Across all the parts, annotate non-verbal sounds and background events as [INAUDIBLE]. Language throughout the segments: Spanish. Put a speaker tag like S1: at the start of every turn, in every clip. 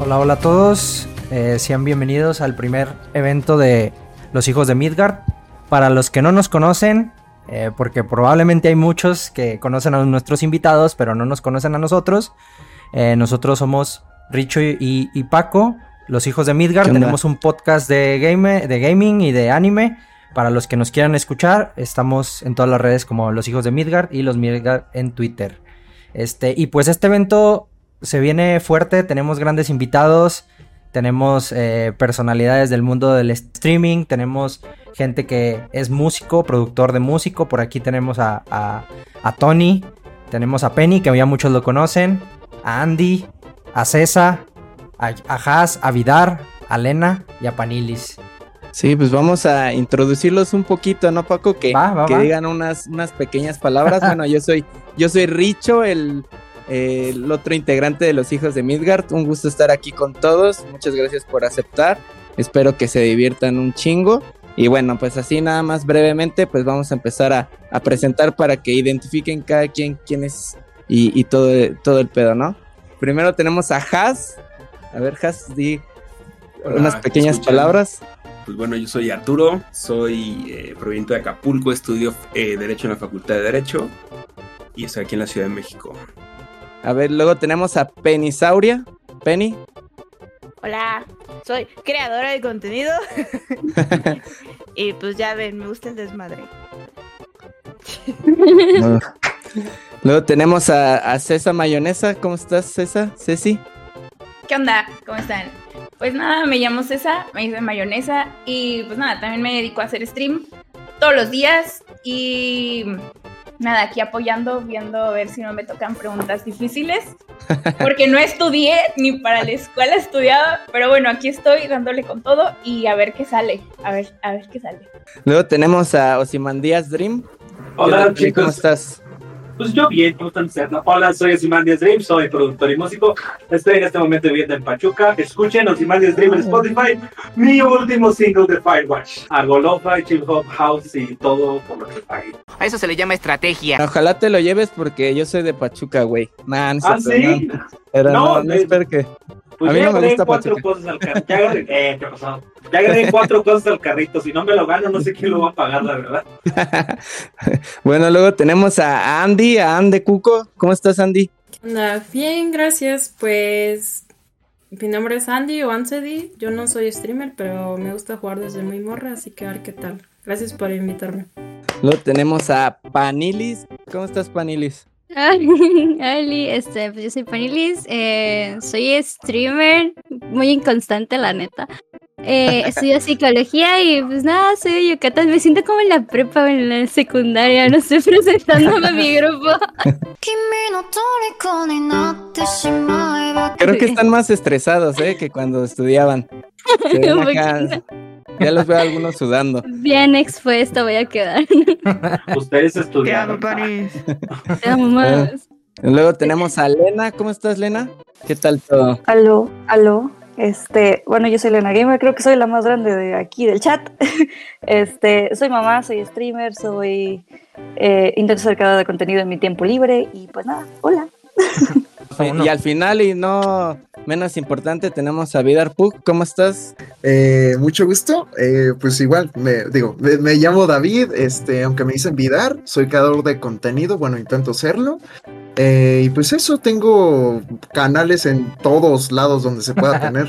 S1: Hola, hola a todos. Eh, sean bienvenidos al primer evento de Los Hijos de Midgard. Para los que no nos conocen, eh, porque probablemente hay muchos que conocen a nuestros invitados, pero no nos conocen a nosotros. eh, nosotros somos Richo y, y Paco, los hijos de Midgard.
S2: ¿Qué onda?
S1: Tenemos un podcast de, game, de gaming y de anime. Para los que nos quieran escuchar, estamos en todas las redes como los hijos de Midgard y los Midgard en Twitter. Este, y pues este evento se viene fuerte, tenemos grandes invitados, tenemos eh, personalidades del mundo del streaming, tenemos gente que es músico, productor de músico, por aquí tenemos a, a- a Tony, tenemos a Penny, que ya muchos lo conocen, a Andy, a César, a, a Haas, a Vidar, a Lena y a Panilis.
S2: Sí, pues vamos a introducirlos un poquito, ¿no, Paco? Que,
S1: Va, va,
S2: que
S1: va.
S2: digan unas, unas pequeñas palabras. bueno, yo soy, yo soy Richo, el, eh, el otro integrante de los hijos de Midgard. Un gusto estar aquí con todos. Muchas gracias por aceptar. Espero que se diviertan un chingo. Y bueno, pues así nada más brevemente, pues vamos a empezar a, a presentar para que identifiquen cada quien quién es y, y todo, todo el pedo, ¿no? Primero tenemos a Haas. A ver, Haas, di
S3: Hola,
S2: unas
S3: ¿me
S2: pequeñas
S3: escuchan?
S2: palabras.
S3: Pues bueno, yo soy Arturo, soy eh, proveniente de Acapulco, estudio eh, Derecho en la Facultad de Derecho y estoy aquí en la Ciudad de México.
S2: A ver, luego tenemos a Penisauria. Penny.
S4: Hola, soy creadora
S5: [LAUGHS]
S4: de contenido. y pues ya ven, me gusta el desmadre.
S2: [LAUGHS] Luego tenemos a, a César Mayonesa. ¿Cómo estás, César? Ceci.
S6: ¿Qué onda? ¿Cómo están? Pues nada, me llamo César, me dicen mayonesa y pues nada, también me dedico a hacer stream todos los días y nada, aquí apoyando, viendo a ver si no me tocan preguntas difíciles, porque no estudié ni para la escuela estudiaba, pero bueno, aquí estoy dándole con todo y a ver qué sale, a ver, a ver qué sale.
S2: Luego tenemos a Osimandías Dream. ¿Qué
S7: Hola
S2: tal, Dream? ¿Cómo
S7: chicos,
S2: estás?
S7: pues yo bien, ¿cómo están ustedes? No, Hola, soy Simandias Dream, soy productor y músico. Estoy en este momento viviendo en Pachuca. Escuchen Simandias Dream en Spotify, mi último single de Firewatch. Hago lo-fi, chill hop, house y todo por lo que pague.
S5: A eso se le llama estrategia.
S2: Ojalá te lo lleves porque yo soy de Pachuca, güey. Nah, no es
S7: ¿Ah,
S2: cierto,
S7: sí?
S2: no. Pero no,
S7: No,
S2: no,
S7: no.
S2: espero que.
S7: Pues
S2: A mí
S7: ya
S2: no me
S7: agregué
S2: gusta
S7: cuatro
S2: Pachuca.
S7: cosas al carrito. Ya agregué, eh, ¿qué pasó?
S2: [LAUGHS]
S7: Ya agregué cuatro cosas al carrito. Si no me lo gano, no sé quién lo va a pagar, la verdad. pues.
S2: [LAUGHS] Bueno, luego tenemos a Andy, a Ande Cuco. ¿Cómo estás, Andy?
S8: Anda, bien, gracias. Pues mi nombre es Andy o Ansedi. Yo no soy streamer, pero me gusta jugar desde muy morra, así que a ver qué tal. Gracias por invitarme.
S2: Luego tenemos a Panilis. ¿Cómo estás, Panilis?
S9: [LAUGHS] Ali, este, pues yo soy Panilis, eh, soy streamer, muy inconstante la neta. Eh, estudio psicología y pues nada, soy de Yucatán, me siento como en la prepa o en la secundaria, no sé, [LAUGHS] presentándome a mi grupo.
S2: Creo que están más estresados, ¿eh? Que cuando estudiaban. Se
S9: [LAUGHS]
S2: ven
S9: Un
S2: acá-
S9: poquito.
S2: ya los veo a algunos sudando.
S9: Bien expuesta voy a quedar,
S7: [LAUGHS]
S9: [LAUGHS]
S7: Ustedes estudiaron.
S2: [LAUGHS]
S9: te amo más.
S2: Ah. Luego tenemos a Lena. ¿Cómo estás, Lena? ¿Qué tal todo?
S10: Aló, aló. Este, bueno, yo soy Lena Gamer, creo que soy la más grande de aquí del chat. [LAUGHS] Este, soy mamá, soy streamer, soy eh, intento ser creadora de contenido en mi tiempo libre y pues nada, hola.
S1: Vámonos.
S2: Y al final, y no menos importante, tenemos a Vidar Puc. ¿Cómo estás?
S11: Eh, mucho gusto. Eh, pues igual, me digo, me, me llamo David, este, aunque me dicen Vidar, soy creador de contenido, bueno, intento serlo. Eh, y pues eso, tengo canales en todos lados donde se
S1: [LAUGHS]
S11: pueda tener.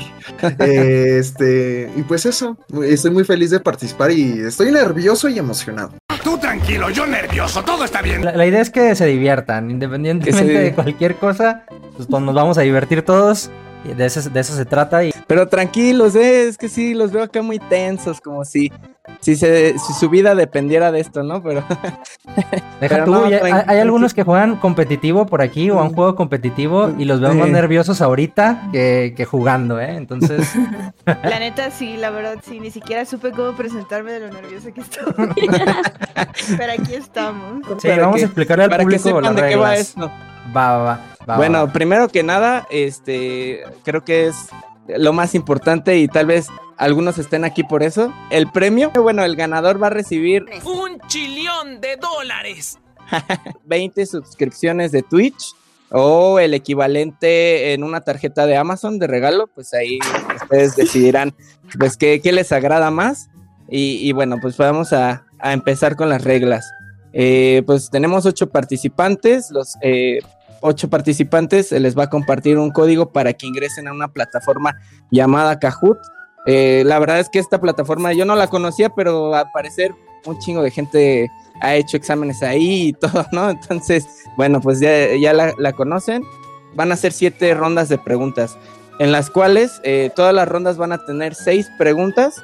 S11: Eh, este, y pues eso, estoy muy feliz de participar y estoy nervioso y emocionado.
S3: Tú tranquilo, yo nervioso, todo está bien.
S1: La, la idea es que se diviertan, independientemente de
S2: diviertan.
S1: cualquier cosa, pues, pues, nos vamos a divertir todos, y de eso, de eso se trata y
S2: Pero tranquilos, ¿eh? es que sí, los veo acá muy tensos, como si, si, se, si su vida dependiera de esto, ¿no? Pero [LAUGHS]
S1: Deja
S2: Pero
S1: tú,
S2: no,
S1: ya-
S2: tran- Mm.
S1: hay, hay algunos que juegan competitivo por aquí o han jugado competitivo y los veo más
S2: Sí.
S1: nerviosos ahorita que, que jugando, ¿eh?
S2: [LAUGHS]
S1: Entonces,
S4: La neta, sí, la verdad, sí, ni siquiera supe cómo presentarme de lo nerviosa
S9: [LAUGHS]
S4: que estoy. Pero aquí estamos.
S1: sí,
S2: para
S1: vamos
S2: que-
S1: a explicarle al
S2: para que
S1: público
S2: sepan
S1: las
S2: de qué va
S1: reglas.
S2: esto.
S1: Va, va, va, va,
S2: Bueno,
S1: va.
S2: primero que nada, este, creo que es lo más importante y tal vez algunos estén aquí por eso. El premio, bueno, el ganador va a recibir
S5: Un chillón de dólares.
S2: [LAUGHS] 20 suscripciones de Twitch o el equivalente en una tarjeta de Amazon de regalo, pues ahí ustedes decidirán pues qué, qué les agrada más. Y, y bueno, pues vamos a, a empezar con las reglas. Eh, pues tenemos ocho participantes, los eh, ocho participantes se les va a compartir un código para que ingresen a una plataforma llamada Kahoot. Eh, la verdad es que esta plataforma yo no la conocía, pero al parecer un chingo de gente ha hecho exámenes ahí y [LAUGHS] todo, ¿no? Entonces, bueno, pues ya, ya la, la conocen. Van a ser siete rondas de preguntas, en las cuales eh, todas las rondas van a tener seis preguntas.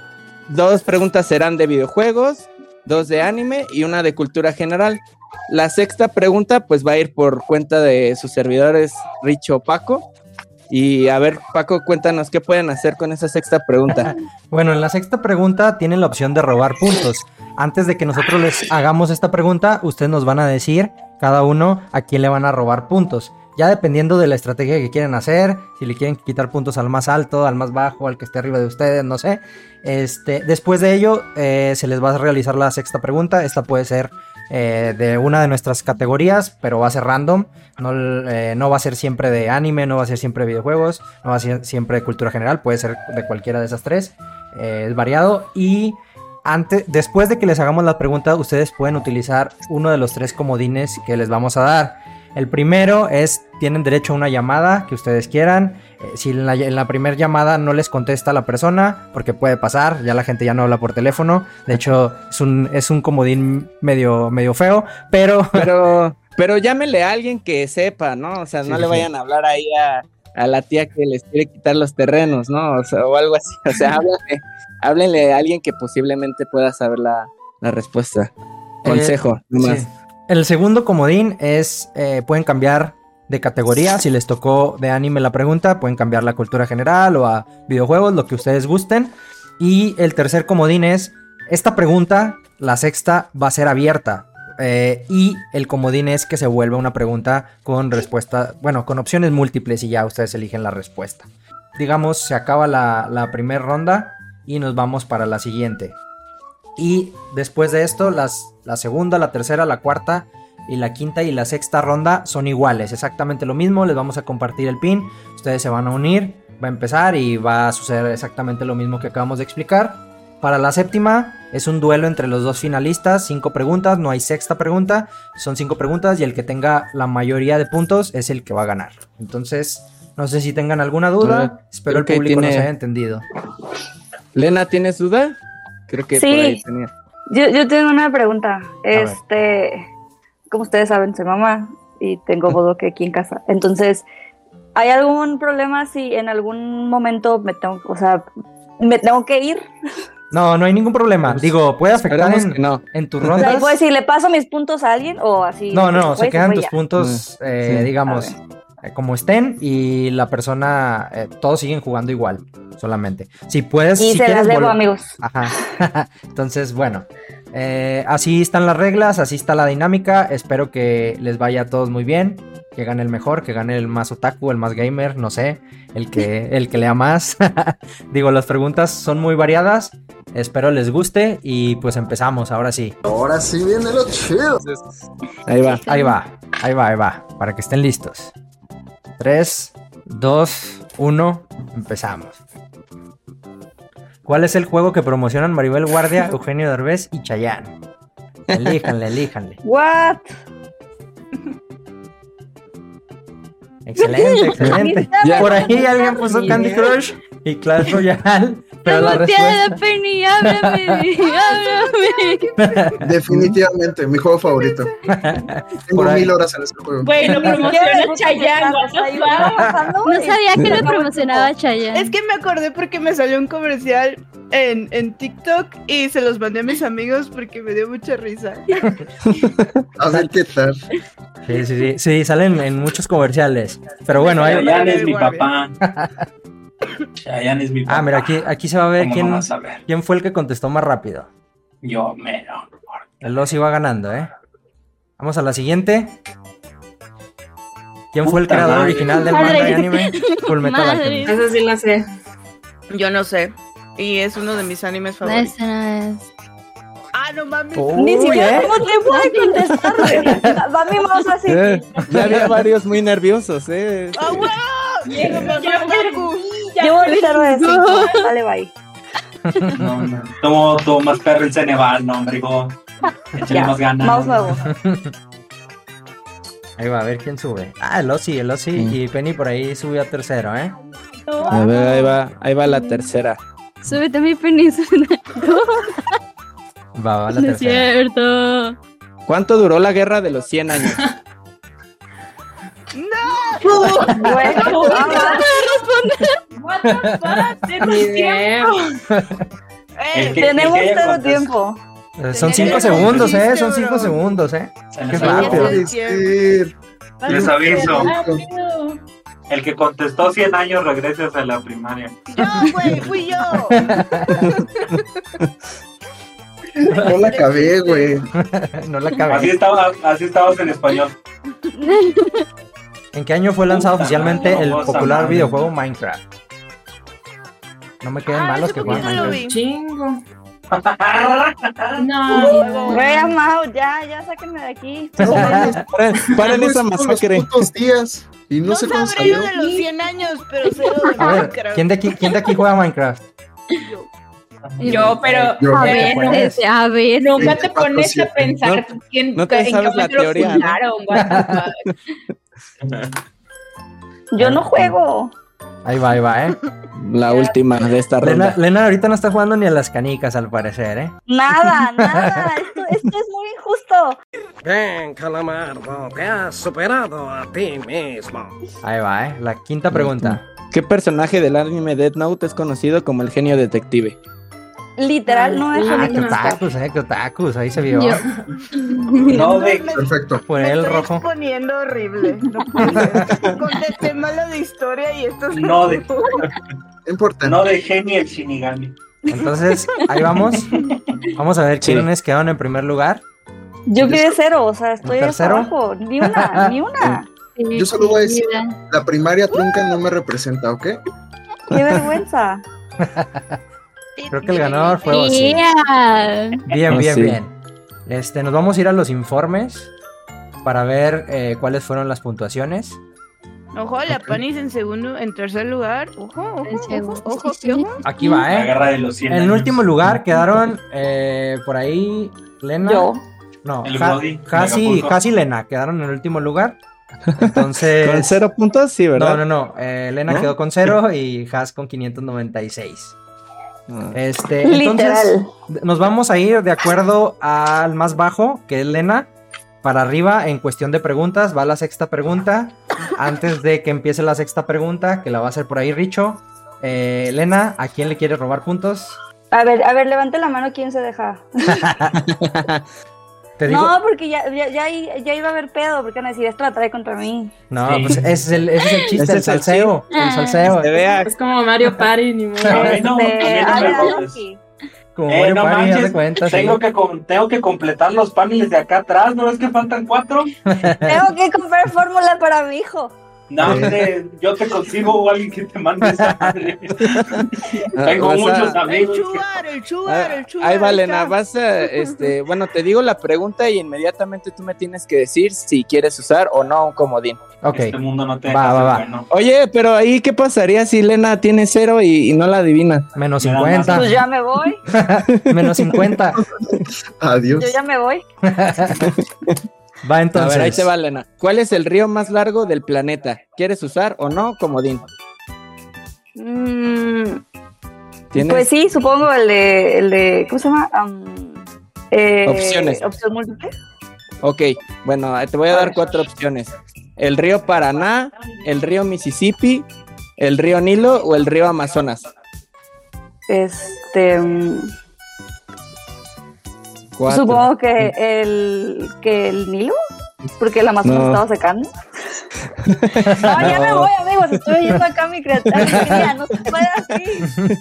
S2: Dos preguntas serán de videojuegos, dos de anime y una de cultura general. La sexta pregunta, pues va a ir por cuenta de sus servidores Richo Paco. Y a ver, Paco, cuéntanos qué pueden hacer con esa sexta
S1: [LAUGHS]
S2: pregunta.
S1: Bueno, en la sexta pregunta tienen la opción de robar puntos. Antes de que nosotros les hagamos esta pregunta, ustedes nos van a decir cada uno a quién le van a robar puntos. Ya dependiendo de la estrategia que quieren hacer, si le quieren quitar puntos al más alto, al más bajo, al que esté arriba de ustedes, no sé. Este, después de ello, eh, se les va a realizar la sexta pregunta. Esta puede ser eh, de una de nuestras categorías, pero va a ser random. No, eh, no va a ser siempre de anime, no va a ser siempre de videojuegos, no va a ser siempre de cultura general, puede ser de cualquiera de esas tres. Eh, es variado. Y antes, después de que les hagamos la pregunta, ustedes pueden utilizar uno de los tres comodines que les vamos a dar. El primero es, tienen derecho a una llamada que ustedes quieran. Eh, si en la, en primera llamada no les contesta la persona, porque puede pasar, ya la gente ya no habla por teléfono. De hecho, es un, es un comodín medio, medio feo, pero...
S2: Pero, pero llámenle a alguien que sepa, ¿no? O sea, no
S1: Sí,
S2: le
S1: sí.
S2: vayan a hablar ahí a, a la tía que les quiere quitar los terrenos, ¿no? O, sea, o algo así.
S1: [LAUGHS]
S2: O sea, háblenle, háblenle a alguien que posiblemente pueda saber la, la respuesta. Consejo,
S1: Eh,
S2: nomás.
S1: sí. El segundo comodín es, eh, pueden cambiar de categoría, si les tocó de anime la pregunta, pueden cambiar la cultura general o a videojuegos, lo que ustedes gusten. Y el tercer comodín es, esta pregunta, la sexta, va a ser abierta. Eh, y el comodín es que se vuelva una pregunta con respuesta, bueno, con opciones múltiples y ya ustedes eligen la respuesta. Digamos, se acaba la, la primera ronda y nos vamos para la siguiente. Y después de esto, las, la segunda, la tercera, la cuarta y la quinta y la sexta ronda son iguales. Exactamente lo mismo. Les vamos a compartir el pin. Ustedes se van a unir. Va a empezar y va a suceder exactamente lo mismo que acabamos de explicar. Para la séptima es un duelo entre los dos finalistas. Cinco preguntas. No hay sexta pregunta. Son cinco preguntas y el que tenga la mayoría de puntos es el que va a ganar. Entonces, no sé si tengan alguna duda.
S2: Eh,
S1: Espero el
S2: creo que
S1: público nos
S2: tiene-
S1: haya entendido.
S2: Lena, ¿tienes duda? Creo que
S10: Sí.
S2: por ahí tenía.
S10: Yo, yo tengo una pregunta.
S2: ver.
S10: Este, como ustedes saben, soy mamá y
S1: [LAUGHS]
S10: tengo bodoque aquí en casa. Entonces, ¿hay algún problema si en algún momento me tengo, o sea, me tengo que ir?
S1: No, no hay ningún problema.
S2: Pues,
S1: Digo, puede afectar en, en tu
S10: O
S1: ronda.
S10: sea, ¿puedo decir, le paso mis puntos a alguien o así?
S1: No, no,
S10: fue,
S1: se quedan
S10: fue
S1: tus
S10: ya?
S1: puntos, eh,
S10: Sí.
S1: digamos, eh, como estén y la persona, eh, todos siguen jugando igual, solamente. Si puedes...
S10: Y
S1: si
S10: se las
S1: quieres
S10: debo,
S1: vol-
S10: amigos.
S1: Ajá. [LAUGHS] Entonces, bueno, eh, así están las reglas, así está la dinámica. Espero que les vaya a todos muy bien, que gane el mejor, que gane el más otaku, el más gamer, no sé,
S10: [LAUGHS]
S1: el que, el que lea más. [LAUGHS] Digo, las preguntas son muy variadas. Espero les guste y pues empezamos, ahora sí.
S11: Ahora sí viene lo chido.
S2: Ahí va.
S1: Ahí va, ahí va, ahí va. Para que estén listos. 3, 2, 1, empezamos. ¿Cuál es el juego que promocionan Maribel Guardia, Eugenio Derbez y Chayanne? Elíjanle, elíjanle.
S10: What?
S1: Excelente, excelente.
S9: Ya.
S1: Por ahí alguien puso Candy Crush y Clash Royale, pero la respuesta...
S9: de
S1: [LAUGHS]
S9: Penny, háblame, háblame.
S11: [LAUGHS] Definitivamente, mi juego
S1: [LAUGHS]
S11: favorito. Tengo
S1: Por ahí.
S11: mil horas en ese juego.
S6: Bueno, promociona Chayanne. what the
S4: [LAUGHS]
S6: fuck?
S9: No sabía que lo promocionaba Chayanne.
S4: Es que me acordé porque me salió un comercial en, en TikTok y se los mandé a mis amigos porque me dio mucha risa.
S11: [LAUGHS] A ver qué tal.
S1: Sí, sí, sí, sí, salen en muchos comerciales. Pero bueno, ahí...
S7: Chayanne es mi papá. Chayanne es mi papá.
S1: Ah, mira, aquí, aquí se va a ver
S7: ¿Cómo
S1: quién,
S7: no vas a ver?
S1: quién fue el que contestó más rápido.
S7: Yo mero.
S1: El Oz iba ganando, ¿eh? Vamos a la siguiente. ¿Quién fue el
S7: Puta
S1: creador
S7: madre.
S1: original del manga y
S7: Madre.
S1: anime?
S4: [LAUGHS]
S1: Full Metal Alchemist.
S8: Esa sí la sé.
S4: Yo no sé. Y es uno de mis animes favoritos.
S9: No, esa no es.
S4: Ah, no mames.
S12: Ni siquiera cómo te pude contestar. güey. Va mi mouse así.
S2: Eh, Ya había varios muy nerviosos, ¿eh?
S4: ¡Ah, huevo! Quiero mamá Goku.
S12: Llevo el cero de cinco. Vale, bye.
S7: No, no. Tomo, tomo más perro el Ceneval, no, hombre. hijo. Échale
S12: Ya,
S7: más ganas.
S12: mouse nuevo.
S1: Ahí va, a ver quién sube. Ah, el Ozzy, el Ozzy y Penny por ahí subió a tercero, ¿eh?
S2: A ver, ahí va, ahí va la tercera.
S9: Súbete a mi península. [LAUGHS]
S1: Va, va
S9: no es cierto.
S2: ¿Cuánto duró la guerra de los 100 años?
S9: [LAUGHS]
S12: Bueno, vamos.
S6: What the
S4: [LAUGHS]
S6: fuck? Tengo
S13: Ni idea.
S6: tiempo.
S4: Eh,
S7: El que-
S12: Tenemos
S7: el que haya
S12: cero
S7: contestado.
S12: tiempo.
S1: Eh, Son
S4: Tenía
S1: cinco
S4: que ser
S1: segundos,
S4: triste,
S1: ¿eh? Son cinco
S4: bro.
S1: segundos, ¿eh? Qué
S7: Sí,
S1: rápido.
S4: sí.
S11: Este,
S1: ah, pues,
S7: Les aviso,
S6: Rápido.
S7: el que contestó 100 años regresas a la primaria.
S4: Yo, güey, Ah, fui yo.
S7: [LAUGHS]
S11: No la acabé, güey.
S1: No la
S7: Así,
S1: acabé.
S7: estaba, así estabas en español.
S1: ¿En qué año fue lanzado
S7: Puta
S1: oficialmente
S7: madre,
S1: el
S7: cosa
S1: popular
S7: madre.
S1: videojuego Minecraft? No me queden
S4: Ah,
S1: malos
S4: hace
S1: que juegan
S4: poquito lo
S1: Minecraft.
S4: vi.
S13: Chingo. No.
S12: Güey, I'm out. Ya, ya, sáquenme de aquí.
S11: No mames, [LAUGHS]
S2: Paren, paren
S11: no
S2: esa
S11: estuve los
S2: masacre.
S11: putos días. Y no,
S4: No
S11: sé cómo
S4: sabré yo
S11: salió.
S4: de los 100 años, pero cero de
S1: A ver,
S4: Minecraft.
S1: ¿quién de aquí, quién de aquí juega Minecraft?
S6: Yo, pero
S11: Yo,
S6: a
S11: ¿te
S6: ver,
S1: acuerdas?
S6: es-
S9: Este, a ver.
S6: nunca te
S11: Este pato
S6: pones
S11: siete.
S6: a pensar quién,
S2: no te
S6: en qué
S2: sabes la
S6: momento lo
S2: teoría, ¿no?
S6: fundaron, what the fuck.
S12: Yo no juego.
S1: Ahí va, ahí va, ¿eh?
S2: [LAUGHS] La última de esta
S1: Lena,
S2: ronda.
S1: Lena ahorita no está jugando ni a las canicas, al parecer, ¿eh?
S12: Nada, nada. Esto, esto es muy injusto.
S8: Ven, calamardo, te has superado a ti mismo.
S1: Ahí va, ¿eh? La quinta pregunta.
S2: ¿Qué personaje del anime Death Note es conocido como el genio detective?
S12: Literal, no es
S1: Ah,
S12: un
S1: que
S12: injusto.
S1: tacos, ¿eh? Que tacos, ahí se vio.
S9: Yo.
S7: No, de,
S11: Perfecto.
S1: Por
S4: Me
S1: el
S4: estoy
S1: rojo.
S4: exponiendo horrible. No puedo. Contesté malo de historia y esto es
S7: No, de- [LAUGHS]
S11: Importante.
S7: no dejé ni el Shinigami.
S1: Entonces, ahí
S7: [LAUGHS]
S1: vamos. Vamos a ver
S2: Sí.
S1: quiénes quedaron en primer lugar.
S12: Yo quedé cero, o sea, estoy hasta
S1: tercero?
S12: abajo. Ni una, ni una.
S11: Yo solo voy a decir- La primaria trunca no me representa, ¿ok?
S12: Qué vergüenza.
S1: Creo que el ganador fue Ozzy.
S9: Yeah.
S1: Bien,
S2: Ah,
S1: bien,
S2: sí.
S1: bien. Este, nos vamos a ir a los informes para ver eh, cuáles fueron las puntuaciones.
S4: Ojo, la panis en segundo, en tercer lugar. Ojo,
S9: En
S4: ojo,
S9: segundo,
S4: ojo, ojo,
S9: sí, sí.
S4: ojo.
S1: Aquí va,
S7: La
S1: ¿eh?
S7: guerra de los 100
S1: En
S7: años.
S1: último lugar quedaron eh, por ahí Lena.
S12: Yo.
S1: No,
S7: El
S1: Ja-
S7: Brody,
S1: Hasi
S7: Acapulco.
S1: Hasi y Lena quedaron en el último lugar.
S2: Con
S1: Entonces.
S2: cero puntos, sí,
S1: No, no,
S2: ¿verdad?
S1: no. eh, Lena
S2: ¿No?
S1: quedó con cero y Has con 596.
S2: Ah,
S1: Este, entonces,
S12: Literal.
S1: nos vamos a ir de acuerdo al más bajo, que es Lena. Para arriba, en cuestión de preguntas, va la sexta pregunta. Antes de que empiece la sexta pregunta, que la va a hacer por ahí Richo. eh, Lena, ¿a quién le quiere robar puntos?
S12: A ver, a ver, levante la mano quién se deja.
S1: [LAUGHS] Te digo.
S12: No, porque ya, ya, ya, i- ya iba a haber pedo, porque van a decir, esto la trae contra mí.
S1: No,
S7: Sí.
S1: pues ese es el, ese es el chiste,
S2: Ese
S1: el
S2: es el
S1: salseo. El
S9: Ah.
S1: salseo.
S2: Se
S1: [LAUGHS]
S2: vea.
S13: Es como Mario Party, ni modo.
S7: A mí no, a mí
S12: Este,
S7: no
S12: ay,
S7: me
S12: ay,
S7: rompes.
S12: Loki.
S1: Como
S7: Eh,
S1: Mario
S7: no
S1: Party, haz de
S7: manches,
S1: cuenta, sí.
S7: Tengo que, com- tengo que completar los paneles de acá atrás, ¿no es que faltan cuatro?
S12: Tengo que comprar fórmula para mi hijo.
S7: No,
S11: Sí.
S7: hombre, yo te consigo o alguien que te mande esa madre. Tengo
S2: Ah, vas a-
S7: muchos
S4: El
S7: amigos. que-
S4: chugar, el chugar,
S2: Ah,
S4: el chugar.
S2: Ahí va, Lena.
S4: está.
S2: Vas a, este, bueno, te digo la pregunta y inmediatamente tú me tienes que decir si quieres usar o no un comodín.
S1: Ok,
S7: Este mundo no te
S1: Va,
S7: deja
S1: va,
S7: ser
S1: va.
S7: bueno.
S2: Oye, pero ahí, ¿qué pasaría si Lena tiene cero y, y no la adivina?
S1: menos
S7: Me da más.
S1: 50.
S12: Pues ya me voy,
S1: Menos 50.
S11: Adiós.
S12: yo ya me voy.
S1: Va entonces.
S2: a ver, ahí te va, Lena. ¿Cuál es el río más largo del planeta? ¿Quieres usar o no comodín?
S12: Mm,
S2: ¿Tienes?
S12: pues sí, supongo el de, el de ¿cómo se llama? Am, eh,
S2: Opciones.
S12: Opción múltiple.
S2: Ok, bueno, eh, te voy a dar cuatro opciones. ¿El río Paraná, el río Mississippi, el río Nilo o el río Amazonas?
S12: Este, mm,
S2: Cuatro.
S12: supongo que el, que el Nilo, porque el Amazonas
S2: No.
S12: estaba secando. no, ya me
S2: [LAUGHS] No.
S12: voy, amigos, estoy yendo acá a mi creatividad, no se puede así.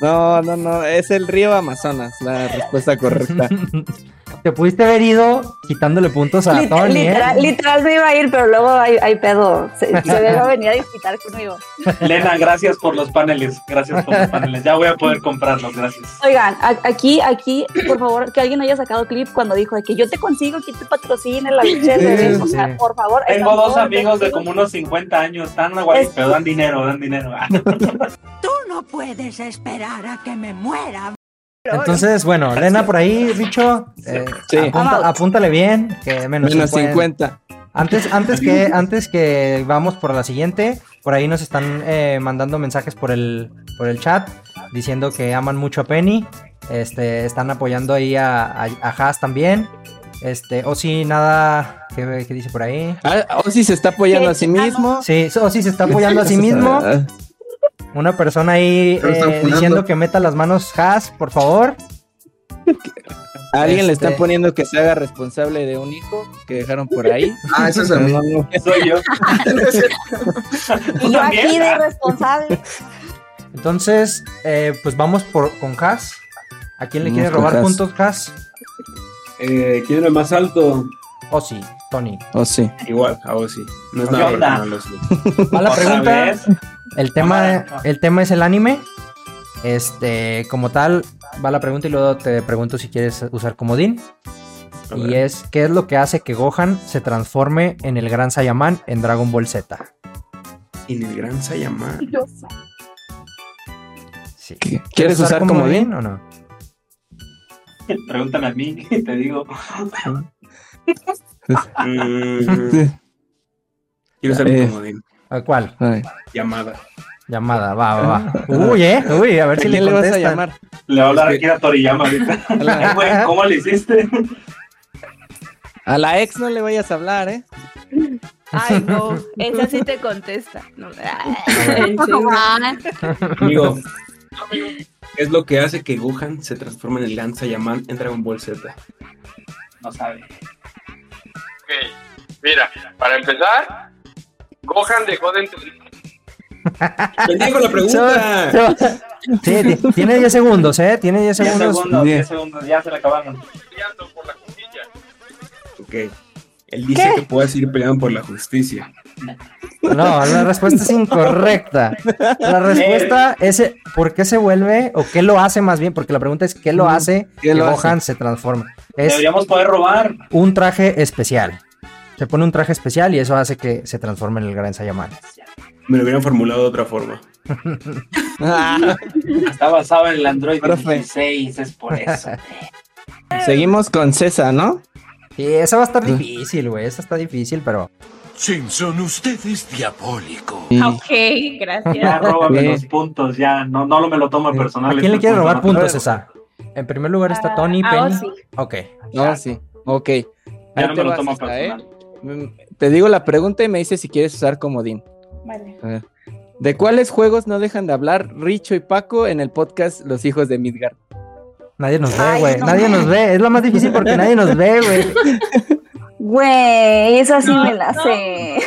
S2: No, no, no, es el río Amazonas, la respuesta correcta.
S1: [LAUGHS] Te pudiste haber ido quitándole puntos a
S12: Lit-
S1: Tony, ¿eh?
S12: literal, literal me iba a ir, pero luego hay, hay pedo. Se, se me va a venir a disputar conmigo.
S7: Lena, gracias por los paneles. Gracias por los paneles. Ya voy a poder comprarlos, gracias.
S12: Oigan, a- aquí, aquí, por favor, que alguien haya sacado clip cuando dijo de que yo te consigo que te patrocine la pinche cerveza. O sea, por favor.
S7: Tengo
S12: esa
S7: dos
S12: voz,
S7: amigos de como unos 50 años. Están guay, pero dan dinero, dan dinero. Ah,
S9: Tú no puedes esperar a que me muera.
S1: Entonces, bueno, Lena por ahí, Richo, eh, apunta- apúntale bien, que menos,
S2: Menos 50.
S1: Antes, antes, que, antes que vamos por la siguiente, por ahí nos están eh, mandando mensajes por el, por el chat diciendo que aman mucho a Penny, este, están apoyando ahí a, a, a Haas también, este, o si nada, ¿qué, qué dice por ahí?
S2: Ah, Ozzy se está apoyando a sí mismo. Ah.
S1: Sí, Ozzy se está apoyando a
S2: [LAUGHS]
S1: sí mismo. Una persona ahí
S2: Lo están
S1: eh,
S2: funando.
S1: diciendo que meta las manos Haas, por favor.
S2: Alguien le está
S1: Este-
S2: poniendo que se haga responsable de un hijo que dejaron por ahí.
S14: Ah, ese es el
S2: No,
S14: mío.
S2: no, no.
S7: Soy yo.
S12: [LAUGHS] Y yo aquí de responsable.
S1: Entonces, eh, pues vamos por, con Haas. ¿A quién le
S15: Vamos
S1: quiere
S15: con
S1: robar
S15: Haas.
S1: puntos Haas?
S15: Eh, ¿Quién era el más alto?
S1: Ozzy, Tony.
S2: Oh, sí.
S15: Igual, a Ozzy. No es
S1: ¿Qué
S15: nada
S1: onda?
S15: personal, Ozzy.
S1: Mala
S15: ¿Otra
S1: pregunta.
S15: vez?
S1: El tema, el tema es el anime. Este, como tal, va la pregunta y luego te pregunto si quieres usar comodín. Y es, ¿qué es lo que hace que Gohan se transforme en el gran Saiyaman en Dragon Ball Z?
S15: En el gran Sayaman.
S1: Sí.
S2: ¿Quieres usar comodín?
S1: o no?
S7: [LAUGHS] Pregúntame a mí, te digo.
S15: Mm. Quiero usar
S1: Eh,
S15: mi comodín.
S1: ¿A cuál?
S15: Llamada.
S1: Llamada, va, va,
S2: Ah.
S1: va. Uy, eh, uy, a ver
S15: ¿A
S1: si
S15: quién le
S1: le
S15: vas a
S1: contestan.
S15: llamar?
S7: Le voy a hablar aquí a Toriyama
S1: [LAUGHS]
S7: ahorita. Eh, güey, ¿Cómo le hiciste?
S2: A la ex no le vayas a hablar, ¿eh?
S4: Ay, no, esa sí te contesta.
S2: [LAUGHS]
S4: No,
S7: [LAUGHS]
S15: Amigo, ¿qué es lo que hace que Gohan se transforme en el gran Sayaman en Dragon Ball Z?
S7: No sabe.
S16: Ok, mira, para empezar, Gohan dejó de entrenar.
S15: Pendejo
S1: [LAUGHS]
S15: la pregunta.
S1: Se va- se va. Sí, ti- tiene 10 segundos, ¿eh? Tiene 10
S7: 10
S1: segundos.
S7: segundos, 10 segundos, ya se le acabaron.
S15: Ok. Él dice que puede seguir peleando por la justicia.
S1: No, la respuesta es incorrecta. La respuesta es eh, por qué se vuelve o qué lo hace más bien, porque la pregunta es qué lo hace
S7: ¿Qué
S1: que
S7: lo
S1: Gohan se transforma. Es
S7: Deberíamos poder robar.
S1: un traje especial. Se pone un traje especial y eso hace que se transforme en el gran Saiyaman.
S15: Me lo hubieran formulado de otra forma.
S7: [LAUGHS] Está basado en el Android
S2: Profe.
S7: 16, es por eso.
S2: Seguimos con César, ¿no?
S1: Sí, esa va a estar difícil, güey. Esa está difícil, pero.
S17: Simpson, usted es diabólico.
S6: Ok,
S7: Ah, Ya
S2: [LAUGHS]
S6: gracias.
S7: róbame
S1: Sí.
S7: los puntos, ya. No, no lo me lo tomo personal. este
S1: ¿A quién le quiere robar puntos,
S7: César?
S1: César? En primer lugar
S6: Ah,
S1: está Tony,
S6: oh,
S7: a
S1: Penny.
S7: Ozzy.
S1: Ok.
S2: No, sí. Ok.
S7: Ya
S2: Ahí te
S7: no me lo
S2: vas,
S7: tomo
S2: César,
S7: personal.
S2: ¿eh? Te digo la pregunta y me dices si quieres usar comodín.
S6: Vale.
S2: A ver. ¿De cuáles juegos no dejan de hablar Richo y Paco en el podcast Los Hijos de Midgard?
S1: Nadie nos ve, Eh, güey. nadie nos ve. Es lo más difícil porque nadie nos ve, güey.
S12: Güey, esa sí
S6: No,
S12: me la
S6: no.
S12: sé.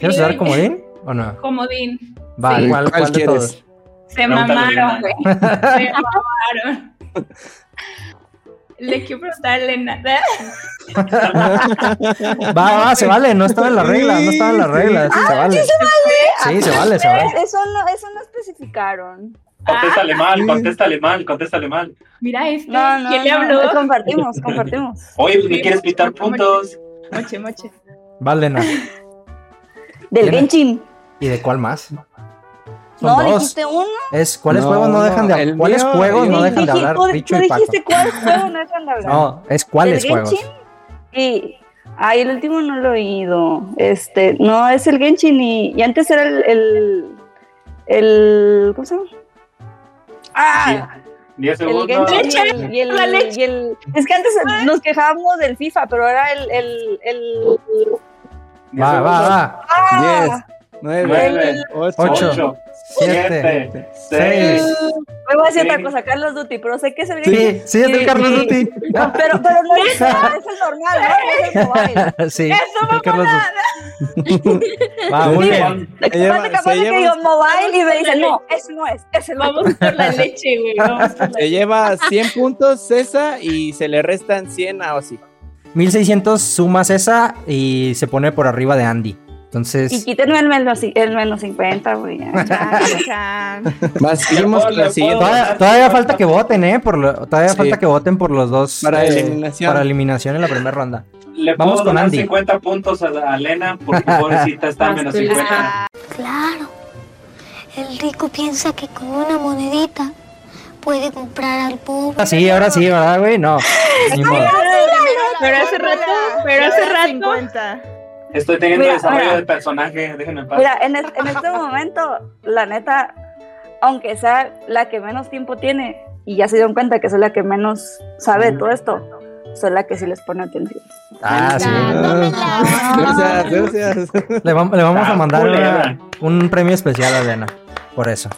S1: ¿Quieres usar comodín o no?
S6: Comodín.
S1: Va,
S6: Sí.
S1: ¿cuál, cuál de todos?
S6: Se
S1: Pregúntale,
S6: mamaron,
S1: Lena.
S6: güey. Se mamaron. Le quiero preguntar a Elena. [LAUGHS]
S1: Va, va, se vale, no estaba en la regla, no estaba en la regla, eso
S12: Ah,
S1: se vale. Sí, se vale, se vale.
S12: Eso no, eso no especificaron. Ah,
S7: Contéstale mal, contéstale mal, contéstale mal.
S6: Mira este.
S12: No, no,
S6: ¿Quién le
S12: no,
S6: habló?
S12: no, Compartimos, compartimos.
S7: Oye, pues me quieres pitar puntos.
S6: [LAUGHS] Moche, moche.
S1: Vale, no.
S12: Del
S1: ¿Quién es?
S12: Genshin.
S1: ¿Y de cuál más? Son
S12: No,
S1: dos.
S12: dijiste uno.
S1: Es, ¿Cuáles
S2: No,
S1: juegos no dejan de
S2: el
S1: hablar? ¿Cuáles
S2: mío,
S1: juegos
S2: el
S1: no
S2: mío.
S1: dejan de
S2: Dije,
S1: hablar,
S12: ¿Tú,
S1: Richo
S12: tú
S1: y Paco?
S12: dijiste
S1: [LAUGHS]
S12: cuál juego no dejan de hablar?
S1: No, es cuáles
S12: ¿El
S1: juegos.
S12: Genshin? Sí. Ay, el último no lo he oído. Este, no, es el Genshin y, y antes era el, el, el- ¿Cómo se llama? Ah,
S7: 10
S12: el
S7: segundos.
S12: Genshin y el, y el- y el- Es que antes nos quejábamos del FIFA, pero ahora el. el, el-
S1: Va, va, va.
S12: Ah,
S2: nueve, ocho,
S1: ocho, siete, seis.
S12: Me voy a decir otra cosa, Carlos Duty, pero sé que es el
S1: Sí, sí, es
S12: Sí,
S1: de Carlos
S12: sí.
S1: Duty.
S12: No, [LAUGHS] pero, pero no es, no, es el normal, ¿no? Es el mobile.
S1: Sí,
S12: Eso,
S1: el Carlos Duty. [LAUGHS] Va, muy bien.
S12: Se lleva,
S2: se
S12: que
S2: lleva,
S12: digo mobile y me dicen, no, eso no es, es el Vamos
S18: por la
S6: [LAUGHS]
S18: leche, güey.
S2: se lleva 100 puntos César y se le restan 100 a Ozzy.
S1: 1600 sumas esa y se pone por arriba de Andy.
S12: Y
S1: [LAUGHS] Entonces,
S12: quítenme el menos, el menos 50, güey. ya, chale, chale.
S2: Más seguimos con la siguiente.
S1: todavía, todavía falta que voten, ¿eh? Por lo- todavía
S2: Sí.
S1: falta que voten por los dos.
S2: Para
S1: eh,
S2: eliminación.
S1: Para eliminación en la primera ronda.
S7: Le
S1: Vamos
S7: puedo
S1: con
S7: donar
S1: Andy.
S7: 50 puntos a, a Lena
S1: [LAUGHS]
S7: porque pobrecita está a menos 50.
S19: Claro. El rico piensa que con una monedita puede comprar al pobre.
S1: Ahora sí, ahora sí, ¿verdad, güey? No. Ni modo.
S18: Pero hace rato, [LAUGHS] pero hace rato.
S7: Estoy teniendo
S12: Mira,
S7: desarrollo
S12: ahora-
S7: de personaje, déjenme en paz.
S12: Mira, en, es- en este momento, la neta, aunque sea la que menos tiempo tiene, y ya se dieron cuenta que soy la que menos sabe
S1: Mm.
S12: de todo esto, soy la que sí les pone atención.
S1: Ah, sí.
S2: Gracias, gracias.
S1: Le, vam- le vamos
S2: Ah,
S1: a mandar
S2: culera.
S1: una- un premio especial a Elena. Por eso.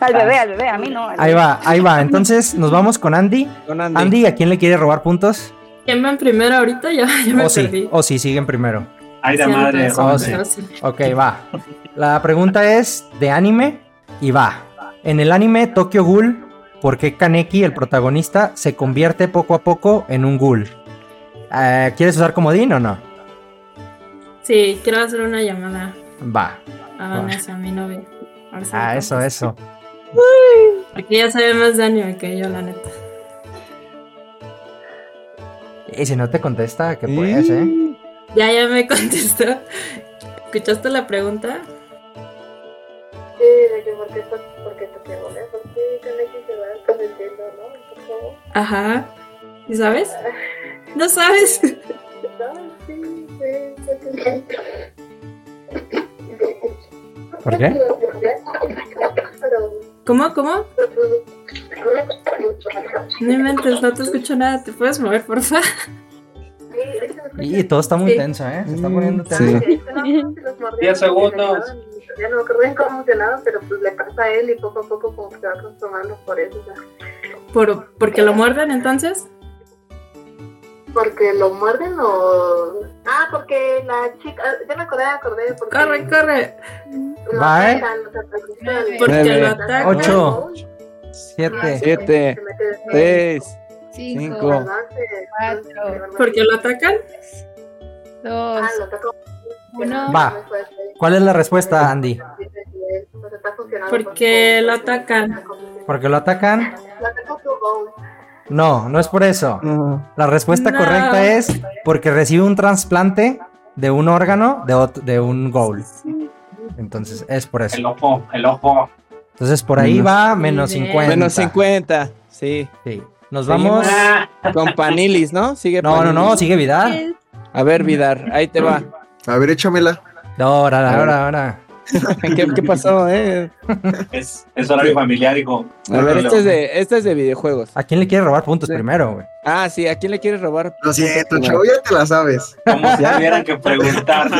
S12: Al bebé, al bebé, a mí no. al
S1: Ahí
S12: bebé.
S1: va, ahí va. Entonces nos vamos con Andy.
S2: Andy.
S1: ¿a quién le quiere robar puntos?
S8: ¿Quién va en primero ahorita? [LAUGHS] Ya, ya me
S1: O Oh, sí,
S8: perdí.
S1: o sí, siguen primero.
S8: Ay, la Sí, madre, entonces,
S1: O sí.
S8: entonces.
S1: Ok, va. La pregunta es de anime y va. En el anime Tokyo Ghoul, ¿por qué Kaneki, el protagonista, se convierte poco a poco en un ghoul? Eh, ¿Quieres usar comodín o no?
S8: Sí, quiero hacer una llamada
S1: Va.
S8: a Vanessa, mi novia. A ver si
S1: Ah,
S8: me
S1: eso, eso.
S8: contesta. Porque ella sabe más de anime que yo, la neta.
S1: Y si no te contesta, que puedes, ¿eh?
S8: Ya, ya me [LAUGHS] contestó. ¿Escuchaste la pregunta?
S6: Sí, de que por qué to- por qué toqué bola, por qué Kaneki se va convirtiendo, ¿no? Por favor.
S8: Ajá. ¿Y sabes? ¿No sabes?
S6: No, sí, sí, sé que no.
S1: ¿Por qué?
S6: Pero-
S8: ¿Cómo? ¿Cómo? No inventes, no te escucho nada. ¿Te puedes mover, porfa?
S1: Y todo está muy
S8: Sí. Mm,
S1: tenso, ¿eh? Se está poniendo tenso.
S6: Sí, no, se los mordió,
S1: Diez
S6: se
S1: segundos.
S6: regeneraron y Ya no me acuerdo bien cómo funcionaba, pero pues le pasa a él y poco a poco como que se va transformando por eso, ya.
S8: ¿Por, ¿Porque lo muerden entonces?
S6: Porque lo muerden o. Ah, porque la chica. ah, Ya me acordé, me acordé. Porque
S8: Corre, corre.
S6: Lo
S1: Va, ¿eh?
S6: atacan, los atacan. Ah,
S8: Porque
S2: Nueve,
S8: lo atacan.
S1: Ocho, siete,
S2: Siete, seis, cinco.
S8: ¿Porque lo atacan?
S18: Dos.
S6: Ah,
S18: Uno.
S1: Va. ¿Cuál es la respuesta, Andy?
S6: pues,
S8: Porque lo atacan.
S1: ¿Porque lo atacan?
S6: Lo atacan su bowl.
S1: No, no es por eso. La respuesta
S6: No.
S1: correcta es porque recibe un trasplante de un órgano de, ot- de un goal. Entonces, es por eso.
S7: El ojo, el ojo.
S1: Entonces, por ahí
S7: Menos-
S1: va menos 50.
S2: Menos 50, sí.
S1: Sí. Nos vamos.
S2: Con Panilis, ¿no? Sigue
S1: No, no, no,
S2: Panilis.
S1: sigue Vidar.
S2: A ver, Vidar, ahí te va.
S11: A ver, échamela.
S1: No, ahora, ahora, ahora.
S2: [LAUGHS] ¿Qué, qué pasó, eh?
S7: Es, es horario familiar, hijo.
S2: A ver, este es, de, este es de videojuegos.
S1: ¿A quién le quiere robar puntos primero, güey?
S2: Ah, sí, ¿a quién le quieres robar?
S11: Lo siento, chavo, ya te la sabes.
S7: Como si tuvieran que preguntar.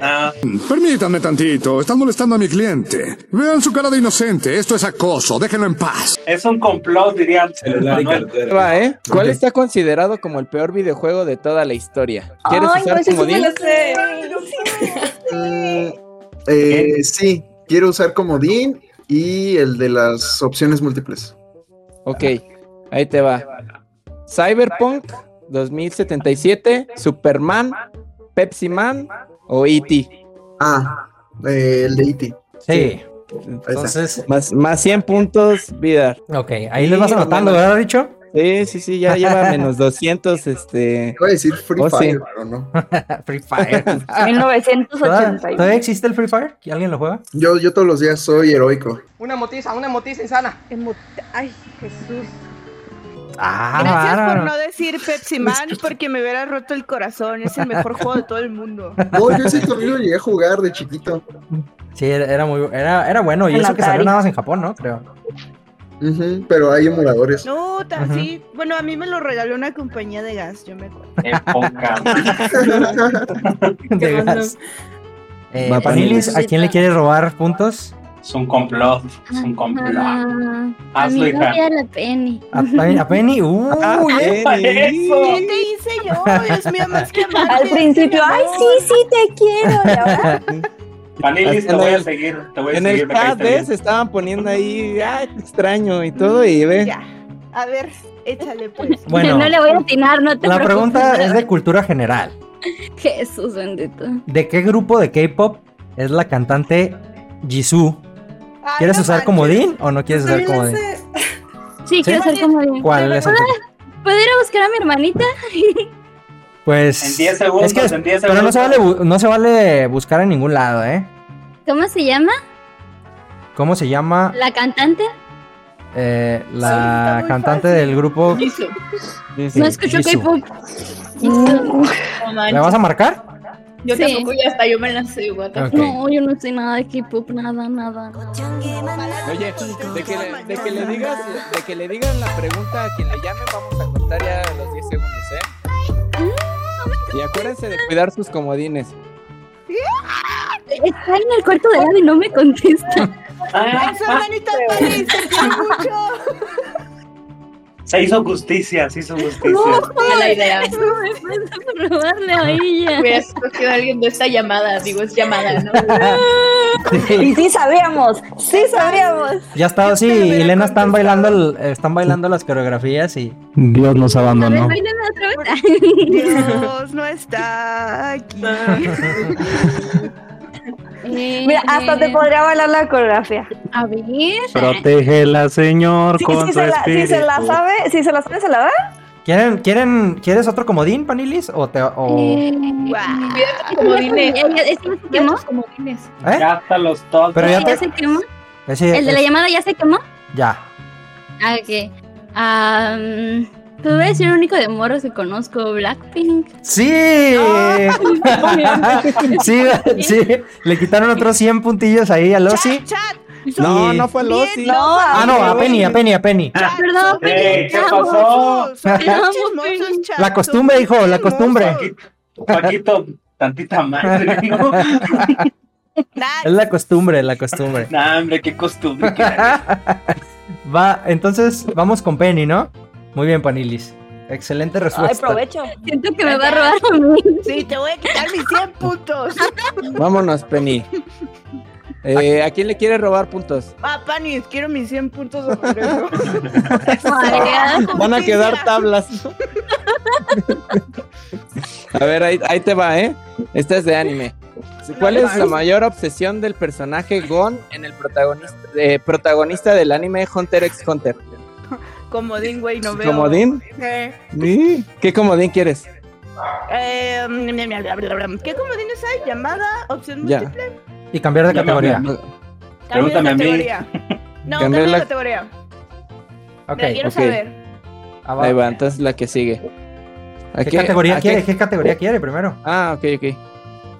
S7: Ah,
S20: Mm, Permítanme tantito, están molestando a mi cliente. Vean su cara de inocente, esto es acoso, déjenlo en paz.
S7: es un complot, diría.
S21: Celular y
S7: Manuel.
S2: Ahí va, ¿eh? ¿Cuál está considerado como el peor videojuego de toda la historia? ¿Quieres
S6: Ay,
S2: usar
S6: no, ese sí
S2: comodín?
S6: me lo sé.
S22: [LAUGHS]
S11: Mm, eh, sí, quiero usar comodín y el de las opciones múltiples.
S2: Ok, ahí te va. Cyberpunk 2077, Superman, Pepsi Man o E E.T.
S11: Ah, el de E.T.
S1: Sí. Entonces,
S2: Más, más 100 puntos, Vidar.
S1: Ok, ahí les vas anotando, ¿verdad, Richo?
S2: Sí, sí, sí, ya
S1: [LAUGHS]
S2: lleva menos 200, este...
S11: Iba a decir Free
S2: Oh, sí.
S11: Fire, pero no.
S1: Free Fire. ¿Todavía, [LAUGHS]
S12: 1981.
S1: todavía existe el Free Fire? ¿Que ¿Alguien lo juega?
S11: Yo, yo todos los días soy heroico.
S22: Una motiza, una motiza insana.
S4: Ay, Jesús.
S1: Ah,
S4: Gracias por
S1: bárbaro.
S4: no decir Pepsi
S2: [LAUGHS]
S4: Man porque me hubiera roto el corazón. Es el mejor juego de todo el mundo.
S11: No, yo ese torneo lo llegué a jugar de chiquito.
S1: Sí, era era muy era, era bueno. Y
S11: El
S1: eso que salió
S11: Atari.
S1: nada más en Japón, ¿no? Creo.
S11: Ujú, pero hay emuladores.
S1: [LAUGHS]
S4: No, tan
S1: Pues, Ujú.
S4: sí. Bueno, a mí me lo regaló una compañía de gas, yo me acuerdo.
S7: Qué poca.
S1: De gas. Eh, Panilis, ¿a quién le quiere robar puntos?
S7: Es un complot. Es un complot.
S9: Ah, a
S7: Hazlo,
S9: mi
S7: hija.
S9: novia la Penny.
S1: ¿A, Pe- a
S7: [LAUGHS]
S1: Penny? ¡Uh!
S7: ¿qué
S1: eh.
S4: ¿Qué te hice yo? Dios mío, más que amarte,
S10: Al principio,
S4: mi
S10: ay,
S4: amor.
S10: sí, sí, te quiero. Y ahora,
S7: Panilis, te
S2: En
S7: voy a
S2: el-
S7: seguir. Te voy a
S2: En
S7: seguir.
S2: el
S7: me caíste
S2: chat ¿ves?
S7: bien.
S2: estaban poniendo ahí, ay, te extraño y todo, y ve.
S4: Mm, Ya. A ver, échale pues.
S1: [LAUGHS] Bueno.
S9: no le voy a atinar, no te
S1: La
S9: preocupes.
S1: pregunta es de cultura general.
S9: [LAUGHS] Jesús bendito.
S1: ¿De qué grupo de K-pop es la cantante Jisoo? ¿Quieres usar comodín o no quieres usar comodín?
S9: Sí, quiero ser como bien.
S1: ¿Cuál es el
S9: ¿Puedo,
S1: tuyo?
S9: puedo ir a buscar a mi hermanita? [LAUGHS]
S1: Pues.
S7: En 10 segundos,
S1: es que es-
S7: en 10
S1: Pero no se, vale,
S7: segundos.
S1: bu- no se vale buscar en ningún lado, ¿eh?
S9: ¿Cómo se llama?
S1: ¿Cómo se llama
S9: ¿La cantante?
S1: eh, la cantante del grupo? Sí,
S6: No escucho
S1: Jisoo.
S6: K-pop. No
S1: ¿La
S6: manches.
S1: vas a marcar?
S6: Yo tampoco, ya
S8: Ah,
S6: hasta yo me la sé, what the
S1: Ok.
S6: fuck.
S9: No, yo no sé nada de K-pop, nada, nada.
S2: Oye,
S4: Pues
S2: de que, le, de que le digas, de que le digan la pregunta a quien le llame, vamos a contar ya los 10 segundos, ¿eh? Y acuérdense de cuidar sus comodines.
S9: Está en el cuarto de lado y no me
S4: [LAUGHS]
S9: contesta. Ah.
S4: Eso, hermanita Panilis, te
S1: [LAUGHS]
S4: quiero mucho.
S7: Se hizo justicia, se hizo justicia.
S6: No, fue la idea.
S9: Eso me falta por robarle a ella.
S6: Hubiera escogido a alguien de esta llamada, digo, es llamada, ¿no?
S10: [LAUGHS] y sí sabíamos, sí sabíamos.
S1: Ya está, sí, y Elena están bailando, el- están bailando las coreografías y...
S23: Dios nos abandonó.
S9: Báilame otra vez.
S4: Dios no está
S1: [LAUGHS]
S4: aquí.
S10: Mira, hasta te podría bailar la coreografía.
S9: A ver.
S23: Protégela, Señor,
S10: Sí,
S23: con
S10: sí
S23: tu
S10: se la, sí
S23: espíritu.
S10: se la sabe, si se la sabe, se la da.
S1: ¿Quieren, quieren, ¿Quieres otro comodín, Panilis? ¿O te, o...
S9: Eh,
S10: Eh,
S6: Cuidado
S9: [LAUGHS]
S6: con comodines.
S9: ¿Este no se quemó?
S1: ¿Eh?
S7: Ya hasta los todos.
S1: Pero ya
S9: ¿Este ya
S1: te...
S9: se quemó?
S1: ese-
S9: ¿El de la
S1: es-
S9: llamada ya se quemó?
S1: Ya.
S9: Ah, ok. Ah, mm, pues voy a decir el único de morros que conozco, Blackpink.
S1: ¡Sí! [LAUGHS] sí, sí, le quitaron otros 100 puntillos ahí a Losi.
S2: No,
S1: Y-
S2: no fue Losi.
S10: No,
S1: Ah, no, a Penny, a Penny, a Penny.
S9: Perdón,
S7: Ey, ¿Qué
S9: Penny,
S7: pasó?
S1: La costumbre, hijo, la costumbre.
S7: Paquito,
S1: [LAUGHS]
S7: tantita madre. ¿no?
S1: Es la costumbre, la costumbre.
S7: Nah, hombre, qué costumbre. que era.
S1: Va, entonces vamos con Penny, ¿no? Muy bien, Panilis. Excelente respuesta.
S9: Siento que me va a robar a mí.
S4: Sí, te voy a quitar mis 100 puntos. [LAUGHS]
S2: Vámonos, Penny. Eh, ¿A quién le quieres robar puntos?
S4: Ah, Panis, quiero mis 100 puntos de regreso.
S2: Van a quedar tablas. A ver, ahí, ahí te va, ¿eh? Esta es de anime. ¿Cuál es la mayor obsesión del personaje Gon en el protagonista, eh, protagonista del anime Hunter x Hunter?
S4: Comodín, güey, no veo.
S2: ¿Comodín?
S4: Eh,
S2: Sí. ¿Qué comodín quieres?
S4: eh, em, ¿Qué comodines hay? ¿Llamada? ¿Opción
S2: Ya.
S4: múltiple?
S1: Y cambiar de
S7: Ya,
S1: categoría.
S4: Cambio
S7: Pregúntame a
S4: de
S7: mí.
S4: categoría. No,
S2: Cambio
S4: cambio de
S2: la-
S4: categoría.
S1: Ok,
S4: Pero quiero
S2: ok.
S4: saber.
S2: Ahí va, entonces la que sigue. ¿A
S1: Ah, ¿Qué categoría
S2: a
S1: quiere? ¿Qué categoría quiere primero?
S2: Ah, ok, ok.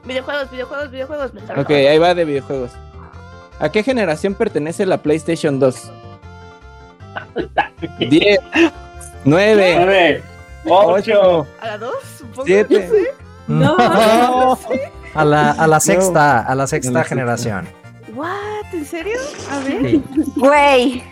S4: Videojuegos, videojuegos, videojuegos. me está
S2: Ok, ahí va de videojuegos. ¿A qué generación pertenece la PlayStation
S7: [LAUGHS]
S2: 2? 10, 9,
S7: Nueve, ocho,
S4: ¿A la 2? Supongo.
S2: Siete.
S4: No sé.
S1: No. A la, a la sexta, a la sexta generación.
S4: ¿What? ¿En serio? A ver.
S1: Sí. [LAUGHS]
S10: Güey.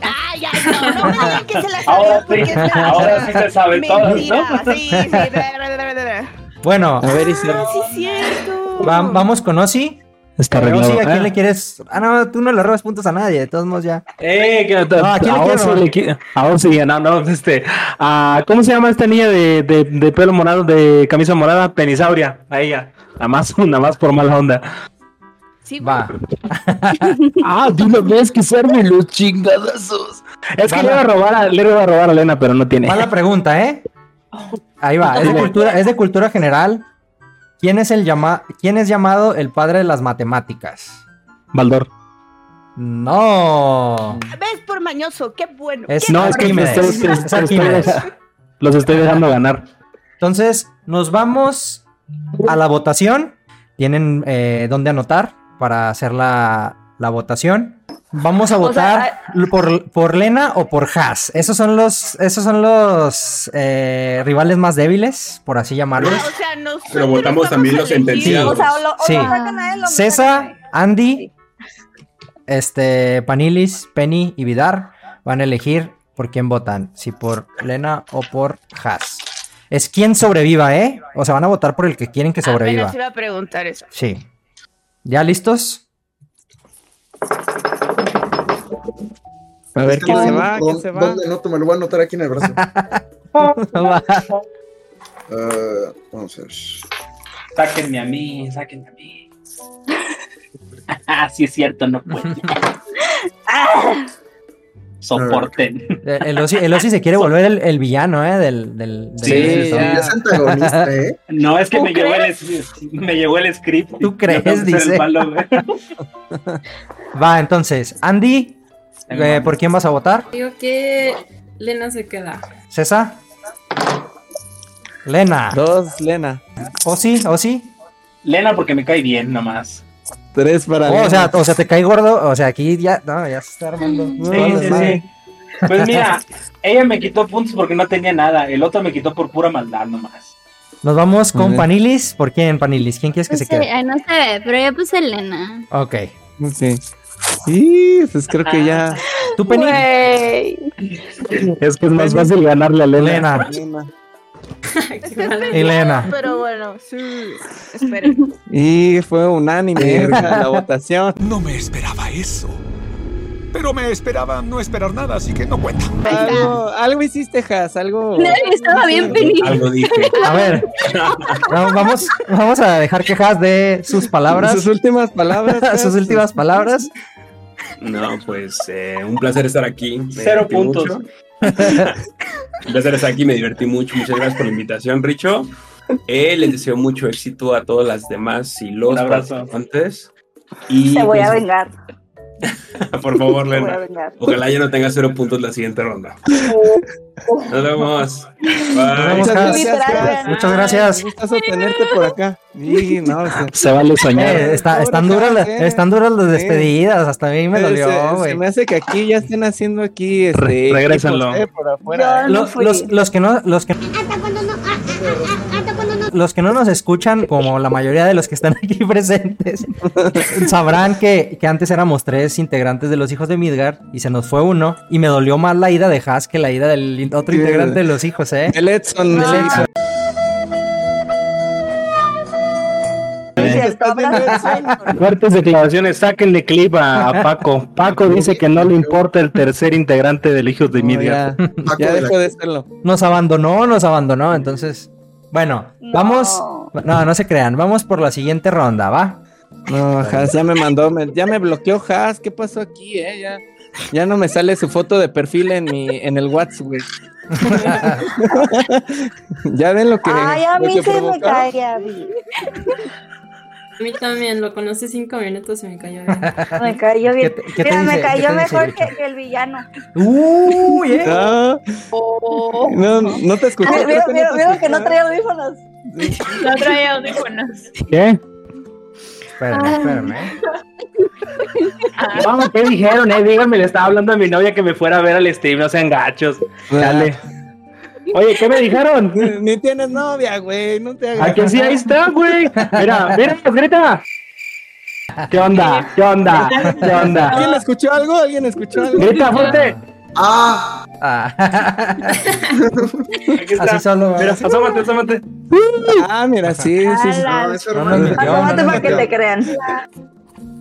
S4: Ay, ay, no, no me digan que se la
S7: Ahora
S4: sabe.
S7: sí, ahora sí se sabe todo,
S4: Mentira, sí, sí. bla, bla, bla, bla, bla.
S1: Bueno,
S2: A ver,
S4: Ah, sí, es cierto.
S1: va- vamos con Ozzy.
S23: Está
S1: Pero
S23: arreglado.
S1: sí, ¿a quién
S23: Ah,
S1: le quieres? Ah, no, tú no le robas puntos a nadie, de todos modos ya.
S23: Eh, que-
S1: No, ¿a quién le
S23: a
S1: quiero?
S23: Ozzy le qui- a Ozzy, no, no, este, a- ¿cómo se llama esta niña de, de- de pelo morado, de camisa morada? Penisauria, a ella, nada más, [LAUGHS] nada más por mala onda.
S4: Sí,
S1: va.
S23: [LAUGHS] Ah, de una vez que se armen los chingadazos. Es que le iba a robar a, le iba a robar a Elena, pero no tiene.
S1: Va la pregunta, ¿eh? Ahí va, es de cultura, es de cultura general. ¿Quién es, el llama ¿Quién es llamado el padre de las matemáticas?
S23: Baldor.
S1: No.
S4: ¿Ves por mañoso? Qué bueno.
S1: Es-
S4: qué
S23: No, es que me
S1: Arquímedes.
S23: estoy- estoy-
S1: Es
S23: estoy-
S1: Arquímedes.
S23: los estoy dejando ganar.
S1: Entonces, nos vamos a la votación. Tienen eh, dónde anotar para hacer la, la votación. Vamos a
S10: O sea,
S1: votar por, por Lena o por Haas. Esos son los, esos son los eh, rivales más débiles, por así llamarlos.
S3: Pero votamos también los sentenciados.
S10: O sea, o lo, o
S1: Sí.
S10: lo sacan a él o
S1: César, Andy, este, Panilis, Penny y Vidar van a elegir por quién votan, si por Lena o por Haas. Es quien sobreviva, ¿eh? O sea, van a votar por el que
S4: Ah,
S1: quieren que sobreviva.
S4: Apenas iba a
S9: [LAUGHS]
S4: preguntar eso.
S1: Sí. ¿Ya listos?
S2: A ver quién se va, quién
S11: ¿Dónde-
S2: se va.
S11: ¿Dónde noto? Me lo voy a anotar aquí en el
S2: [LAUGHS]
S11: brazo. Ah, vamos a ver.
S7: Sáquenme a mí, sáquenme a mí. [LAUGHS] Ah, sí es cierto, no
S1: [LAUGHS]
S7: puedo. Ah. Soporten.
S1: Eh, El Osi, el Osi se quiere volver el, el villano, ¿eh? Del, del, del- del-
S7: ¿eh?
S2: ¿eh?
S7: No, es que
S1: ¿Tú
S7: me llegó, el, me llegó el script. ¿Tú
S1: crees? Dice.
S7: ¿eh?
S1: Va, entonces, Andy, eh, ¿por quién vas a votar?
S8: Digo que Lena se queda.
S1: César. Lena.
S2: Dos, Lena.
S1: ¿O sí? ¿O sí?
S7: Lena porque me cae bien nomás.
S2: Tres para
S1: Oh, o,
S2: Lena.
S1: sea, o sea, te cae gordo. O sea, aquí ya, no, ya se está armando.
S7: Sí, sí, sí. Pues mira, ella me quitó puntos porque no tenía nada. El otro me quitó por pura maldad nomás.
S1: Nos vamos
S7: Muy
S1: con
S7: bien.
S1: Panilis. ¿Por quién, Panilis? ¿Quién quieres que
S9: No
S1: se
S9: se,
S1: quede?
S9: ay, no se ve, pero ya puse Elena.
S1: Ok. Ah.
S2: Sí. Sí, pues creo que ya.
S1: ¿Tú,
S9: Penny?
S23: Es que es más fácil ganarle a Lena.
S1: Elena.
S4: Pero bueno,
S9: [LAUGHS]
S4: sí. Esperen.
S2: Y fue unánime Eh, la votación.
S24: No me esperaba eso. Pero me esperaba no esperar nada, así que no cuenta.
S2: Algo, algo hiciste, Has, algo.
S9: Nadie estaba bien feliz.
S3: Algo dije.
S1: A
S9: [LAUGHS]
S1: ver, va- vamos, vamos a dejar quejas de sus palabras.
S2: Sus últimas palabras.
S1: [LAUGHS]
S2: pues.
S1: sus últimas palabras.
S3: No, pues eh, un placer estar aquí. Me
S7: Cero
S3: divertí
S7: puntos.
S3: mucho. [LAUGHS] un placer estar aquí, me divertí mucho. Muchas gracias por la invitación, Richo. Eh, les deseo mucho éxito a todas las demás y los
S7: Un abrazo.
S3: participantes. Y
S10: Te voy a
S3: pues,
S10: vengar.
S3: [LAUGHS] por favor,
S10: Te voy a
S3: Lena.
S10: vengar.
S3: Ojalá ya no tenga cero puntos la siguiente
S10: [LAUGHS]
S3: ronda. Nos vemos. Bye.
S1: Muchas gracias.
S2: Has.
S1: Muchas gracias.
S2: Un gustazo tenerte por acá. Y no, o sea,
S23: Se vale soñar.
S1: Eh, está- están, duras las, están duras las despedidas. Hasta a mí me
S2: se- se-
S1: dolió,
S2: se,
S1: güey.
S2: me hace que aquí ya estén haciendo aquí. Este,
S23: Re- regrésenlo.
S2: equipos, eh, por afuera. eh.
S1: Los, los, los que no, los que
S9: ah,
S1: los que no nos escuchan, como la mayoría de los que están aquí [LAUGHS]
S2: [LAUGHS]
S1: presentes, sabrán que, que antes éramos tres integrantes de los hijos de Midgard y se nos fue uno. Y me dolió más la ida de Haas que la ida del in- otro
S2: Sí.
S1: integrante de los hijos, ¿eh?
S2: El Edson.
S1: Del Edson.
S23: Fuertes declaraciones, sáquenle clip a, a Paco. Paco dice que no le importa el tercer integrante del Hijos de
S1: [LAUGHS]
S23: Midgard.
S2: Ya dejo de serlo.
S1: Nos abandonó, nos abandonó. Entonces, bueno, vamos. No, no se crean. Vamos por la siguiente ronda, ¿va?
S2: No, Haas, ya me mandó, me- ya me bloqueó Haas. ¿Qué pasó aquí, eh? Ya, Ah, ya no me sale su foto de perfil en mi, en el
S10: [LAUGHS]
S2: WhatsApp, güey. [LAUGHS] ya ven lo que.
S10: Ay,
S1: Este,
S10: a
S2: lo
S10: mí
S2: que
S10: se me
S2: provocaron.
S10: cae a mí.
S8: A mí también, lo conocí cinco minutos y me cayó bien.
S10: Me cayó bien.
S1: ¿Qué te- qué te
S10: Mira, me
S1: dice-
S10: cayó
S1: qué te dice
S10: mejor que, que el villano.
S1: Uy, eh.
S2: No,
S8: Oh,
S2: no, no te escuché.
S10: Ay,
S2: creo
S10: Vieron
S2: que no
S10: vieron-
S2: te
S10: vieron que no
S2: escuché.
S10: traía audífonos.
S6: No trae audífonos.
S23: ¿Qué?
S1: Espérame, espérame.
S7: Ah.
S23: Vamos, ¿qué dijeron? Eh? Díganme, le estaba hablando a mi novia que me fuera a ver al stream, no sean gachos. Dale. Oye,
S2: [LAUGHS]
S23: ¿qué me dijeron?
S2: Ni tienes novia, güey. No te hagas.
S23: ¿A que sí? Ahí está, güey. Mira, mira, grita. ¿Qué onda? ¿Qué onda? ¿Qué onda?
S2: ¿Alguien escuchó algo? ¿Alguien escuchó algo?
S23: Grita fuerte.
S2: Ah,
S7: [LAUGHS] Aquí está.
S1: Así solo,
S7: Mira, asómate, asómate.
S2: ah mira, sí, sí. sí.
S10: Ala.
S1: No nos mintió, no
S10: Asómate
S1: nos
S10: para que
S1: mintió.
S10: te crean.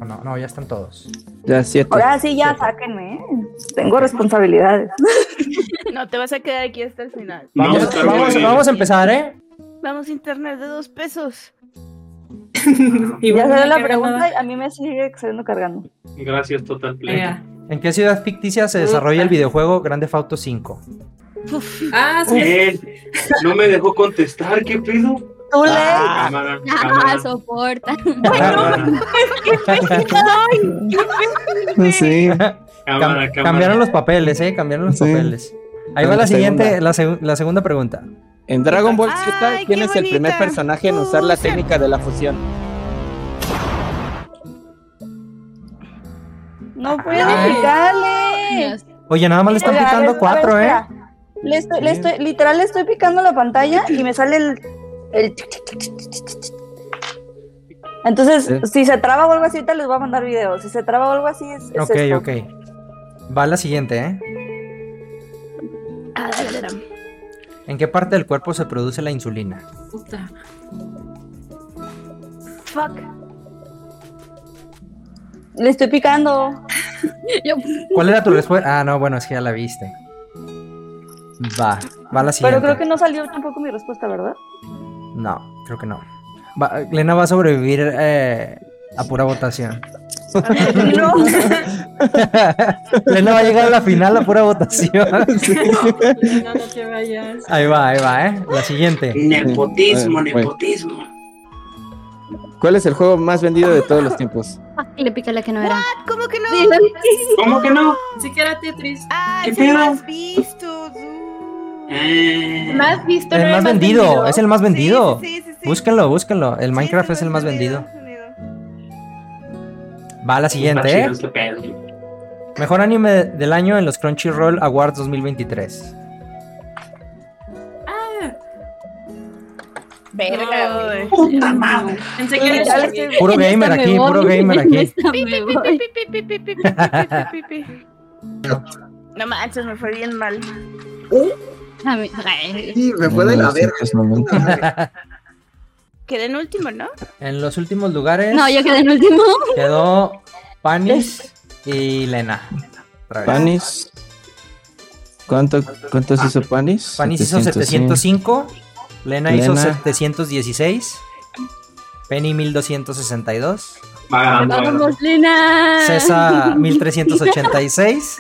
S1: No, no, ya están todos.
S2: Ya siete.
S4: Ah,
S10: Ahora sí, ya sáquenme. ¿eh? Tengo responsabilidades.
S4: [LAUGHS] No, te vas a quedar aquí hasta el final.
S1: Vamos,
S3: Vamos,
S1: vamos,
S3: Carmen.
S1: vamos a empezar, ¿eh?
S4: Vamos a internet de dos pesos.
S8: Y
S10: ya
S8: bueno,
S10: se ve la
S8: que
S10: pregunta
S8: ganaba.
S10: y a mí me sigue saliendo cargando.
S7: Gracias, Total Play.
S8: Mira.
S1: ¿En qué ciudad ficticia se desarrolla el videojuego Grande
S2: [LAUGHS]
S1: Fauto 5?
S8: Ah, sí.
S7: Él no me dejó contestar, ¿qué pido?
S10: Tú le.
S7: Cámara,
S9: Ah,
S7: cámara.
S9: soporta.
S2: Sí.
S7: Cámara, cámara.
S1: Cambiaron los papeles, ¿eh? Cambiaron los
S2: Sí.
S1: papeles. Ahí va
S2: La
S1: la siguiente,
S2: segunda.
S1: la, segu- la segunda pregunta.
S2: En Dragon Ball Z, ¿quién es el primer personaje en usar la técnica de la fusión?
S10: No
S12: Voy a picarle.
S1: Oye, nada más le están
S12: Espera, a
S1: picando
S12: ver,
S1: cuatro,
S12: a ver,
S1: ¿eh?
S12: espera. Le estoy, le estoy, literal, le estoy picando la pantalla y me sale el. el tic, tic, tic, tic, tic, tic, tic. Entonces,
S1: Sí.
S12: si se traba o algo así, ahorita les voy a mandar videos. Si se traba o algo así, es. es
S1: Ok,
S12: esto.
S1: ok. Va la siguiente, ¿eh? ¿En qué parte del cuerpo se produce la insulina?
S8: Puta.
S12: Fuck. Le estoy picando.
S1: ¿Cuál era tu respuesta? Ah, no, bueno, es que ya la viste. Va, va la siguiente.
S12: Pero creo que no salió tampoco mi respuesta,
S1: [LAUGHS]
S12: ¿verdad?
S1: No, creo que no. Va- Lena va a sobrevivir eh, a pura votación.
S12: No.
S1: Lena va a llegar a la final a pura
S11: [LAUGHS]
S1: votación.
S8: No, no te vayas.
S1: Ahí va, ahí va, ¿eh? La siguiente.
S2: Nepotismo, Bueno, bueno. ¿Cuál es el juego más vendido de todos los tiempos?
S9: Ah, y le pica la que no era.
S4: ¿Cómo que no?
S2: ¿Cómo que no?
S8: Sí que era Tetris.
S4: Ah,
S8: ¿Qué
S4: sí
S8: pedo?
S4: lo has visto.
S8: Más visto.
S1: El
S8: no era
S1: más vendido, es el más vendido.
S4: Sí, sí, sí, sí.
S1: Búsquenlo, búsquenlo. El Minecraft es el más vendido. Va la siguiente, ¿eh? Mejor anime del año en los Crunchyroll Awards 2023.
S8: Ah.
S6: Verga,
S8: Puta madre. Pensé que
S6: Ya
S8: era
S6: le
S8: Tetris.
S1: Puro gamer aquí,
S9: [LAUGHS]
S1: puro
S4: [LAUGHS]
S1: gamer aquí.
S4: Este
S11: [LAUGHS]
S4: Pi, pi, pi. No manches, me fue bien mal.
S9: A mí- ay.
S11: Sí, me fue de la verga.
S4: Quedé en último, ¿no?
S1: [LAUGHS] En los últimos lugares
S9: No, yo quedé en último.
S1: quedó Panis y Lena. Otra vez.
S2: Panis. ¿Cuánto, ¿Cuántos hizo Panis?
S1: Panis hizo 705, Lena, hizo 716, Penny 1262,
S9: Vamos, Lina.
S1: Ah,
S9: [LAUGHS]
S1: César 1386,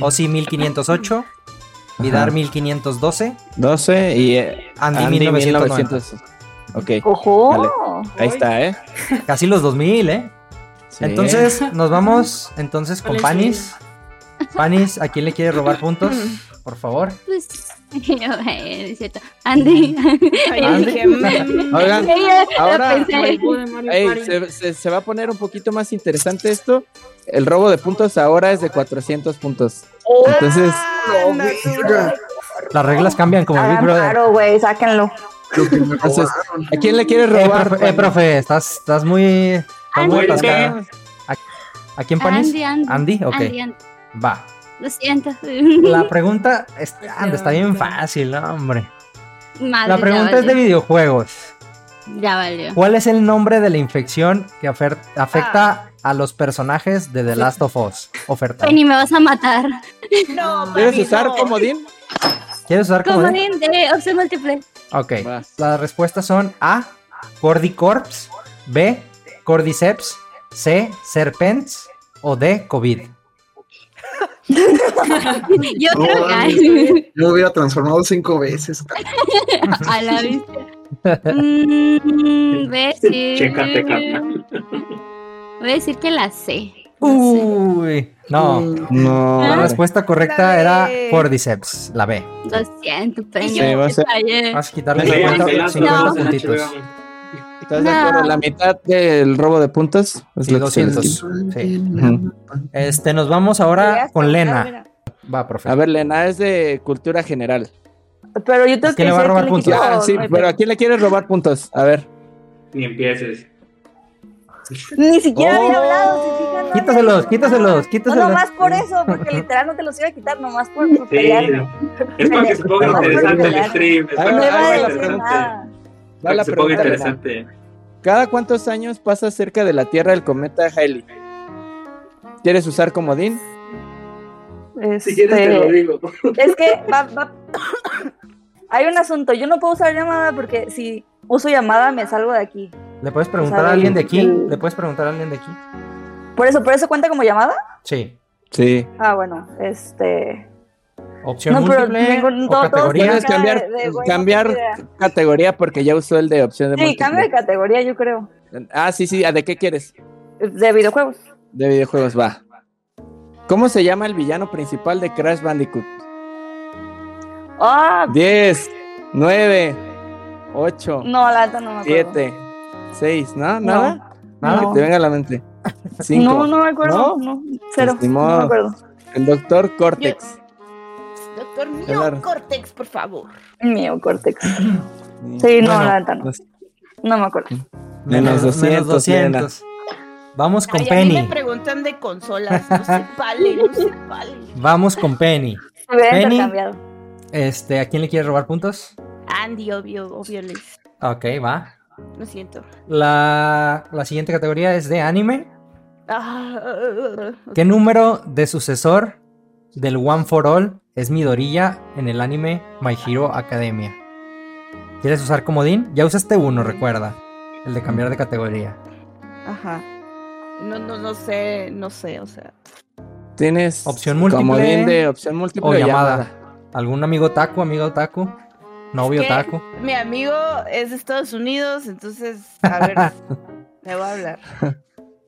S1: Ozzy 1508, Vidar 1512,
S2: 12 y eh,
S1: Andy,
S2: Andy
S1: 1990.
S2: 1900. Ok.
S1: Ojo.
S2: dale. Ahí está, ¿eh?
S1: casi los 2000, ¿eh? Entonces, nos vamos entonces con
S9: Con la
S1: Panis. Panis, ¿a quién le quiere robar puntos? Por favor.
S9: Pues, [LAUGHS] ay, es cierto. Andy. [LAUGHS]
S1: Andy.
S9: Dije,
S2: [LAUGHS]
S9: mm. [LAUGHS]
S2: Oigan,
S9: Ella la
S2: ahora
S9: pensé.
S2: Ey, se, se- se va a poner un poquito más interesante esto. El robo de puntos ahora es de 400 puntos. Entonces,
S1: las reglas cambian como Big
S12: Hagan
S1: Brother.
S12: paro, güey, sáquenlo.
S9: Pues
S2: entonces, ¿a quién le quieres
S1: Eh,
S2: robar?
S1: profe, eh, profe, estás, estás muy. Estás muy
S2: Andy.
S1: atascada. ¿A, a quién Panis?
S9: Andy, Andy.
S1: ok.
S9: Andy, Andy.
S1: Va.
S9: Lo siento.
S1: La pregunta es- Andy, está bien fácil, ¿no, hombre.
S9: [LAUGHS] Madre,
S1: La
S9: Ah, ya
S1: pregunta es de
S9: valió.
S1: videojuegos.
S9: Ya valió.
S1: ¿Cuál es el nombre de la infección que afer-
S9: Ah.
S1: afecta a los personajes de The Last of Us? Oferta.
S9: Penny, me vas a matar. [LAUGHS]
S4: No,
S2: ¿Quieres usar comodín?
S1: ¿Quieres usar como de-
S9: Comodín de opción múltiple. [LAUGHS]
S1: Ok. Las respuestas son A. Cordycorps. B. Cordyceps. C. Serpents. O D. COVID.
S9: Yo [LAUGHS]
S11: No,
S9: creo que
S11: mames.
S9: hay.
S11: Yo me hubiera transformado cinco veces.
S9: A la vista. Mm, voy a decir.
S11: Chécate, Carla.
S9: Voy a decir que la sé.
S1: Uy. No.
S2: No. Ah.
S1: La respuesta correcta era
S9: B.
S1: Cordyceps. La B.
S9: Lo siento, Penny.
S2: Sí, va a ser-
S9: fallé.
S1: Vas a quitarle
S2: Sí,
S1: 50,
S2: sí, sí.
S1: 50
S2: No.
S1: puntitos.
S2: ¿Estás de acuerdo?
S9: No.
S2: La mitad del robo de puntos es
S1: Sí,
S2: lo que se les
S1: 200.
S2: quita.
S1: Sí.
S2: Ujú.
S1: Este, nos vamos ahora con Lena. Va, profe.
S2: A ver, Lena, es de cultura general.
S12: Pero yo tengo
S2: ¿Quién
S12: que decir a quién le
S2: Ah,
S12: quito-
S2: sí,
S12: no hay
S2: pero ¿a quién le quieres robar puntos? A ver.
S7: Ni empieces.
S12: Ni siquiera había
S2: Oh,
S12: hablado, si fijan. no
S1: Quítaselos, quítaselos,
S12: No,
S1: quítaselos.
S12: nomás por eso, porque literal no te los iba a quitar, nomás por, por pelear.
S7: Es para que se ponga
S2: No,
S7: interesante
S2: no, no.
S7: el stream. Es
S2: Ah,
S7: para que
S2: no,
S7: se
S2: ah,
S7: ponga
S2: la
S7: interesante.
S2: Va
S7: Para
S2: la
S7: que se ponga
S2: pregunta, Lena.
S7: interesante.
S2: ¿Cada cuántos años pasa cerca de la Tierra el cometa Halley? ¿Quieres usar comodín?
S12: Si quieres te lo digo. Este, Es que va- va- hay un asunto, yo no puedo usar llamada porque si uso llamada me salgo de aquí.
S1: ¿Le puedes preguntar
S12: O
S1: a
S12: sea,
S1: alguien de aquí?
S12: el-
S1: ¿Le puedes preguntar a alguien de aquí?
S12: Por eso, por eso cuenta como llamada.
S1: Sí.
S2: Sí.
S12: Ah, bueno, este.
S1: Opción
S12: No, pero
S1: múltiple
S12: ningún-
S1: o
S12: todos-
S1: categoría.
S2: Puedes
S12: Acá de-
S2: cambiar,
S12: de güey, no tengo
S2: cambiar categoría porque ya usó el de opción de
S12: Sí,
S2: múltiple.
S12: cambio de categoría, yo creo.
S2: Ah, sí, sí. ¿A ¿De qué quieres?
S12: De videojuegos.
S2: De videojuegos, va. ¿Cómo se llama el villano principal de Crash Bandicoot?
S12: Ah,
S2: 10, 9, 8,
S12: no, la neta no me acuerdo.
S2: 7, 6, ¿no? ¿Nada?
S12: No.
S2: Nada que te venga a la mente. Cinco.
S12: No, no me acuerdo.
S2: ¿No?
S12: No, cero.
S2: Pues ni
S12: no
S2: modo.
S12: me acuerdo.
S2: El doctor Cortex.
S4: Doctor
S2: Claro.
S4: mío, Cortex, por favor.
S12: Neocórtex. Sí, no,
S1: Bueno,
S12: la neta no. No me acuerdo.
S2: Menos 200.
S1: menos 200. Vamos con
S4: Ay, a mí me
S1: Penny.
S4: preguntan de consolas.
S9: [LAUGHS]
S4: No se vale, no se vale.
S1: Vamos con Penny.
S4: Me hubiera
S1: Penny,
S4: intercambiado.
S1: este, ¿a quién le quieres robar puntos?
S4: Andy, obvio, obvio, Liz.
S1: Ok, va.
S4: Lo siento.
S1: La, la siguiente categoría es de anime.
S4: Ah,
S1: ¿Qué número de sucesor del One for All es Midoriya en el anime My Hero Academia? ¿Quieres usar comodín? Ya usaste uno, recuerda. El de cambiar de categoría.
S4: Ajá. No, no, no sé, no sé, o sea.
S2: Tienes
S1: opción múltiple.
S2: comodín de opción múltiple
S1: o
S2: o
S1: llamada.
S2: llamada.
S1: ¿Algún amigo taco, amigo taco? Novio
S4: ¿Qué?
S1: taco.
S4: Mi amigo es de Estados Unidos, entonces, a ver,
S1: [LAUGHS]
S4: me voy a hablar.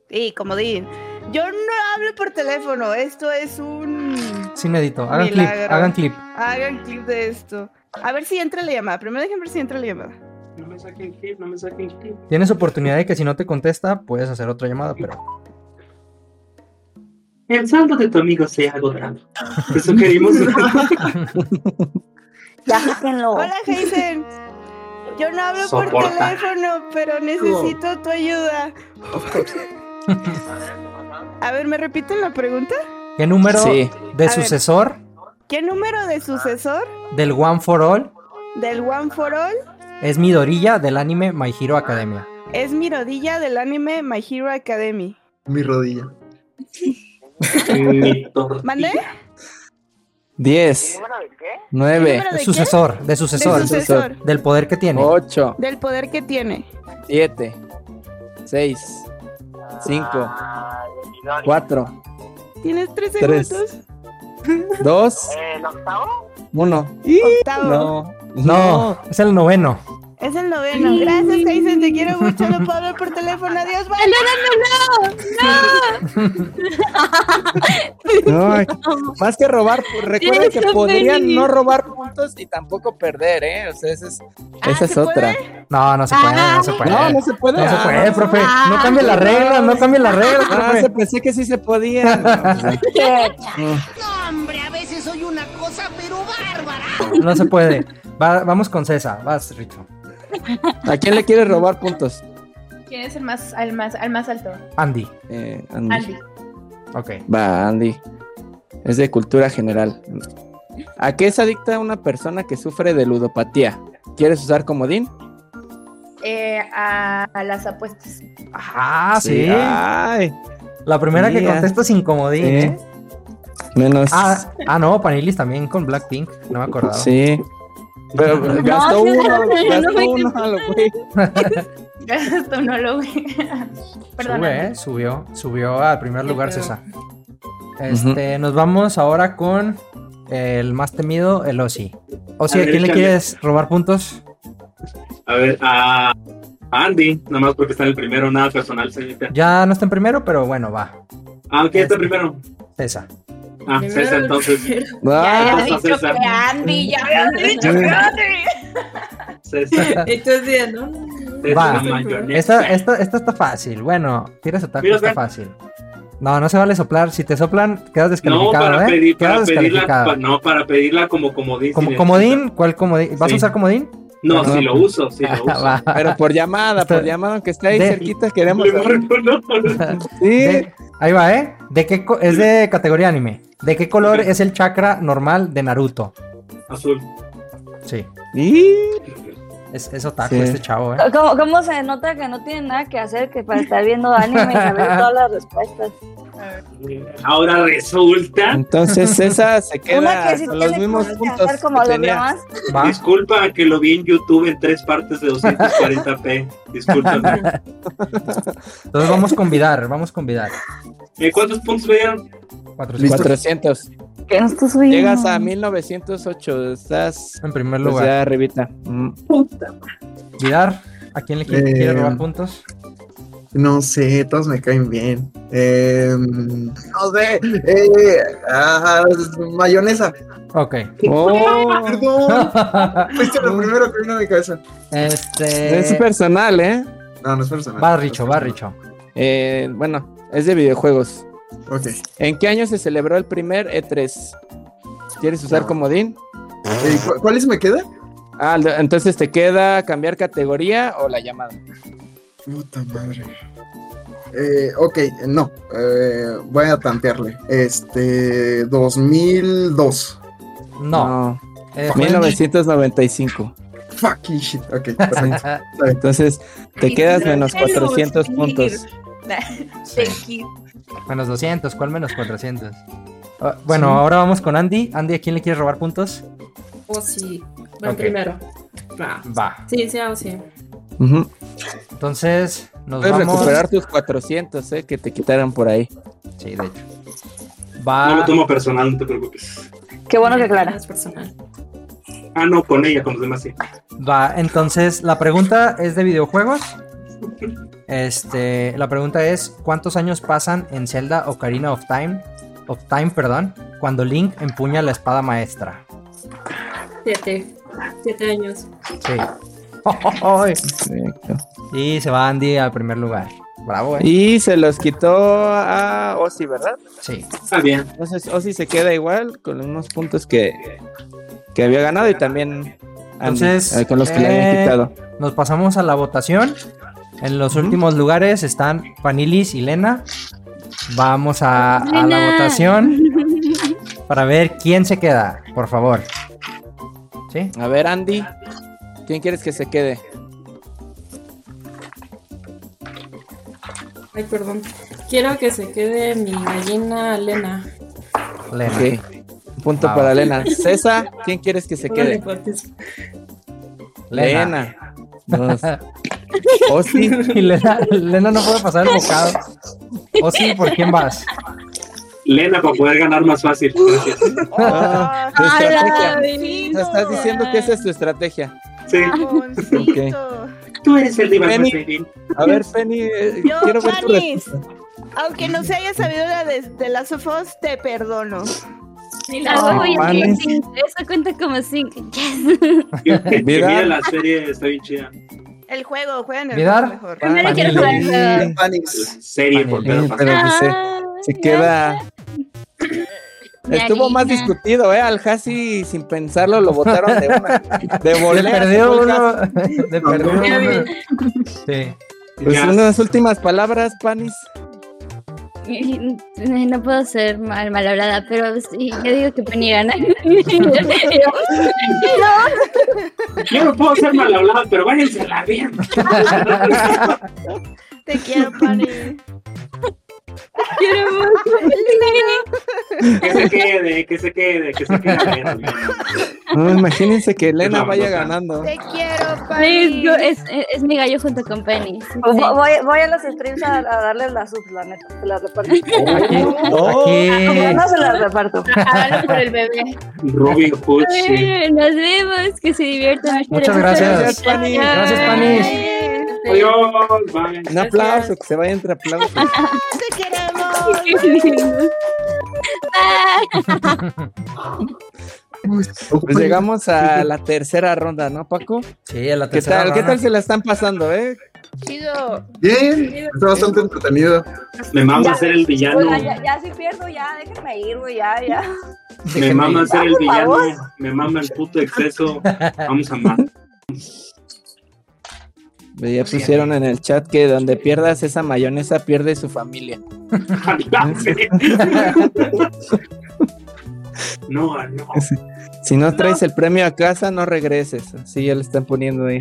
S4: Sí, como dicen, yo no hablo por teléfono, esto es un...
S1: Sin edito. Hagan clip.
S4: milagro.
S1: Hagan clip.
S4: Hagan clip de esto. A ver si entra la llamada, primero déjenme ver si entra la llamada.
S7: No me saquen clip, no me saquen clip.
S1: Tienes oportunidad de que si no te contesta, puedes hacer otra llamada, pero.
S7: El saldo de tu amigo se ha agotado. Te sugerimos.
S12: Ya, sáquenlo.
S4: Hola, Jason. Yo no hablo por
S7: Soporta.
S4: teléfono, pero necesito tu ayuda. A ver, ¿me repiten la pregunta?
S1: ¿Qué número
S2: Sí.
S1: de
S4: A ver.
S1: sucesor
S4: ¿Qué número de sucesor
S1: del One for All
S4: del One for All
S1: es Midoriya del anime My Hero Academia?
S4: es mi rodilla del anime My Hero Academy?
S11: Mi rodilla.
S4: ¿Mandé?
S2: 10.
S4: ¿El
S2: 9.
S4: número de qué?
S1: Sucesor, de sucesor.
S4: De sucesor.
S1: Del poder que tiene.
S2: 8.
S4: Del poder que tiene.
S2: 7. 6. 5.
S4: Ah,
S2: 4.
S4: Tienes tres
S2: Tres.
S4: segundos.
S2: 2.
S4: Eh, ¿El octavo?
S2: 1.
S4: Octavo.
S2: No.
S1: No, es el noveno.
S4: Es el noveno. Gracias, Jason. Te quiero mucho. No puedo hablar por teléfono. Adiós, bye.
S9: No, no, no, no.
S4: [LAUGHS]
S2: No, ay, más que robar, pues, recuerden que
S4: Eso,
S2: podrían
S4: Penny.
S2: no robar puntos y tampoco perder, ¿eh? O sea, esa es,
S4: Ah,
S2: esa es otra.
S1: No, no se puede, no se puede.
S2: No, no se puede.
S1: No se
S2: Ah,
S1: puede, profe. No cambie la regla, no cambie la regla,
S2: Ah,
S1: profe.
S2: se pensé que sí se podía.
S1: [LAUGHS]
S25: No, hombre, a veces soy una cosa, pero
S4: [LAUGHS]
S25: bárbara.
S1: No se puede. Va- vamos con César. Vas, Richo.
S2: ¿A quién le quieres robar puntos?
S6: ¿Quién es el más, al más, al más alto?
S1: Andy.
S2: Eh, Andy.
S6: Andy.
S1: Ok.
S2: Va, Andy. Es de cultura general. ¿A qué es adicta una persona que sufre de ludopatía? ¿Quieres usar comodín?
S6: Eh, a, a las apuestas.
S1: Ah, sí.
S2: Ay.
S1: La primera que
S2: Sí,
S1: contesta sin comodín,
S2: Sí.
S1: ¿eh?
S2: Menos.
S1: Ah, ah, no, Panilis también con Blackpink. No me acordaba.
S2: Sí. Pero
S1: No,
S2: gastó
S1: sí,
S6: [LAUGHS]
S2: uno,
S1: no, no,
S2: gastó
S1: no,
S2: uno, a lo güey.
S6: Esto no lo vi. Perdón.
S1: Sube, ¿eh? Subió, subió al primer
S6: Sí,
S1: lugar
S6: pero-
S1: César. Este, nos vamos ahora con el más temido, el Ozzy. Ozzy,
S7: A
S1: ¿a
S7: ver,
S1: quién le
S7: échale.
S1: quieres robar puntos?
S7: A ver, a a Andy, nomás porque está en el primero, nada personal, señorita.
S1: Ya no está en primero, pero bueno, va.
S7: Ah, ¿quién está primero?
S1: César.
S7: Ah, César, entonces.
S6: Ya
S7: Ah,
S2: pues,
S6: había dicho
S7: César.
S6: que Andy, ya había dicho
S7: Sí.
S6: que Andy.
S7: César.
S8: Entonces, ¿no?
S1: Va.
S7: mayonesa.
S1: Esta, esta, esta está fácil. Bueno, tiras ataque,
S7: Mira,
S1: está
S7: Fer.
S1: fácil. No, no se vale soplar. Si te soplan, quedas
S7: No,
S1: descalificado,
S7: para,
S1: ¿eh?
S7: pedir, para
S1: quedas
S7: pedirla,
S1: descalificado.
S7: pa- no, para pedirla como comodín.
S1: Como-
S7: sin-
S1: ¿Comodín? ¿Cuál comodín? ¿Vas
S7: Sí.
S1: a usar comodín? Ah,
S7: No, si lo uso, si lo
S1: [LAUGHS]
S7: uso.
S1: Va.
S2: Pero por llamada, por llamada, aunque esté ahí
S1: De-
S2: cerquita, queremos. saber. pues,
S1: De- ahí va, ¿eh? ¿De qué co- es de categoría anime. ¿De qué color es el chakra normal de Naruto?
S7: Azul.
S1: Sí. Es, es otaku
S2: Sí.
S1: este chavo, ¿eh?
S12: ¿Cómo, cómo se nota que no tienen nada que hacer que para estar viendo anime y saber todas las respuestas?
S7: Ahora resulta.
S2: Entonces César se
S12: Una
S2: queda
S12: que sí
S2: con los
S12: tiene
S2: mismos
S12: que
S2: puntos
S12: hacer como
S2: que
S12: los
S2: tenía.
S12: demás.
S7: Disculpa que lo vi en YouTube en tres partes de 240p.
S1: [LAUGHS]
S7: Discúlpame.
S1: Entonces vamos a convidar, vamos a convidar.
S7: Eh, ¿Cuántos puntos me dieron?
S2: 400.
S12: Que no estás subiendo.
S2: Llegas a 1908, estás
S1: En primer
S2: pues,
S1: lugar.
S2: ya arribita. Mm.
S1: Vidar, ¿a quién le qui-
S11: Eh,
S1: quiere robar puntos?
S11: No sé, todos me caen bien. Eh, no sé. eh, ah, mayonesa.
S1: Ok.
S2: Oh, [LAUGHS]
S11: Perdón. Fuiste lo primero que vino a mi cabeza.
S1: Este.
S2: Es personal, ¿eh?
S11: No, no es personal.
S1: Va Richo, va Richo.
S2: Eh, bueno, Es de videojuegos.
S11: Ok.
S2: ¿En qué año se celebró el primer E3? ¿Quieres usar comodín?
S11: Eh, ¿cu- ¿Cuáles me quedan?
S2: Ah, lo- entonces te queda cambiar categoría o la llamada.
S11: Puta madre. Eh, ok, no. eh, voy a tantearle. Este. 2002.
S2: No.
S1: Eh,
S2: 1995.
S11: Fucking shit. Ok,
S1: [LAUGHS]
S11: perfecto.
S2: Entonces te quedas menos 400
S6: [LAUGHS]
S2: puntos.
S1: Menos 200, ¿cuál menos 400? Ah, bueno, ahora vamos con Andy. Andy, ¿a quién le quieres robar puntos?
S8: O oh, sí. Bueno,
S1: Ok.
S8: primero. Va.
S1: Va.
S8: Sí, sí, o sí.
S1: Entonces, nos
S2: Puedes
S1: vamos.
S2: recuperar tus 400, eh, que te quitaron por ahí.
S1: Sí, de hecho. Va.
S7: No lo tomo personal, no te preocupes.
S12: Qué bueno que Clara.
S7: Ah, no, con ella, con los demás sí.
S1: Va, entonces la pregunta es de videojuegos. Este, la pregunta es ¿cuántos años pasan en Zelda Ocarina of Time? Of Time, perdón, cuando Link empuña la espada maestra.
S8: Siete. Siete años.
S1: Sí. Y se va Andy al primer lugar. Bravo, eh.
S2: Y se los quitó a Ozzy, ¿verdad?
S1: Sí.
S2: Está bien. Entonces Ozzy se queda igual con los mismos puntos que, que había ganado y también Andy,
S1: Entonces,
S2: eh, con los que le habían
S1: eh,
S2: quitado.
S1: Nos pasamos a la votación. En los últimos lugares están Panilis y Lena. Vamos a, a la votación para ver quién se queda, por favor. ¿Sí?
S2: A ver, Andy, ¿quién quieres que se quede?
S8: Ay, perdón. Quiero que se quede mi gallina Lena.
S1: Lena.
S2: Ok. Punto
S1: Ah,
S2: para
S1: va.
S2: Lena. César, ¿quién quieres que se quede?
S1: Lena.
S2: Lena. Oh, Dos. Ozzy.
S1: [LAUGHS] Y Lena, Lena no puede pasar el bocado. O sí, ¿por quién vas?
S7: Lena, para poder ganar más fácil. Gracias.
S2: [LAUGHS] Ah, tu estrategia. Nos estás diciendo que esa es tu estrategia.
S7: Sí. Tú eres el diván
S2: Penny,
S7: más feliz.
S2: A ver, Penny, eh,
S4: Yo,
S2: quiero ver tu
S4: Panis.
S2: respuesta.
S4: Aunque no se haya sabido la de, de Last of Us, te perdono.
S9: Ah, oye,
S7: mames.
S9: sí, Eso cuenta como cinco. Yes.
S7: [LAUGHS] Que
S2: Vidal.
S7: mira la serie, está bien chida.
S4: El juego, juegan el
S2: Vidar.
S4: juego mejor.
S9: Primero quiero jugar.
S2: Panis.
S7: Serie, por
S2: Pero
S7: pedo.
S2: pues, se, se queda. Estuvo más discutido, ¿eh? Al Hassi, sin pensarlo, lo votaron de una. De volea,
S1: Le perdió
S2: se fue el
S1: uno.
S2: Hassi.
S1: Le perdió uno. Sí.
S2: Pues
S1: Ya.
S2: unas últimas palabras, Panis.
S9: Ay, No puedo ser mal, mal hablada, pero sí, yo digo que Penny gana. no.
S7: Yo no puedo ser mal hablado, pero váyanse a la mierda.
S4: Te quiero, Pani.
S9: Quiero mucho.
S7: [LAUGHS]
S4: [LAUGHS]
S7: Que se quede, que se quede, que se quede.
S2: No, imagínense que Elena
S7: No,
S2: vaya
S7: no, no.
S2: ganando.
S4: Te quiero,
S9: Let's
S4: Pani.
S9: go, Es, es- es mi gallo junto con Penny. Sí,
S12: Voy,
S9: sí.
S12: Pues, voy- voy a los streams a, a darles las subs, la neta. Se las
S9: [LAUGHS]
S12: reparto.
S1: Aquí.
S12: No se las reparto.
S6: Ah,
S9: Hágalo por el bebé.
S1: [LAUGHS]
S7: Robin Hood, sí.
S9: Ay, Nos vemos, que se diviertan.
S1: Muchas gracias.
S2: Pani.
S1: Gracias, Panis.
S7: Adiós, bye.
S2: Un aplauso, que se vaya entre aplausos.
S4: Te queremos.
S2: Pues llegamos a la tercera ronda, ¿no, Paco?
S1: Sí, a la
S2: ¿Qué
S1: tercera
S2: tal? ¿Qué
S1: ronda.
S2: tal se la están pasando, eh?
S4: Chido.
S11: Bien, está bastante entretenido.
S7: Me mama ser el
S12: Oiga,
S7: villano.
S12: ya, ya si pierdo, ya, déjenme ir, güey, ya, ya.
S7: Me mama ser el
S12: Ah, Por
S7: villano.
S12: favor.
S7: Me mama el
S1: [LAUGHS]
S7: puto exceso. Vamos a matar.
S2: Ya pusieron en el chat que donde pierdas esa mayonesa pierde su familia.
S7: No, no.
S2: Si no traes el premio a casa, no regreses. Así ya le están poniendo ahí.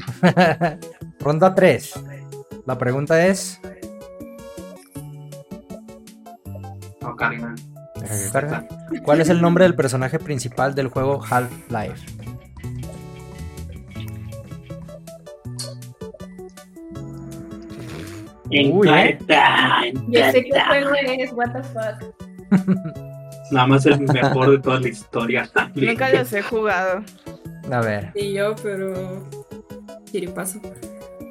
S1: [LAUGHS] Ronda 3. La pregunta es.
S7: No cargan.
S1: Deja que cargue. ¿Cuál es el nombre del personaje principal del juego Half-Life?
S7: En
S1: Uy, ¿eh?
S7: carta, en
S6: Yo sé qué
S7: carta.
S6: juego es, what the fuck.
S7: Nada más el mejor de toda la historia. [LAUGHS]
S4: Nunca los he jugado.
S1: A ver.
S8: Y yo, pero. Chiripazo.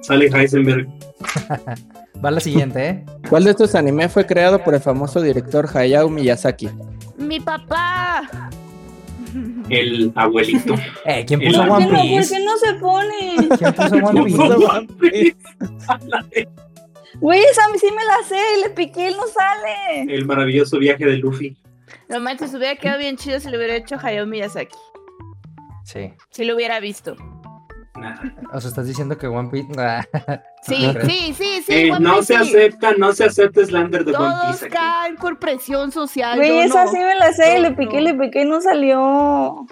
S7: Sale Heisenberg.
S1: [LAUGHS] Va la siguiente, ¿eh?
S2: ¿Cuál de estos animes fue creado por el famoso director Hayao Miyazaki?
S4: Mi papá.
S7: El abuelito.
S1: Eh, ¿quién
S7: puso
S12: ¿Por qué no, por qué no se pone?
S1: ¿Quién puso One Piece?
S2: Puso One Piece.
S12: Güey, esa sí me la sé, le piqué, él no sale.
S7: El maravilloso viaje de Luffy.
S4: No manches, hubiera quedado bien chido si lo hubiera hecho Hayao Miyazaki.
S1: Sí.
S4: Si lo hubiera visto.
S1: O sea, estás diciendo que One Piece. ah, [LAUGHS]
S4: Sí, sí, sí, sí.
S7: Eh,
S4: One
S7: no
S4: Piece,
S7: se
S4: sí.
S7: acepta, no se acepta Slander de One
S4: Todos
S7: Piece. aquí.
S4: caen por presión social.
S12: Güey,
S4: yo
S12: esa
S4: no.
S12: sí me la sé, le piqué, le piqué y no salió.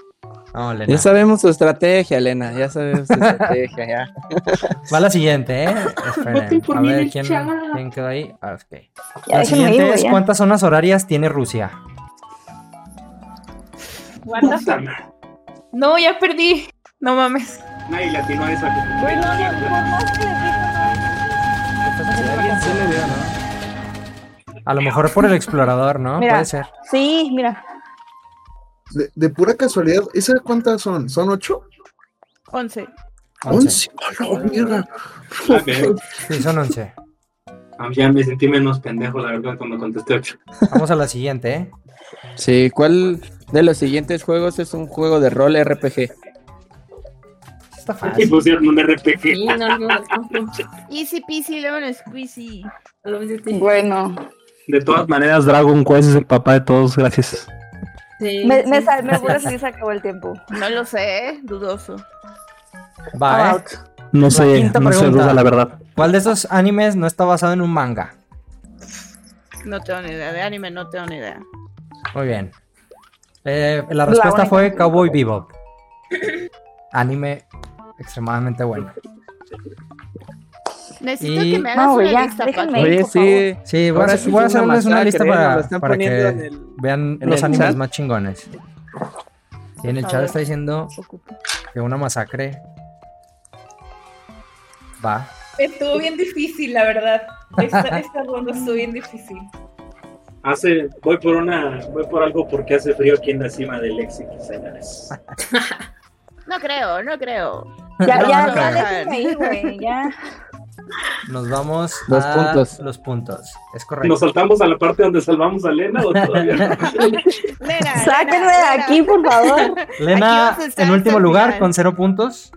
S2: Ya sabemos su estrategia, Elena. Ya
S1: [LAUGHS]
S2: sabemos su estrategia, ya.
S1: Va la siguiente, ¿eh? Esperen,
S2: Voten por
S1: A
S2: mí en
S1: ver
S2: el
S1: quién,
S2: chat.
S1: quién quedó ahí. Ah, ok.
S12: Ya, déjenme
S1: La
S12: ir,
S1: siguiente
S12: güey,
S1: es:
S4: ¿eh?
S12: ya.
S1: ¿cuántas zonas horarias tiene Rusia?
S6: What the fuck? No, ya perdí. No mames.
S7: Nadie latino a esa.
S12: Güey, no, no, por más que le
S1: A lo mejor por
S4: [LAUGHS]
S1: el explorador, ¿no?
S12: Mira.
S1: Puede ser.
S12: Sí, mira.
S11: De, de pura casualidad, ¿esas cuántas son? ¿Son ocho?
S4: 11.
S11: ¿Once? ¡A la mierda!
S7: Ah, bien.
S1: Sí, son 11.
S7: Ah, Ya me sentí menos pendejo, la verdad, cuando contesté 8.
S1: Vamos a la siguiente, ¿eh?
S2: Sí, ¿cuál de los siguientes juegos es un juego de rol RPG?
S1: Está
S7: Y pusieron un RPG.
S4: Easy peasy, lemon squeezy.
S12: Bueno.
S23: De todas maneras, Dragon Quest es el papá de todos, gracias.
S12: Me, me, sal- me acuerdo si se acabó el tiempo.
S4: No lo sé, dudoso.
S11: Ah,
S1: Va, ¿eh?
S23: No sé,
S1: quinta
S23: no sé
S1: pregunta.
S23: duda, la verdad.
S1: ¿Cuál de esos animes no está basado en un manga?
S4: No tengo ni idea de anime, no tengo ni idea.
S1: Muy bien. Eh, la
S4: La
S1: respuesta
S4: única.
S1: fue Cowboy Bebop. Anime extremadamente bueno.
S4: Necesito
S1: Y-
S4: que me hagas
S12: No, güey,
S4: una
S12: ya,
S4: lista,
S12: déjenme
S4: Paco.
S12: ir, por favor.
S1: Sí, voy a,
S2: Ahora
S1: hacer-
S2: sí
S1: voy a
S2: fue
S1: hacerles
S2: una
S1: una lista
S2: masacre, ¿eh?
S1: para,
S2: Lo están
S1: para
S2: poniendo
S1: que
S2: en el-
S1: vean
S2: en
S1: los
S2: el
S1: animes
S2: chat.
S1: más chingones. Y en el
S4: A
S1: chat
S4: ver.
S1: está diciendo que una masacre va.
S6: Estuvo bien difícil, la verdad. Esta, esta ronda estuvo bien difícil.
S7: Hace, voy por una, voy por algo porque hace frío aquí en la cima del éxito, señores.
S4: No creo, no creo.
S12: Ya,
S1: No,
S12: ya,
S1: no
S12: ya,
S1: creo.
S12: déjenme ir, güey, ya.
S1: Nos vamos
S2: Los
S1: a
S2: puntos.
S1: los puntos. Es correcto.
S7: ¿Nos saltamos a la parte donde salvamos a Lena o todavía
S1: [LAUGHS]
S7: no?
S12: [LAUGHS] Sáquenme de aquí, por favor.
S1: Lena
S12: vas a estar
S1: en último
S12: hasta el
S1: lugar
S12: final.
S1: con cero puntos.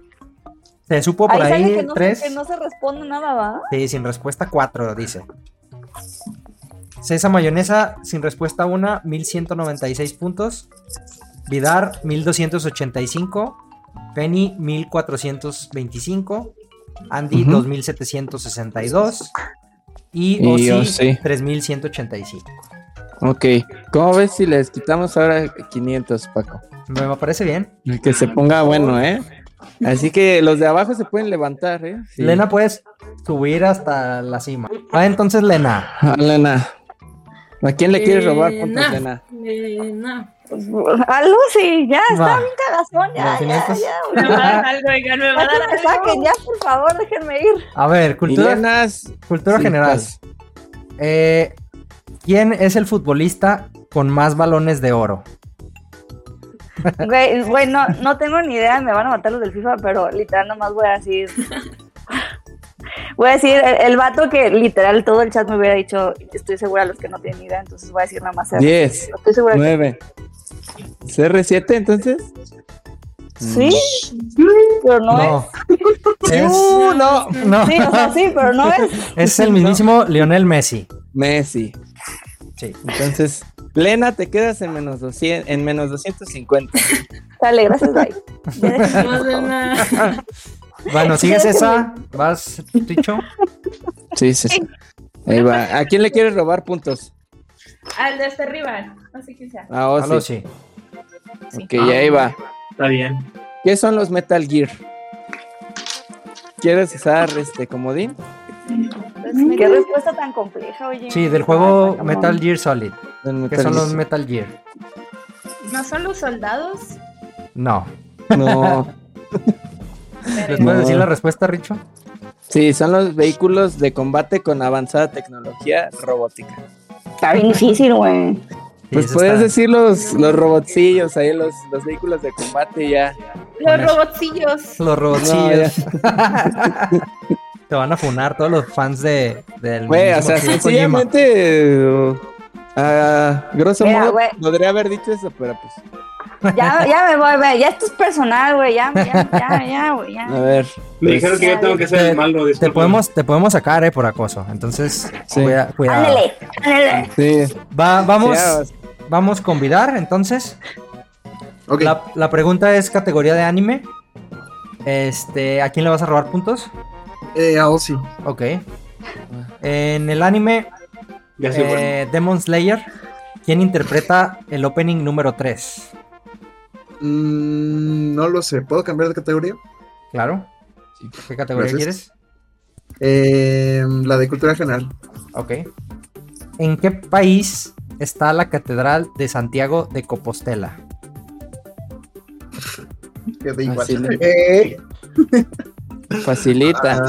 S1: Se supo por
S12: sale que
S1: ahí
S12: no, se-
S1: tres.
S12: que no se responde nada, ¿va?
S1: Sí, sin respuesta cuatro, dice. César Mayonesa, sin respuesta una, 1196 puntos. Vidar, 1285. Penny, 1425. Andy,
S2: Ujú.
S1: 2762. Y Ozzy,
S2: Y Ozzy.
S1: 3185.
S2: Ok, ¿cómo ves si les quitamos ahora 500, Paco?
S1: Me me parece bien.
S2: Que se ponga bueno, ¿eh? Así que los de abajo se pueden levantar, ¿eh? Sí.
S1: Lena, puedes subir hasta la cima. Va entonces, Lena.
S2: Ah, Lena. ¿A quién le quieres robar puntos,
S12: nah.
S2: Lena?
S12: Eh, no. A Lucy, ya, está
S2: Va.
S12: bien cagazón, ya, ya, ya, güey.
S6: Me va a dar algo, oigan, me va
S12: Ya
S6: a dar
S12: que me
S6: algo.
S12: saquen, ya, por favor, déjenme ir.
S1: A ver, cultura, cultura
S2: sí,
S1: general.
S2: pues.
S1: Eh, ¿Quién es el futbolista con más balones de oro?
S12: Güey, güey, no, no tengo ni idea, me van a matar los del FIFA, pero literal nomás voy a decir. Voy a decir, el, el vato que literal todo el chat me hubiera dicho, estoy segura los que no tienen idea, entonces voy a decir nada más. él.
S2: 10,
S12: Estoy segura. que-
S2: 9. ¿CR7 entonces? Mm.
S12: Sí, pero no, es.
S1: Es-
S12: no,
S1: Uh, no.
S12: Sí, o sea, sí, pero no es.
S1: Es el mismísimo Lionel Messi.
S2: Messi.
S1: Sí.
S2: Entonces, Lena, te quedas en menos, 200, en menos 250.
S12: Dale, gracias, bye. Ya déjenme, por favor.
S1: Bueno, sigues esa. Vas, Ticho.
S2: Sí, sí, sí. Ahí va. ¿A quién le quieres robar puntos?
S6: Al de este hasta arriba. No sé quién sea.
S2: A Ozzy.
S1: A Ozzy.
S2: Ok, ahí va.
S7: Está bien.
S2: ¿Qué son los Metal Gear? ¿Quieres usar este comodín?
S12: Qué respuesta tan compleja, oye.
S1: Sí, del juego
S12: Ay,
S1: Metal Gear Solid. ¿Qué
S2: Metal
S1: son los
S2: Gear.
S1: Metal Gear?
S6: ¿No son los soldados?
S1: No.
S2: No.
S1: [LAUGHS] ¿Les puedes
S2: No.
S1: decir la respuesta, Richo?
S2: Sí, son los vehículos de combate con avanzada tecnología robótica.
S12: Está bien difícil, güey.
S2: Pues
S12: eso
S2: puedes
S12: está.
S2: decir los, los robotcillos ahí, los, los vehículos de combate ya.
S6: Los robotcillos.
S1: Los robotcillos.
S2: No,
S1: [LAUGHS] Te van a funar todos los fans de, del.
S2: Güey, o
S1: mismo
S2: sea,
S1: Kojima.
S2: sencillamente, eh, a grosso
S12: Mira,
S2: modo,
S12: güey.
S2: podría haber dicho eso, pero pues.
S12: Ya, ya me voy, güey. Ya esto es personal, güey. Ya, ya, ya, ya, güey. Ya.
S2: A ver. pues,
S7: Me dijeron que yo tengo que ser el malo.
S1: Te podemos, te podemos sacar, eh, por acoso. Entonces, cuida- cuidado.
S12: Ándale, ándale.
S2: Sí.
S1: Va- vamos,
S2: Cuidados.
S1: vamos con Vidar, entonces. La, la pregunta es categoría de anime. Este, ¿a quién le vas a robar puntos?
S11: a Ozzy.
S1: Ok. En el anime
S11: Ya se
S1: eh,
S11: fue.
S1: Demon Slayer, ¿quién interpreta el opening número 3?
S11: Mm, no lo sé. ¿Puedo cambiar de categoría?
S1: Claro. ¿Qué categoría
S11: Gracias. Eh, la de cultura general.
S1: Ok. quieres? ¿En qué país está la Catedral de Santiago de Compostela?
S11: Queda igual.
S2: Así le-
S11: Eh,
S2: Facilita.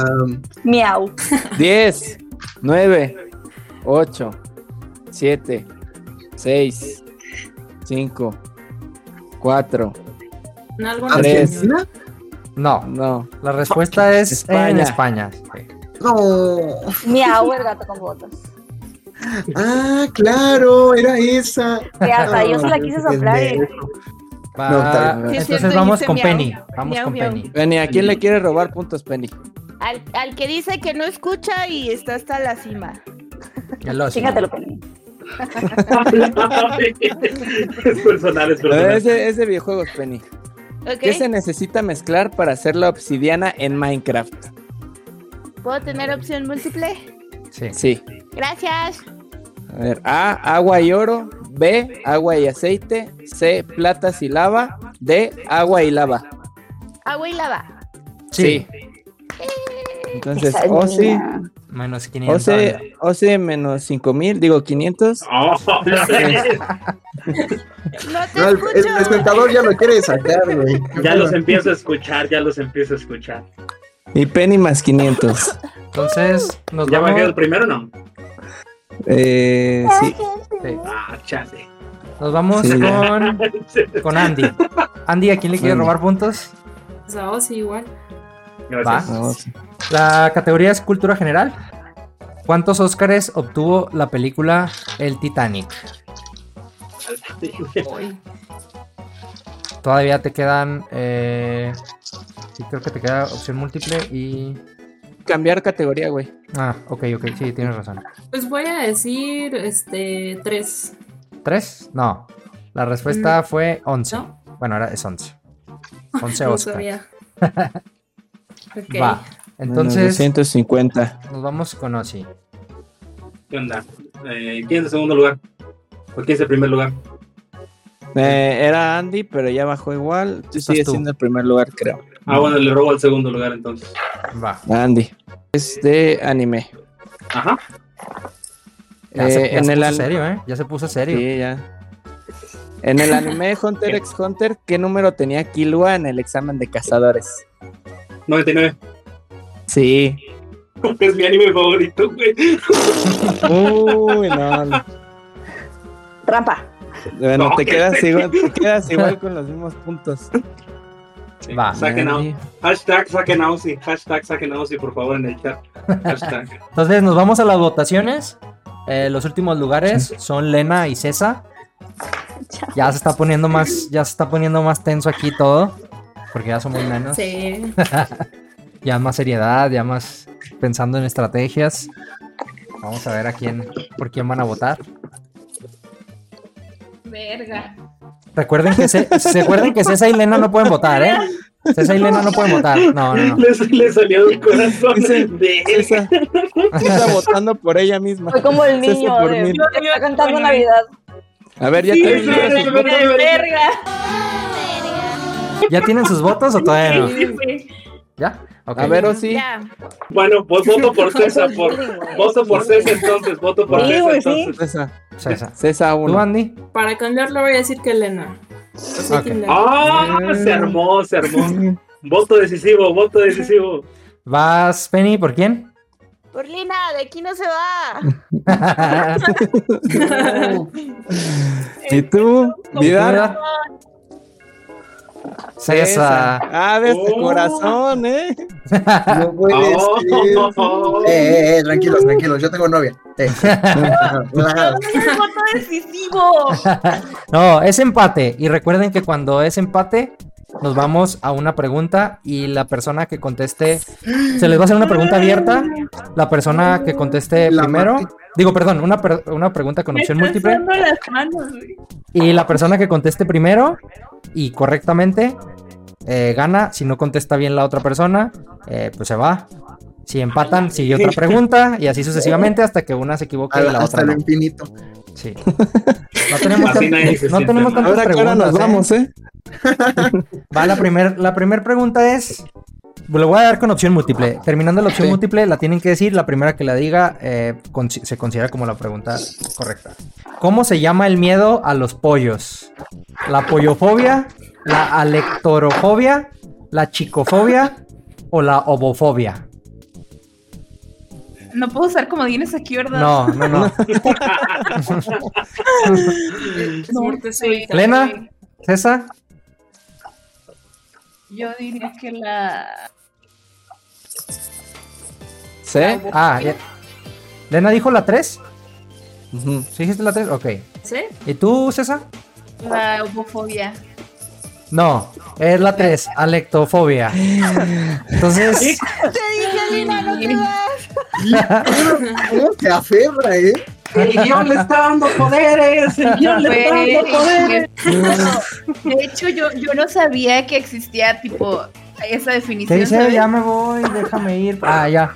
S12: Miau.
S2: 10, 9, 8, 7, 6, 5, 4.
S8: ¿En algo
S2: Tres.
S8: nacional?
S1: No.
S2: No.
S1: La respuesta es en España.
S11: No.
S12: Miau, el gato con botas.
S11: Ah, claro, era esa.
S12: Que hasta yo se la quise soplar y-
S1: Va,
S2: No, está bien.
S1: Sí, es entonces cierto, vamos dice con miau. Penny, vamos Miau, con miau. Penny.
S2: Penny, ¿a quién le quiere robar puntos, Penny?
S4: Al, al que dice que no escucha y está hasta la cima.
S12: Chíngatelo,
S7: [LAUGHS] Es personal, es
S2: No,
S7: personal.
S2: es, [LAUGHS] de, es de videojuegos, Penny.
S4: Ok.
S2: ¿Qué se necesita mezclar para hacer la obsidiana en Minecraft?
S4: ¿Puedo tener opción múltiple?
S1: Sí.
S2: Sí.
S4: Gracias.
S2: A ver, A, agua y oro. B, agua y aceite. C, platas y lava. D, agua y lava.
S4: Agua y lava.
S2: Sí. Entonces,
S4: Esa es
S2: Ozzy,
S4: mía.
S1: Menos 500.
S2: Ozzy, Ozzy menos 5000, digo 500.
S7: Oh,
S11: No, el, el presentador ya lo quiere sacar, güey.
S7: Ya los empiezo a escuchar, ya los empiezo a escuchar.
S2: Y Penny más 500.
S1: Entonces, nos
S7: ¿Ya
S1: vamos.
S7: bajé el primero o no?
S2: Eh, sí.
S1: Sí.
S7: Ah, chale.
S1: Nos vamos
S2: Sí.
S1: con, con Andy.
S7: [LAUGHS]
S1: Andy, ¿a quién le quiere
S2: Andy.
S1: robar puntos?
S8: O sea, o oh, sí, igual.
S1: Va. La categoría es cultura general. ¿Cuántos Óscares obtuvo la película El Titanic? Todavía te quedan. eh, sí, creo que te queda opción múltiple y.
S2: Cambiar categoría, güey.
S1: Ah, ok, ok, sí, tienes razón.
S8: Pues voy a decir, este, tres.
S1: ¿Tres? No. La respuesta
S8: Mm.
S1: fue 11. Bueno, ahora es
S8: [LAUGHS]
S1: 11. 11
S8: No
S1: Óscares. [LAUGHS]
S8: sabía. Ok.
S1: Va.
S2: Menos
S1: Entonces,
S2: 250.
S1: nos vamos con Ozzy.
S7: ¿Qué onda? Eh, ¿Quién es el segundo lugar? ¿O quién es el primer lugar?
S2: Eh, era Andy, pero ya bajó igual. Tú
S7: Estás
S2: sigues
S7: tú.
S2: siendo el primer lugar, creo.
S7: Ah, bueno, le robo al segundo lugar entonces.
S1: Va.
S2: Andy. Es de anime.
S7: Ajá.
S1: Ya se,
S2: Eh,
S1: ya
S2: en
S1: se
S2: el
S1: puso
S2: an-
S1: serio, ¿eh? Ya se puso serio.
S2: Sí, ya. En el anime Hunter x Hunter, ¿qué número tenía Killua en el examen de cazadores?
S7: 99.
S2: Sí.
S7: [LAUGHS] Es mi anime favorito, güey.
S2: Uy, no. no.
S12: Trampa.
S2: Bueno,
S7: No, [LAUGHS] este
S2: te,
S7: que
S2: quedas
S7: te-
S2: igual, te quedas
S7: [LAUGHS]
S2: igual con los mismos puntos.
S1: Va.
S7: Saquen a Hashtag saquen a Ozzy. Hashtag saquen a Ozzy, por favor, en el chat.
S1: [LAUGHS]
S7: Hashtag.
S1: Entonces nos vamos a las votaciones. Eh, los últimos lugares son Lena y Cesa. Ya se está poniendo más, ya se está poniendo más tenso aquí todo, porque ya somos menos.
S2: [LAUGHS]
S8: Sí.
S1: ya más seriedad, ya más pensando en estrategias. Vamos a ver a quién, por quién van a votar.
S4: [LAUGHS]
S6: Verga.
S1: Recuerden que se, se acuerden que Cesa y Lena no pueden votar, ¿eh? Cesa y Lena no pueden votar. No, no, no.
S7: Le, le salió del corazón.
S2: Dice-
S7: de
S2: César, César votando por ella misma.
S12: Fue como el
S2: César
S12: niño
S2: por
S12: de,
S2: mí.
S12: que está cantando Navidad.
S2: A ver, ya
S7: Sí,
S2: terminaron sus
S7: sí, sí,
S2: votos.
S1: ¿Ya tienen sus votos o todavía no?
S6: Sí, sí.
S1: ¿Ya? Ok.
S2: A ver, o sí.
S7: Bueno, pues voto por César. Por, voto por César entonces. Voto por
S8: Sí,
S7: César
S8: güey, sí.
S7: entonces.
S2: César.
S1: César.
S2: César
S1: ¿Tú,
S2: 1.
S1: Andy?
S8: Para cambiarlo voy a decir que Elena.
S1: Ok.
S7: ¡Ah! Se armó, se armó. Voto decisivo, voto decisivo.
S1: ¿Vas, Penny, por quién? [LAUGHS]
S4: Por Lina, de aquí no se va.
S2: ¿Y tú?
S1: ¿Y tú,
S7: Este,
S2: ¿Vidar?
S1: Vidar? César.
S2: Ah, de
S1: Oh.
S7: Oh.
S1: [LAUGHS]
S2: este corazón, ¿eh?
S11: No puede ser. Eh, eh, eh, tranquilos, tranquilos. Yo tengo novia. Eh.
S4: ¡El voto decisivo!
S1: No, es empate. Y recuerden que cuando es empate, nos vamos a una pregunta y la persona que conteste. [LAUGHS] Se les va a hacer una pregunta abierta. La persona que conteste primero. Digo, perdón, una, per- una pregunta con opción
S6: Me
S1: múltiple.
S6: están sudando las manos, güey.
S1: Y la persona que conteste primero y correctamente eh, gana. Si no contesta bien la otra persona, eh, pues se va. Si empatan,
S11: [LAUGHS]
S1: sigue otra pregunta y así sucesivamente hasta que una se equivoque y la
S11: hasta
S1: otra
S11: el
S1: no. [LAUGHS]
S11: infinito.
S1: Sí. No tenemos,
S11: Así
S1: tan-
S11: nadie se
S1: no
S11: siente
S1: tenemos
S11: mal.
S1: tantas
S11: Ahora, ¿a qué hora
S1: preguntas.
S11: nos ¿eh? vamos,
S1: ¿eh? Va, la primera la primer pregunta es... Lo voy a dar con opción múltiple. Terminando la opción múltiple, la tienen que decir. La primera que la diga eh, con- se considera como la pregunta correcta. ¿Cómo se llama el miedo a los pollos? ¿La pollofobia? ¿La alectorofobia? ¿La chicofobia? ¿O la obofobia?
S6: No puedo usar comodines aquí, ¿verdad?
S1: No, no, [LAUGHS] no.
S6: [LAUGHS] No.
S1: ¿Lena? ¿César?
S6: Yo diría que la.
S1: ¿Sí? Ah, ya. ¿Lena dijo la 3? ¿Sí dijiste la 3? Ok.
S6: ¿Sí?
S1: ¿Y tú, César?
S6: La homofobia.
S1: No, es la 3, [LAUGHS] alectofobia. Entonces,
S4: Te
S6: [LAUGHS]
S4: dije, Lina, no te vas.
S11: ¿Cómo te aferra, eh?
S4: El guión le está dando poderes, el guión le está dando
S6: Güey,
S4: poderes.
S6: [LAUGHS] De hecho, yo, yo no sabía que existía, tipo, esa
S1: [LAUGHS] ¿qué
S6: definición.
S1: dice?
S6: ¿sabes?
S1: Ya me voy, déjame ir. Ah, ya.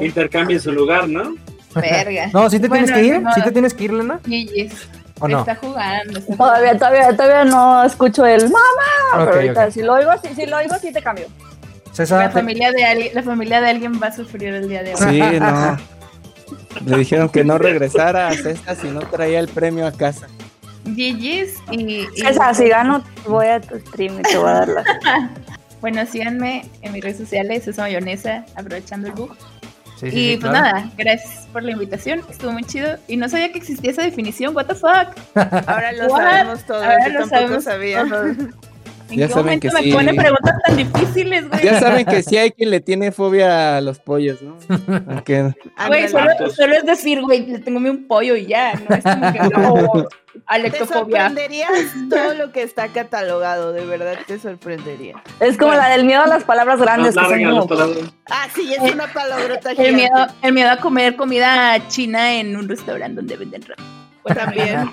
S7: Intercambien su lugar, ¿no?
S6: Verga.
S1: No, ¿sí te
S6: Bueno,
S1: tienes que
S6: ni
S1: ir?
S6: modo.
S1: ¿Sí te tienes que ir, Lena?
S6: Yeyes.
S1: ¿O no?
S6: Está jugando. está
S12: Todavía, todavía, todavía no escucho el Pues, mamá.
S1: Ok,
S12: pero ahorita,
S1: ok.
S12: si lo oigo, si, si lo oigo, sí te cambio.
S6: La
S1: César, te-
S6: familia, de alguien, la familia de alguien va a sufrir el día de hoy. [LAUGHS]
S1: [LAUGHS]
S2: Sí, no. Le dijeron que no regresara a Cesta si no traía el premio a casa.
S6: GG's y. y-
S12: César, si gano, voy a tu stream y te voy a dar la.
S6: [LAUGHS] Bueno, síganme en mis redes sociales, César Mayonesa, aprovechando el bug.
S1: Sí, sí,
S6: y
S1: sí,
S6: pues
S1: claro.
S6: nada, gracias por la invitación, estuvo muy chido. Y no sabía que existía esa definición, what the fuck.
S4: Ahora lo
S6: What?
S4: sabemos todos,
S6: Ahora
S4: yo
S6: lo
S4: tampoco
S6: sabemos
S4: sabía.
S6: todos. ¿En
S2: Ya
S6: qué
S2: saben
S6: momento
S2: que
S6: me
S2: sí.
S6: ponen preguntas tan difíciles, güey?
S2: Ya saben que sí hay quien le tiene fobia a los pollos, ¿no? Aunque-
S6: [LAUGHS] Güey, solo, solo es decir, güey, le tengo un pollo y ya, no es como que no,
S4: Te
S6: [LAUGHS] alectofobia.
S4: sorprenderías todo lo que está catalogado, de verdad te sorprendería.
S12: Es como la del miedo a las palabras grandes. que son como-
S4: Ah, sí, es una palabrota
S6: El
S4: gigante. [LAUGHS]
S6: miedo, el miedo a comer comida china en un restaurante donde venden ramen.
S12: [LAUGHS]
S4: También.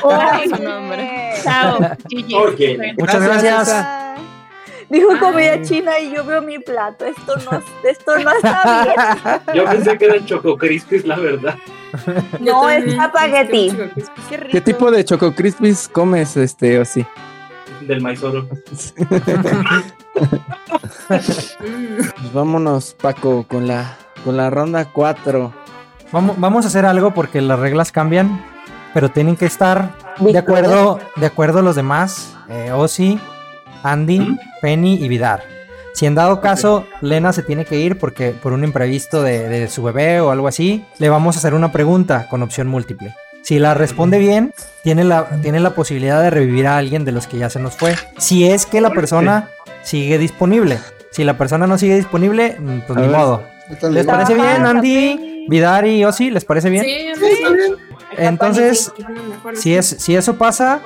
S6: Pues Ay,
S4: su nombre.
S6: Chao. GG.
S1: Muchas gracias.
S12: Dijo comida china y yo veo mi plato. Esto no, esto no está
S1: [LAUGHS]
S12: bien.
S7: Yo pensé que eran Choco Crispis, la verdad.
S12: No es espagueti.
S2: ¿Qué tipo de Choco Crispies comes, este,
S6: [LAUGHS]
S2: o sí?
S7: Del maizoro.
S2: Pues vámonos, Paco, con la, con la ronda 4.
S1: Vamos, vamos a hacer algo porque las reglas cambian, pero tienen que estar de acuerdo, de acuerdo a los demás, eh, Ozzy, Andy, Penny y Vidar. Si en dado caso Lena se tiene que ir porque por un imprevisto de, de su bebé o algo así, le vamos a hacer una pregunta con opción múltiple. Si la responde bien, tiene la, tiene la posibilidad de revivir a alguien de los que ya se nos fue. Si es que la persona sigue disponible. Si la persona no sigue disponible, mm, pues
S2: A
S1: ni
S2: ver.
S1: modo. ¿Les parece bien,
S4: Ah,
S1: Andy, Vidar y Ozzy? ¿Les parece bien? Entonces, si, es, si eso pasa,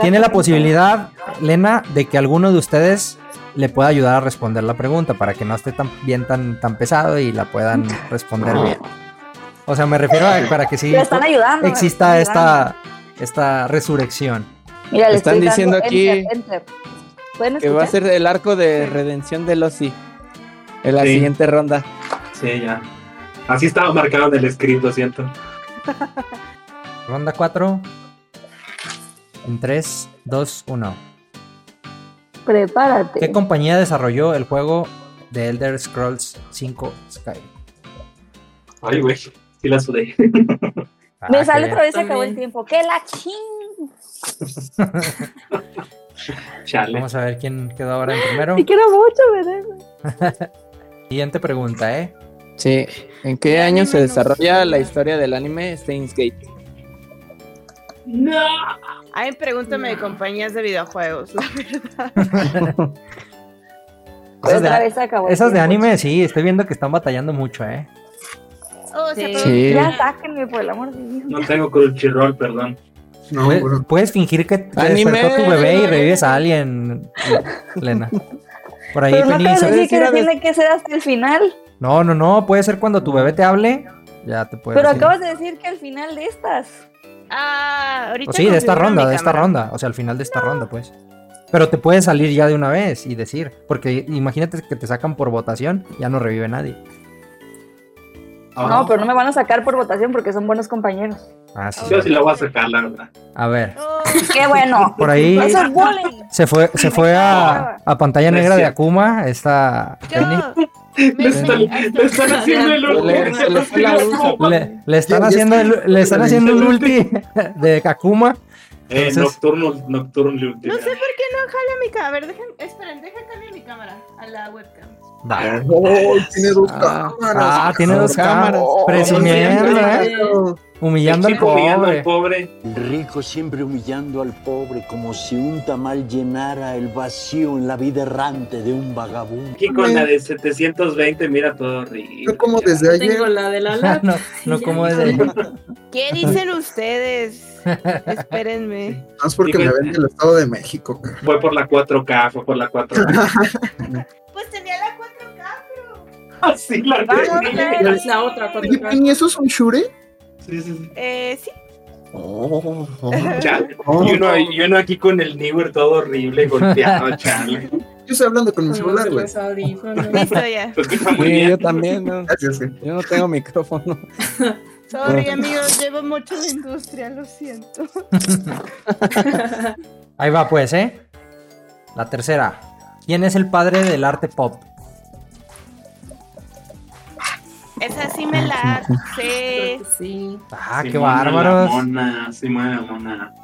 S1: tiene la posibilidad, Lena, de que alguno de ustedes le pueda ayudar a responder la pregunta para que no esté tan bien tan, tan pesado y la
S12: [LAUGHS]
S1: puedan responder bien. O sea, me refiero a para que sí
S12: Le están ayudando,
S1: exista
S12: le están
S1: esta, esta resurrección.
S12: Mira, le
S2: Están
S12: estoy
S2: diciendo
S12: dando
S2: aquí
S12: enter, enter. ¿Pueden
S2: Que
S12: escuchar?
S2: va a ser el arco de redención de Losi en la
S7: Sí.
S2: siguiente ronda.
S7: Sí, ya. Así estaba marcado en el script, lo siento.
S1: Ronda 4. En 3, 2, 1.
S12: Prepárate.
S1: ¿Qué compañía desarrolló el juego de Elder Scrolls 5 Sky?
S7: Ay, güey. Sí la sudé.
S1: Ah,
S12: Me sale otra vez, se
S8: También.
S12: acabó el tiempo. ¡Qué la ching!
S1: Vamos a ver quién quedó ahora en
S12: [LAUGHS]
S1: primero.
S12: Te quiero mucho, ¿verdad?
S1: Siguiente pregunta, ¿eh?
S2: Sí. ¿En qué año se desarrolla la historia del anime Steins Gate?
S4: No. Ay, pregúntame de compañías de videojuegos, la verdad.
S1: Esas
S4: Otra
S1: de,
S4: vez acabó el
S1: esas de
S4: tiempo,
S1: anime, sí, estoy viendo que están batallando mucho, ¿eh?
S4: O sea,
S1: Sí.
S4: pero-
S1: Sí.
S12: Ya sáquenme, por el amor de Dios.
S7: No tengo Crunchyroll, perdón.
S1: puedes, puedes fingir que te
S7: Anime.
S1: despertó tu bebé y revives a alguien, Lena. Por ahí,
S12: Pero no
S1: Penny,
S12: te
S1: ¿sabes?
S12: dije que tiene que ser hasta el final.
S1: No, no, no, puede ser cuando tu bebé te hable, ya te puede
S12: Pero
S1: decir.
S12: acabas de decir que al final de estas.
S4: Ah, ahorita.
S1: O Pues sí, de esta
S4: configuro
S1: ronda,
S4: mi
S1: de esta
S4: cámara.
S1: ronda, o sea, al final de esta ronda, pues. Pero te puede salir ya de una vez y decir, porque imagínate que te sacan por votación, ya no revive nadie.
S12: No, pero no me van a sacar por votación porque son buenos
S1: [LAUGHS]
S12: compañeros.
S1: Ah, sí.
S7: Yo sí la voy a sacar, la verdad.
S1: A ver,
S12: Qué bueno.
S1: Por ahí-
S12: Eso es bullying.
S1: se fue, se fue a, a pantalla negra de Akuma, esta Penny.
S7: Le están, [LAUGHS] le están haciendo
S6: [LAUGHS]
S7: el ojo.
S1: Le-
S7: le [LAUGHS]
S1: Le, le están
S7: están haciendo- Ya- ya
S1: haciendo el,
S7: está-
S1: le están haciendo el ulti de Akuma.
S7: Eh,
S1: Entonces-
S7: Nocturno, Nocturno Ulti.
S4: No sé por qué no jala mi cámara. A ver, dejen, esperen, dejen cambiar mi cámara a la webcam.
S11: tiene dos
S1: Ah,
S11: cámaras.
S1: ah, tiene dos cámaras.
S11: Oh,
S1: Presumiendo, ¿eh? Humillando al pobre.
S5: Rico siempre humillando al pobre como si un tamal llenara el vacío en la vida errante de un vagabundo.
S7: Aquí con la de 720, mira todo rico.
S11: Yo como desde ayer.
S8: Tengo la
S11: [LAUGHS]
S8: de la lata.
S1: no, no como es de-
S4: ¿Qué dicen ustedes?
S7: [LAUGHS]
S4: Espérenme.
S11: Más porque me ven del Estado de México, cara.
S7: Fue por la 4K, fue por
S11: [LAUGHS]
S7: la 4K.
S4: Pues tenía la 4K, pero.
S7: Así la
S8: Es la otra.
S11: Oye, Penny, ¿eso es un shure?
S7: Sí, sí, sí.
S4: Eh, sí.
S11: Oh.
S7: Chale.
S1: oh.
S7: Y, uno, y uno aquí con el Newer todo
S1: [LAUGHS]
S7: horrible, golpeado, chale.
S11: Yo estoy hablando con mi
S8: Este,
S11: celular, Pues güey.
S4: Listo ya.
S2: Sí, yo
S11: [LAUGHS]
S2: también. ¿no?
S11: Gracias, güey.
S2: Yo no tengo micrófono.
S4: Sorry, amigos, llevo mucho de industria, lo siento.
S1: Ahí va pues, ¿eh? La tercera. ¿Quién es el padre del arte pop?
S4: Esa sí me la sé.
S8: Sí.
S1: Ah, qué
S7: Simona la
S1: bárbaros.
S7: Mona, Simona la mona.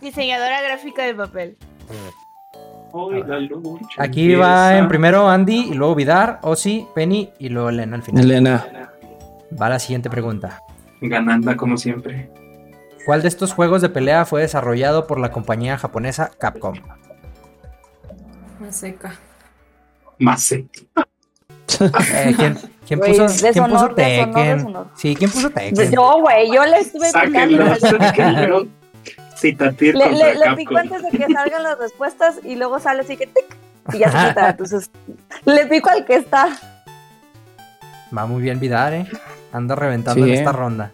S4: Diseñadora gráfica de papel.
S7: Hoy la luz.
S1: Aquí va en primero Andy y luego Vidar, Ozzy, Penny y luego Elena al final.
S2: Elena.
S1: Va la siguiente pregunta.
S7: Gananda como siempre.
S1: ¿Cuál de estos juegos de pelea fue desarrollado por la compañía japonesa Capcom?
S8: Me seca.
S7: Más eh,
S1: [LAUGHS] Eh, ¿quién, quién
S12: Güey,
S1: puso,
S12: deshonor,
S1: quién puso
S12: deshonor,
S1: Tekken?
S12: deshonor.
S1: Sí, ¿quién puso Tekken?
S12: Pues Yo, güey, yo le estuve
S7: Sáquenlo,
S12: picando.
S7: sáquenlo. Citatir
S12: Le,
S7: contra
S12: le, le pico
S7: Capcom.
S12: antes de que salgan las respuestas y luego sale así que tic. Y ya se quita. Entonces, le pico al que está.
S1: Va muy bien Vidar, ¿eh? Anda reventando
S2: Sí,
S1: en
S2: ¿eh?
S1: esta ronda.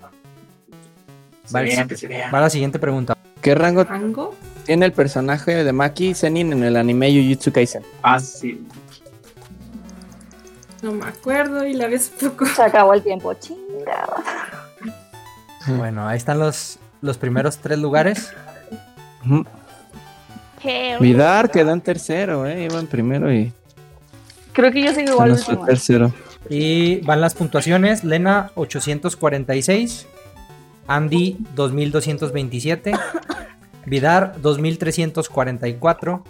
S2: Se
S1: Va,
S2: vea, que se vea.
S1: va la siguiente pregunta.
S2: ¿Qué rango
S8: ¿Rango?
S2: tiene el personaje de Maki Senin en el anime Jujutsu Kaisen?
S1: Ah.
S7: Fácil.
S8: No me acuerdo y la ves poco.
S12: Se acabó el tiempo. Chingada.
S1: Bueno, ahí están los, los primeros tres lugares.
S2: Vidar quedó en tercero, eh. Iba en primero y
S12: Creo que yo sigo
S2: se
S12: igual.
S2: nos fue
S12: última.
S2: tercero.
S1: Y van las puntuaciones. Lena 846. Andy 2227. Vidar 2344.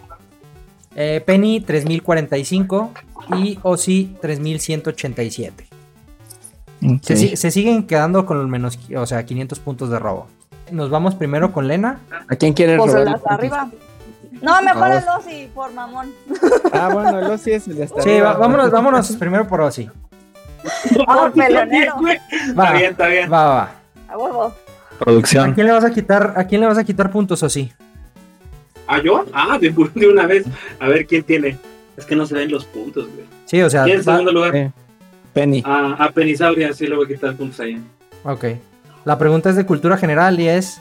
S1: eh, Penny 3045. Y Ozzy 3187. Se, si- se siguen quedando con los menos, qui- o sea, 500 puntos de robo. Nos vamos primero con Lena.
S2: ¿A quién quieres
S12: Pues
S2: robar?
S12: el hasta
S7: [LAUGHS]
S12: arriba. No, mejor
S1: Ah,
S12: el Ozzy, por
S4: [LAUGHS]
S12: mamón.
S2: Ah, bueno, el Ozzy es el de hasta
S1: Sí,
S2: arriba.
S1: va- vámonos, vámonos primero por Ozzy.
S12: Por pelonero.
S1: Va, está bien. Va, va, va.
S12: A huevo.
S1: ¿A quién le vas a quitar, a quién le vas a quitar puntos, Ozzy?
S7: ¿Ah, yo? Ah, de, de una vez. A ver quién tiene. Es que no se ven los puntos, güey.
S1: Sí, o sea,
S7: ¿Quién en
S1: va- eh,
S7: segundo lugar?
S2: Penny.
S7: Ah, a Penisauria sí le voy a quitar puntos ahí.
S1: Ok. La pregunta es de cultura general y es: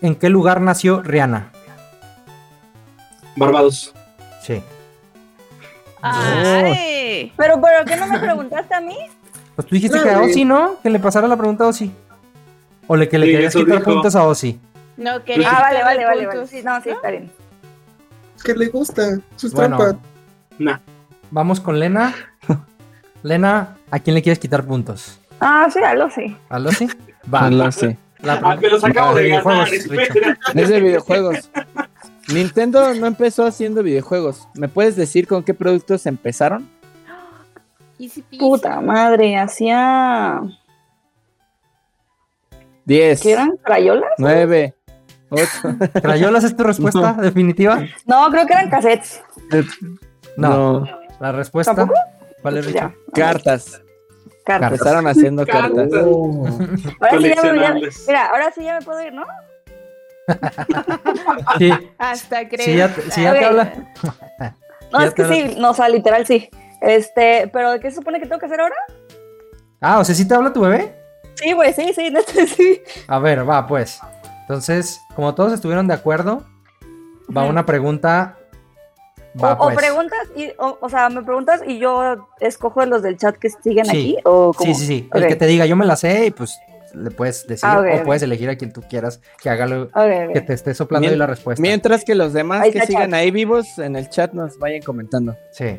S1: ¿En qué lugar nació Rihanna?
S7: Barbados.
S1: Sí.
S4: Ay.
S12: Pero, pero, ¿qué no me preguntaste a mí?
S1: Pues tú dijiste
S12: No,
S1: que a
S12: güey.
S1: Ozzy, ¿no? Que le pasara la pregunta a Ozzy. O le que le
S7: Sí,
S1: querías
S7: eso
S1: quitar
S7: dijo.
S1: puntos a Ozzy.
S4: No,
S12: Ah,
S4: quería.
S12: vale, vale, vale,
S4: quitarle
S12: vale.
S4: puntos.
S12: Sí, no, sí, está bien.
S11: Que le gusta. Sus
S1: Bueno.
S11: trampas.
S1: Vamos con
S2: [LAUGHS]
S1: Lena. Lena, ¿a quién le quieres quitar puntos?
S12: Ah, sí, algo sí.
S1: ¿A Ozzy? Va.
S2: A Ozzy.
S1: La
S7: Ah, me los acabo
S1: la
S7: de ganar.
S1: videojuegos,
S7: espera.
S2: [LAUGHS] Es de videojuegos. Nintendo no empezó haciendo videojuegos. ¿Me puedes decir con qué productos empezaron?
S12: Puta madre, hacía.
S2: 10.
S12: ¿Qué eran? ¿Crayolas?
S2: 9. [LAUGHS] 8.
S1: ¿Crayolas es tu respuesta definitiva?
S12: No, creo que eran cassettes.
S1: No. La respuesta. ¿Cuál es, Richo?
S2: Cartas.
S12: Cartas.
S2: Empezaron
S12: [LAUGHS]
S2: haciendo cartas.
S12: Cartas.
S7: [LAUGHS]
S12: Ahora sí, ya me, ya- mira, ahora sí ya me puedo ir, ¿no?
S1: [LAUGHS] Sí,
S4: Hasta creo.
S1: si ya, te- si ya te
S12: Ok.
S1: habla.
S12: No,
S1: Ya
S12: es que
S1: te habla-
S12: sí, no, o sea, literal sí. Este, pero ¿qué se supone que tengo que hacer ahora?
S1: Ah, o sea, ¿sí te habla tu bebé?
S12: Sí, güey, sí, sí, [LAUGHS] neta, sí.
S1: A ver, va, pues. Entonces, como todos estuvieron de acuerdo, va una pregunta. Va,
S12: o, o
S1: pues.
S12: preguntas, y, o, o sea, me preguntas y yo escojo los del chat que siguen
S1: Sí.
S12: aquí. O cómo?
S1: Sí, sí, sí. El
S12: Ok.
S1: que te diga, yo me la sé, y pues le puedes decir,
S12: Ah, ok,
S1: o
S12: ok.
S1: puedes elegir a quien tú quieras que haga lo
S12: ok.
S1: que te esté soplando
S2: Mien-
S1: ahí la respuesta.
S2: Mientras que los demás
S12: Ahí
S2: que
S12: está el
S2: sigan
S12: chat.
S2: ahí vivos en el chat nos vayan comentando.
S1: Sí.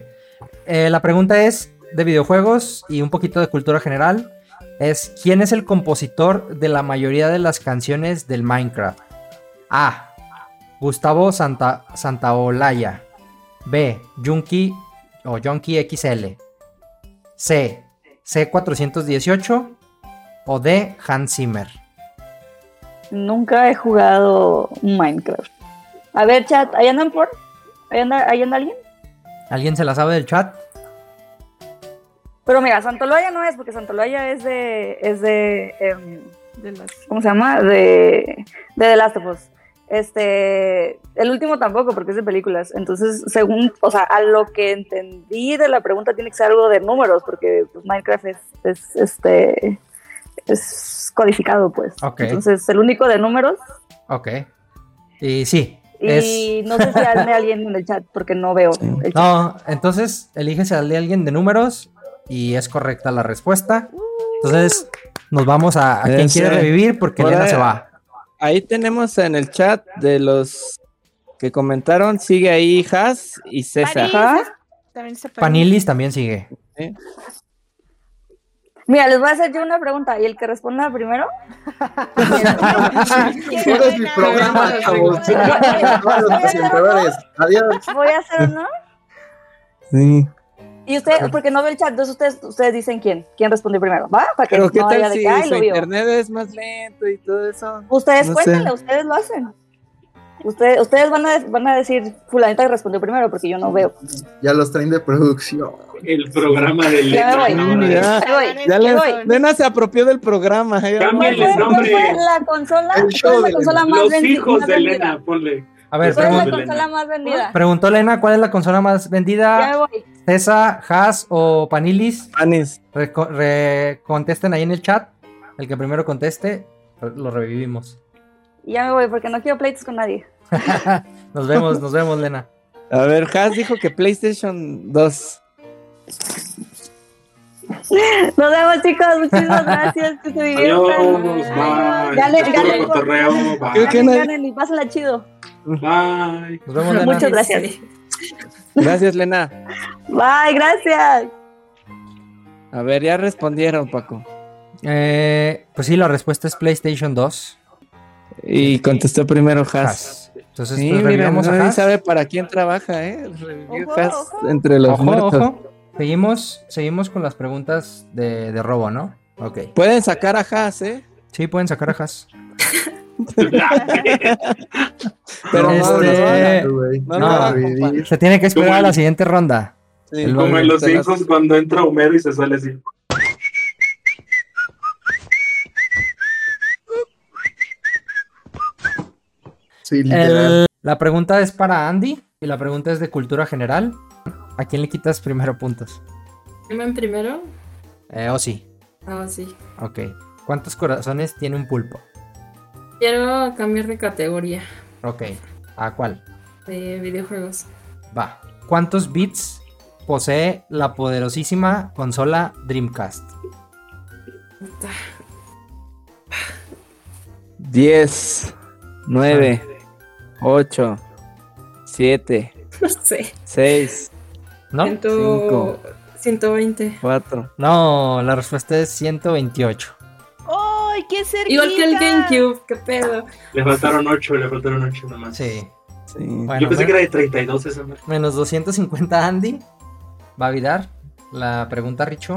S1: Eh, la pregunta es de videojuegos y un poquito de cultura general. Es ¿quién es el compositor de la mayoría de las canciones del Minecraft? A. Gustavo Santa Santaolalla. B. Junkie o Junkie XL. C. C418 o D. Hans Zimmer.
S12: Nunca he jugado Minecraft. A ver, chat, ¿ahí andan por? ¿Ahí anda, ahí anda alguien?
S1: ¿Alguien se la sabe del chat?
S12: Pero mira, Santoloya no es, porque Santoloya es de. es de. em, ¿Cómo se llama? De. de The Last of Us. Este. El último tampoco, porque es de películas. Entonces, según. O sea, a lo que entendí de la pregunta tiene que ser algo de números, porque pues, Minecraft es, es, este. es codificado, pues.
S1: Ok.
S12: Entonces, el único de números.
S1: Ok. Y sí.
S12: Y
S1: es-
S12: no sé si
S1: [LAUGHS]
S12: hay alguien en el chat, porque no veo. el chat.
S1: No, entonces elígese al de alguien de números y es correcta la respuesta. Entonces nos vamos a, a quien
S2: Ese.
S1: quiere revivir porque
S2: Por
S1: Elena
S2: ahí-
S1: se va.
S2: Ahí tenemos en el chat de los que comentaron, sigue ahí Has y César.
S4: Panilis. También se
S1: Panilis también sigue.
S12: Mira, les voy a hacer yo una pregunta y el que responda
S4: [LAUGHS]
S12: primero. [LAUGHS]
S11: Ahora es mi programa, chavos. Todos los presentadores. Adiós.
S12: Voy a hacer uno.
S2: [LAUGHS] Sí.
S12: Y usted, porque no veo el chat, entonces ustedes, ustedes dicen quién, quién respondió primero, ¿va? Para que [LAUGHS]
S2: Pero qué
S12: no haya
S2: tal
S12: de
S2: si
S12: que, ay,
S2: su
S12: lo vio.
S2: internet es más lento y todo eso.
S12: Ustedes
S2: No
S12: cuéntenle,
S2: sé.
S12: ustedes lo hacen. Ustedes, ustedes van, a, van a decir, fulanita respondió primero porque yo no veo.
S11: Ya los traen de producción.
S7: El programa de
S12: Ya me voy.
S7: Elena. ahora.
S2: Ya,
S12: Me voy,
S2: ya
S12: me
S2: les-
S12: voy.
S2: Nena se apropió del programa. eh.
S7: Cámbiale el
S12: ¿Cuál
S7: nombre.
S12: fue la consola,
S11: El show
S12: cuál es la
S11: de
S12: consola más
S7: Los
S12: vendi-
S7: hijos
S12: más
S7: de
S12: vendida?
S7: Elena, ponle.
S1: A ver,
S7: Los hijos
S12: ¿Cuál es la
S7: de
S1: pregun-
S7: Elena.
S12: consola más vendida?
S1: preguntó Elena cuál es la consola más
S12: Ya me
S1: vendida.
S12: voy.
S1: César, Haas o Panilis.
S2: Panis.
S1: Reco- re- contesten ahí en el chat. El que primero conteste, re- lo revivimos.
S12: Ya me voy porque no quiero pleitos con nadie. [LAUGHS]
S1: Nos vemos, nos vemos, Lena.
S2: A ver, Has dijo que PlayStation 2.
S12: Nos vemos, chicos. Muchísimas gracias. Que se diviertan.
S7: Adiós, bye.
S12: Dale,
S7: Estuvo
S12: dale.
S7: cotorreo,
S2: Creo que
S7: bye.
S2: no hay-
S12: Ganen y pásenla chido.
S7: Bye.
S1: Nos vemos,
S12: [LAUGHS]
S1: Lena.
S12: Muchas gracias.
S2: Gracias, Lena.
S12: Bye, gracias.
S2: A ver, ya respondieron, Paco.
S1: Eh, pues sí, la respuesta es PlayStation 2.
S2: Y contestó primero Has.
S1: Haas. Entonces,
S2: Sí,
S1: pues,
S2: mira,
S1: revivimos a
S2: nadie
S1: Haas.
S2: sabe para quién trabaja, ¿eh? Revivió
S4: Ojo,
S2: Haas
S4: ojo.
S2: entre los
S1: Ojo,
S2: muertos.
S1: ojo. Seguimos, seguimos con las preguntas de, de robo, ¿no? Ok.
S2: Pueden sacar a Haas, ¿eh?
S1: Sí, pueden sacar a Haas.
S2: Pero
S1: Este-
S2: no, no, no, no.
S11: güey.
S1: no,
S2: No, no,
S11: no,
S2: compa.
S1: Se tiene que esperar a la siguiente ronda.
S2: Sí,
S1: El
S7: Como
S1: hombre
S7: en los
S2: se las-
S7: hijos cuando entra Homero y se sale así.
S11: Sí,
S1: El-
S11: literal.
S1: la pregunta es para Andy y la pregunta es de cultura general. ¿A quién le quitas primero puntos?
S8: ¿Streamen primero?
S1: Eh, o sí.
S8: Ah, sí.
S1: Ok. ¿Cuántos corazones tiene un pulpo?
S8: Quiero cambiar de categoría
S1: Ok. ¿A cuál?
S8: de videojuegos. [LAUGHS]
S1: Va. ¿Cuántos bits posee la poderosísima consola Dreamcast?
S2: 10, 9,
S1: Ah.
S2: 8, 7,
S8: No sé.
S2: 6,
S1: ¿No?
S8: Ciento- 120.
S2: 4.
S1: No, la respuesta es 128.
S4: ¡Ay, qué cerquita!
S8: Igual que el GameCube, qué pedo.
S7: Le faltaron 8, le faltaron 8 nomás.
S1: Sí.
S2: Sí.
S7: Yo
S1: Bueno, men-
S7: pensé que era de 32 esa madre.
S1: menos 250 Andy. Va a evitar la pregunta Richo.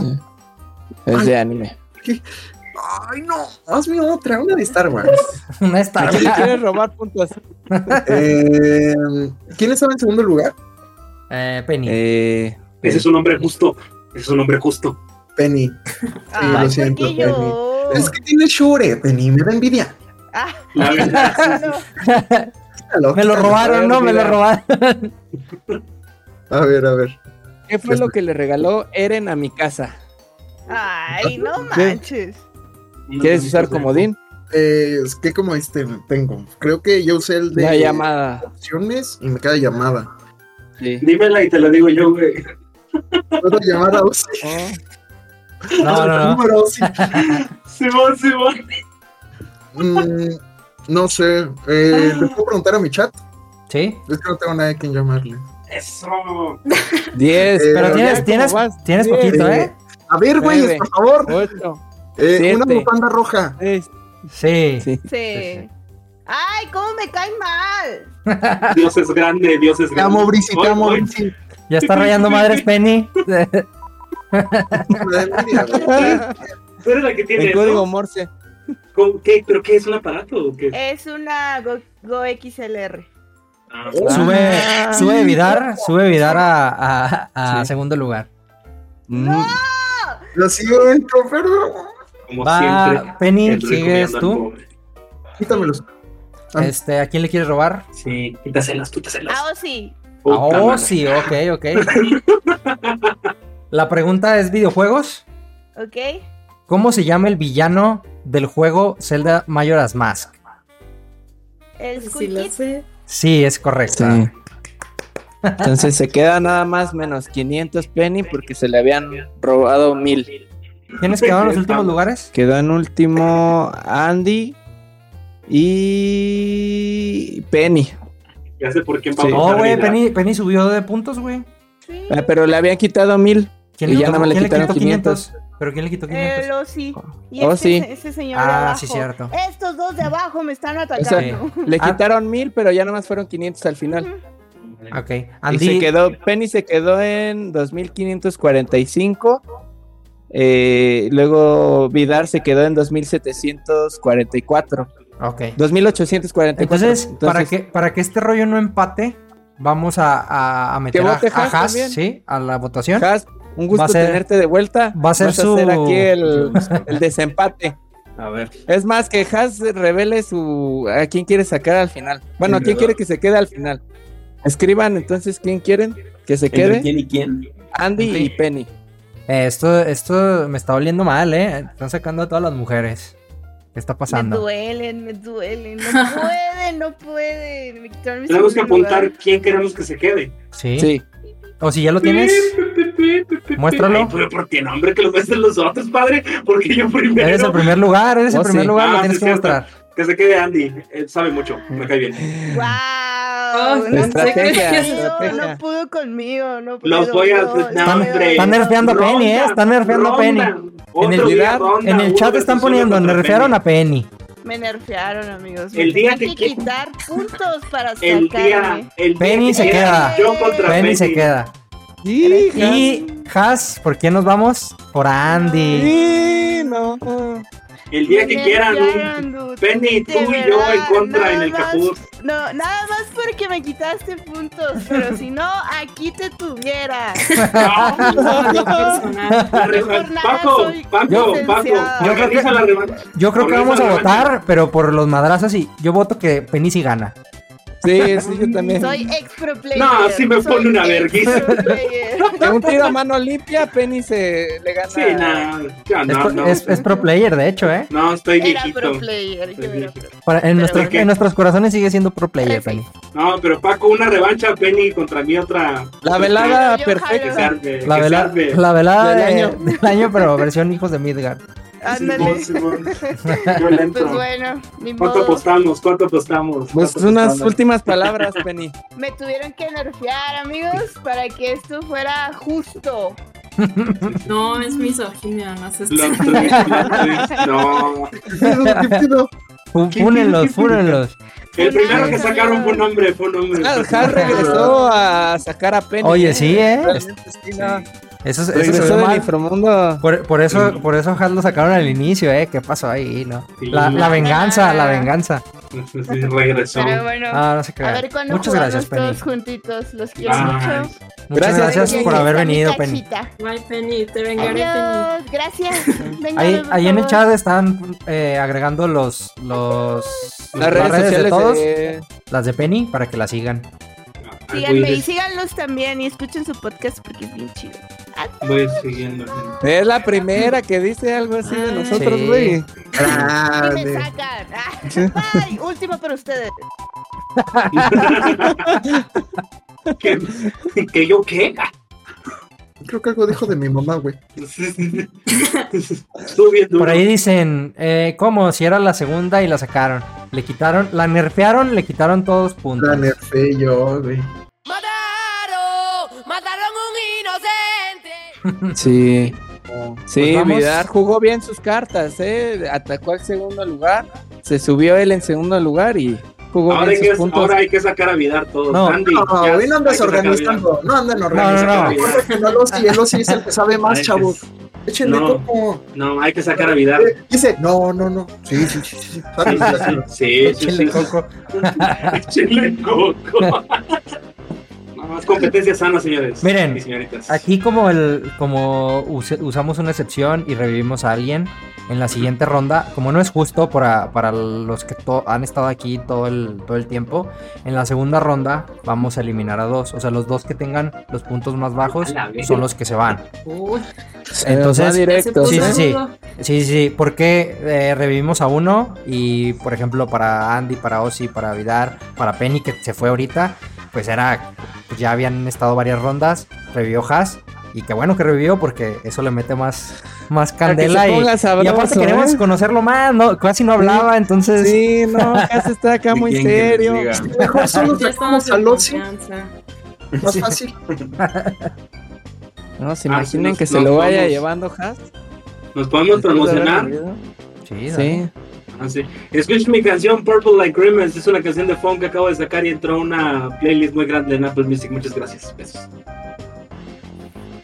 S2: Es de anime.
S11: Ay, no. Hazme otra, una de Star Wars.
S1: [LAUGHS] una Star
S2: Wars. ¿Quién quiere robar puntos?
S11: Eh, ¿Quién estaba en segundo lugar?
S1: Eh, Penny.
S7: Ese es un hombre justo. Ese es un hombre justo.
S11: Penny. Sí, lo siento, Penny. Es que tiene Shure, Penny. Me da envidia.
S7: La verdad.
S2: [LAUGHS]
S11: Quítalo,
S1: Me lo
S11: quítalo.
S1: robaron, ¿no? Me lo robaron.
S11: A ver, a ver.
S2: ¿Qué fue lo que le regaló Eren a mi casa?
S4: Ay, no manches.
S2: ¿Quieres usar comodín?
S11: Eh, es que como este tengo. Creo que yo usé el de
S2: La llamada.
S11: opciones y me queda llamada.
S7: Dímela y te la digo yo, güey.
S11: Otra llamada usé.
S1: No, no, no.
S11: Número, sí.
S7: Simón, Simón.
S11: Mm, no sé. Eh, ¿Le puedo preguntar a mi chat?
S1: Sí.
S11: Es que no tengo nadie a quien llamarle.
S7: [LAUGHS]
S11: Eh,
S7: Eso.
S2: 10.
S1: Pero tienes- tienes- tienes poquito, ¿eh?
S11: A ver, güeyes, por favor.
S2: 8.
S11: Eh, una
S2: siete.
S11: bufanda roja.
S1: Sí.
S4: Sí. Ay, cómo me cae mal.
S7: Dios es grande, Dios es grande.
S11: Te amo, Brisi, te amo, Brisi.
S1: Ya está rayando
S7: [LAUGHS]
S1: madres, Penny.
S11: Me da envidia, güey.
S7: Tú eres la que tiene
S2: El
S7: eso.
S2: código Morse.
S7: ¿Con qué? ¿Pero qué? ¿Es un aparato o qué?
S4: Es una Go, Go XLR.
S7: Ah,
S1: [LAUGHS] Sube, sube Vidar, sube Vidar a, a- a segundo lugar. Mm.
S11: Lo siento, pero.
S7: como
S1: Va,
S7: siempre.
S1: Penny,
S7: el rico
S1: ¿sigues
S7: mirando al
S1: tú?
S7: pobre.
S11: Quítamelos. Ah.
S1: Este, ¿a quién le quieres robar?
S7: Sí, quítaselas, quítaselas.
S4: Ah, oh, sí.
S7: Puta
S1: oh,
S7: madre.
S1: sí, ok, ok.
S7: [LAUGHS]
S1: La pregunta es videojuegos.
S4: Ok.
S1: ¿Cómo se llama el villano del juego Zelda Majora's Mask?
S4: El
S8: Sí, lo
S4: Squeaky.
S8: sé.
S1: Sí, es correcto.
S2: Entonces se queda nada más menos 500 penny porque se le habían robado 1000.
S1: ¿Quiénes quedaron en los últimos lugares?
S2: Quedó en último Andy y Penny.
S7: Ya sé por quién
S2: Sí.
S7: vamos a
S1: No, Oh, güey,
S7: olvidar.
S1: Penny, Penny subió de puntos, güey.
S2: Ah, Pero le habían quitado 1000.
S1: ¿Quién
S2: Y
S1: le,
S2: ya
S1: quitó,
S2: nada más le
S1: quién le
S2: quitaron
S1: quitó
S2: 500.
S1: 500? ¿Pero quién le quitó 500?
S4: El Ozzy. Y
S2: Oh,
S4: ese,
S2: sí.
S4: ese señor de
S1: Ah,
S4: abajo.
S1: sí, cierto.
S4: Estos dos de abajo me están
S2: O sea,
S4: atacando.
S2: le
S1: Ah.
S2: quitaron 1000, pero ya nada más fueron 500 al final.
S7: Eh.
S1: Ok.
S2: Y
S1: Andy,
S2: se quedó, Penny se quedó en 2545. Eh, luego Vidar se quedó en 2744.
S1: ok.
S2: 2844.
S1: Entonces, para, que, para que este rollo no empate, vamos a, a- a meter a,
S2: vote
S1: a
S2: Haas
S1: Haas,
S2: también.
S1: ¿sí? A la votación.
S2: Has, un gusto
S1: Va a ser-
S2: tenerte de vuelta.
S1: va a ser
S2: Vas
S1: su-
S2: hacer aquí el, el desempate.
S3: A ver.
S2: Es más, que Has revele su a quién quiere sacar al final. Bueno, a quién quiere que se quede al final. Escriban entonces quién quieren que se
S3: ¿Entre
S2: quede.
S3: quién y quién?
S2: Andy y Penny.
S1: Eh, esto, esto me está oliendo mal, ¿eh? Están sacando a todas las mujeres. ¿Qué está
S4: Me
S1: pasando?
S4: duelen, me duelen. No pueden, no pueden. Me quitaron mi
S7: Tenemos que
S4: segundo lugar.
S7: apuntar quién queremos que se quede.
S1: ¿Sí?
S2: Sí.
S1: O si ya lo tienes,
S7: Ay,
S1: muéstralo.
S7: pero ¿por qué no, hombre? Que lo muestren los otros, padre. Porque yo primero.
S1: Eres el primer lugar, eres el
S2: Oh,
S1: primer
S2: sí.
S1: lugar, lo
S7: Ah,
S1: tienes
S7: sí,
S1: que
S7: cierto.
S1: mostrar. Mm.
S7: Que se quede Andy. Él sabe mucho. Me cae bien.
S4: ¡Wow!
S8: Oh,
S4: Ah, no
S2: estrategia,
S4: pudo conmigo,
S2: estrategia.
S4: no pudo conmigo, no pudo.
S7: Los voy a.
S4: no,
S7: no,
S1: Están-
S7: hombre.
S1: están nerfeando a Penny,
S7: Ronda,
S1: ¿eh? Están nerfeando a Penny.
S7: ronda.
S1: En el,
S7: Otro día,
S1: chat-
S7: ronda,
S1: en el
S7: uno
S1: chat
S7: versus
S1: están
S7: uno
S1: poniendo,
S7: contra
S1: nerfearon
S7: Penny.
S1: a Penny.
S4: Me nerfearon, amigos.
S7: El
S4: Me
S7: día
S4: tenían
S7: que
S4: que
S7: quie-
S4: quitar puntos para
S7: [LAUGHS] El
S4: sacarme.
S7: día. El día
S1: Penny
S7: que
S1: se
S7: quiera,
S1: queda.
S7: Yo contra Penny.
S1: Penny se queda.
S2: Sí,
S1: Y Has, ¿por quién nos vamos? Por Andy.
S2: Sí, no.
S7: El día que
S4: Me
S7: quieran. un-
S4: nerfearon, dude.
S7: Penny, tú
S4: De
S7: y yo en
S4: verdad,
S7: contra en
S4: nada
S7: el
S4: más-
S7: Capur.
S4: No, nada más porque me quitaste puntos, pero si no, aquí te tuviera.
S8: Personal.
S7: [LAUGHS] La re-
S4: Por nada
S7: Paco,
S4: soy
S7: Paco, Paco,
S4: licenciada.
S1: Yo creo que-
S7: organiza la revancha.
S1: Yo creo que
S7: Organiza
S1: vamos a
S7: la revancha.
S1: votar, pero por los madrazos y yo voto que Penny sí gana. [LAUGHS]
S2: Sí, sí, yo también.
S4: Soy ex pro player.
S7: No, sí me
S4: soy
S7: pone una
S4: ex
S7: vergüenza.
S4: pro player.
S2: [LAUGHS] De un tiro a mano limpia, Penny se le gana.
S7: Sí, no, ya
S1: Es,
S7: no,
S1: pro-
S7: no.
S1: es- es pro player, de hecho, ¿eh?
S7: No, estoy
S4: Era pro
S7: viejito.
S4: player. yo era pro-
S1: Para- en, nuestros,
S7: bueno.
S1: en nuestros corazones sigue siendo pro player,
S4: Perfecto.
S1: Penny.
S7: No, pero Paco, una revancha, Penny contra mí, otra.
S2: La velada
S4: Yo
S7: Que
S2: perfecta.
S4: jalo.
S7: salve,
S1: La,
S7: que
S1: vela-
S7: salve.
S1: la velada
S2: Del
S1: de-
S2: año.
S1: [LAUGHS] del año, pero versión hijos de
S2: [LAUGHS]
S1: Midgard.
S4: Ándale.
S7: Simón, Simón.
S4: [LAUGHS]
S7: Yo le entro.
S4: Pues bueno, ni
S7: ¿Cuánto
S4: modo.
S7: apostamos? ¿Cuánto apostamos?
S2: Pues
S7: ¿Cuánto
S2: unas
S7: apostamos?
S2: últimas palabras,
S7: [LAUGHS]
S2: Penny.
S4: Me tuvieron que nerfear, amigos, para que esto fuera justo.
S8: No, es misoginia, no sé. [LAUGHS]
S7: Plot twist, plot twist, No.
S11: ¿Qué pedo? ¿Qué pedo?
S1: Fú- Fúnenlos, fúnenlos.
S7: El primero que
S4: Fulano.
S7: sacaron fue un hombre, fue un hombre.
S2: Ah, Has regresó a sacar a Penny.
S1: Oye, sí, ¿eh?
S2: Realmente, sí, no.
S1: Eso, es- eso se
S2: Regresó
S1: ve
S2: del
S1: mal.
S2: inframundo.
S1: Por, por eso, por eso Hal lo sacaron al inicio, ¿eh? ¿Qué pasó ahí? No.
S7: Sí.
S1: La, la venganza, la venganza.
S7: [LAUGHS] Sí, regresó.
S4: Pero bueno,
S1: Ah, no se
S4: a
S1: crean.
S4: ver cuándo
S1: Muchas
S4: jugamos
S1: gracias, Penny.
S4: todos juntitos. Los quiero
S1: Ah,
S4: mucho.
S1: Muchas gracias, por haber venido, Penny.
S4: Bye,
S8: Penny. Te
S4: vengaré, Penny.
S1: [LAUGHS]
S4: Gracias. Venga,
S1: Ahí,
S4: por
S1: ahí en el
S4: favor.
S1: chat están eh, agregando los, los
S2: Las redes sociales de-
S1: las de Penny, para que la sigan.
S4: Síganme y síganlos también y escuchen su podcast porque es bien chido.
S7: Voy siguiendo.
S2: Es la primera que dice algo así de nosotros,
S1: Ah, Sí.
S2: güey.
S4: Y me sacan. Ah, [LAUGHS] Ay, último para ustedes.
S7: ¿Que, que yo qué?
S11: Creo que algo dijo de mi mamá, güey.
S1: Por ahí dicen, eh, ¿cómo? Si era la segunda y la sacaron. Le quitaron, la nerfearon, le quitaron todos puntos. La
S11: nerfeé yo, güey.
S6: Oh,
S25: ¡Mataron un inocente!
S2: Sí. Sí,
S25: Pues vamos.
S2: Vidar jugó bien sus cartas, ¿eh? Atacó al segundo lugar. Se subió él en segundo lugar y jugó
S7: Ahora
S2: bien
S7: hay,
S2: sus
S7: que,
S2: puntos.
S7: ahora hay que sacar a Vidar todo.
S2: No.
S7: Andy,
S11: No, hoy
S7: ya,
S11: no
S7: hay que
S11: andas
S7: sacar a Vidar.
S11: organizando. No andan
S7: No, no,
S11: organizando.
S7: no.
S11: Recuerda que El Alosi, el Alosi es el que sabe más,
S7: Ay, pues,
S11: chavos. Échenle
S7: No.
S11: coco.
S7: No, hay que sacar a Vidar.
S11: Eh, Dice, no, no, no. Sí, sí, sí. sí.
S7: Sí, sí, sí.
S11: Échenle coco.
S7: Échenle coco. No, más competencia sana, señores.
S1: Miren,
S7: y señoritas.
S1: Aquí como el como us- usamos una excepción y revivimos a alguien en la siguiente ronda, como no es justo para, para los que to- han estado aquí todo el, todo el tiempo, en la segunda ronda vamos a eliminar a dos. O sea, los dos que tengan los puntos más bajos
S2: A la vez.
S1: son los que se van.
S8: Uy.
S1: Entonces,
S2: directo.
S1: sí, sí, sí,
S8: rudo.
S1: sí, sí, sí, porque eh, revivimos a uno y, por ejemplo, para Andy, para Ozzy, para Vidar, para Penny, que se fue ahorita, pues era, pues ya habían estado varias rondas, revivió Haas y qué bueno que revivió porque eso le mete más, más
S2: Para que se
S1: candela y,
S2: ponga
S1: y aparte
S2: sabroso,
S1: queremos
S2: ¿eh?
S1: conocerlo más, no, casi no hablaba, entonces...
S2: Sí, no, casi está acá muy
S1: quieren que
S2: serio.
S1: les diga?
S11: Mejor solo
S8: Ya estamos
S11: sacamos
S8: en
S11: al Ozzy.
S8: confianza.
S11: Más fácil.
S2: No, se
S7: Ah,
S2: imaginan
S7: nos-
S2: que se
S7: nos
S2: lo vaya
S7: vamos.
S2: llevando Haas.
S7: ¿Nos podemos promocionar?
S1: Sí,
S2: Sí.
S7: Ah, sí. Escuchen mi canción Purple Like Grimmins. Es una canción de funk que acabo de sacar y entró a una playlist muy grande en Apple Music. Muchas gracias. Besos.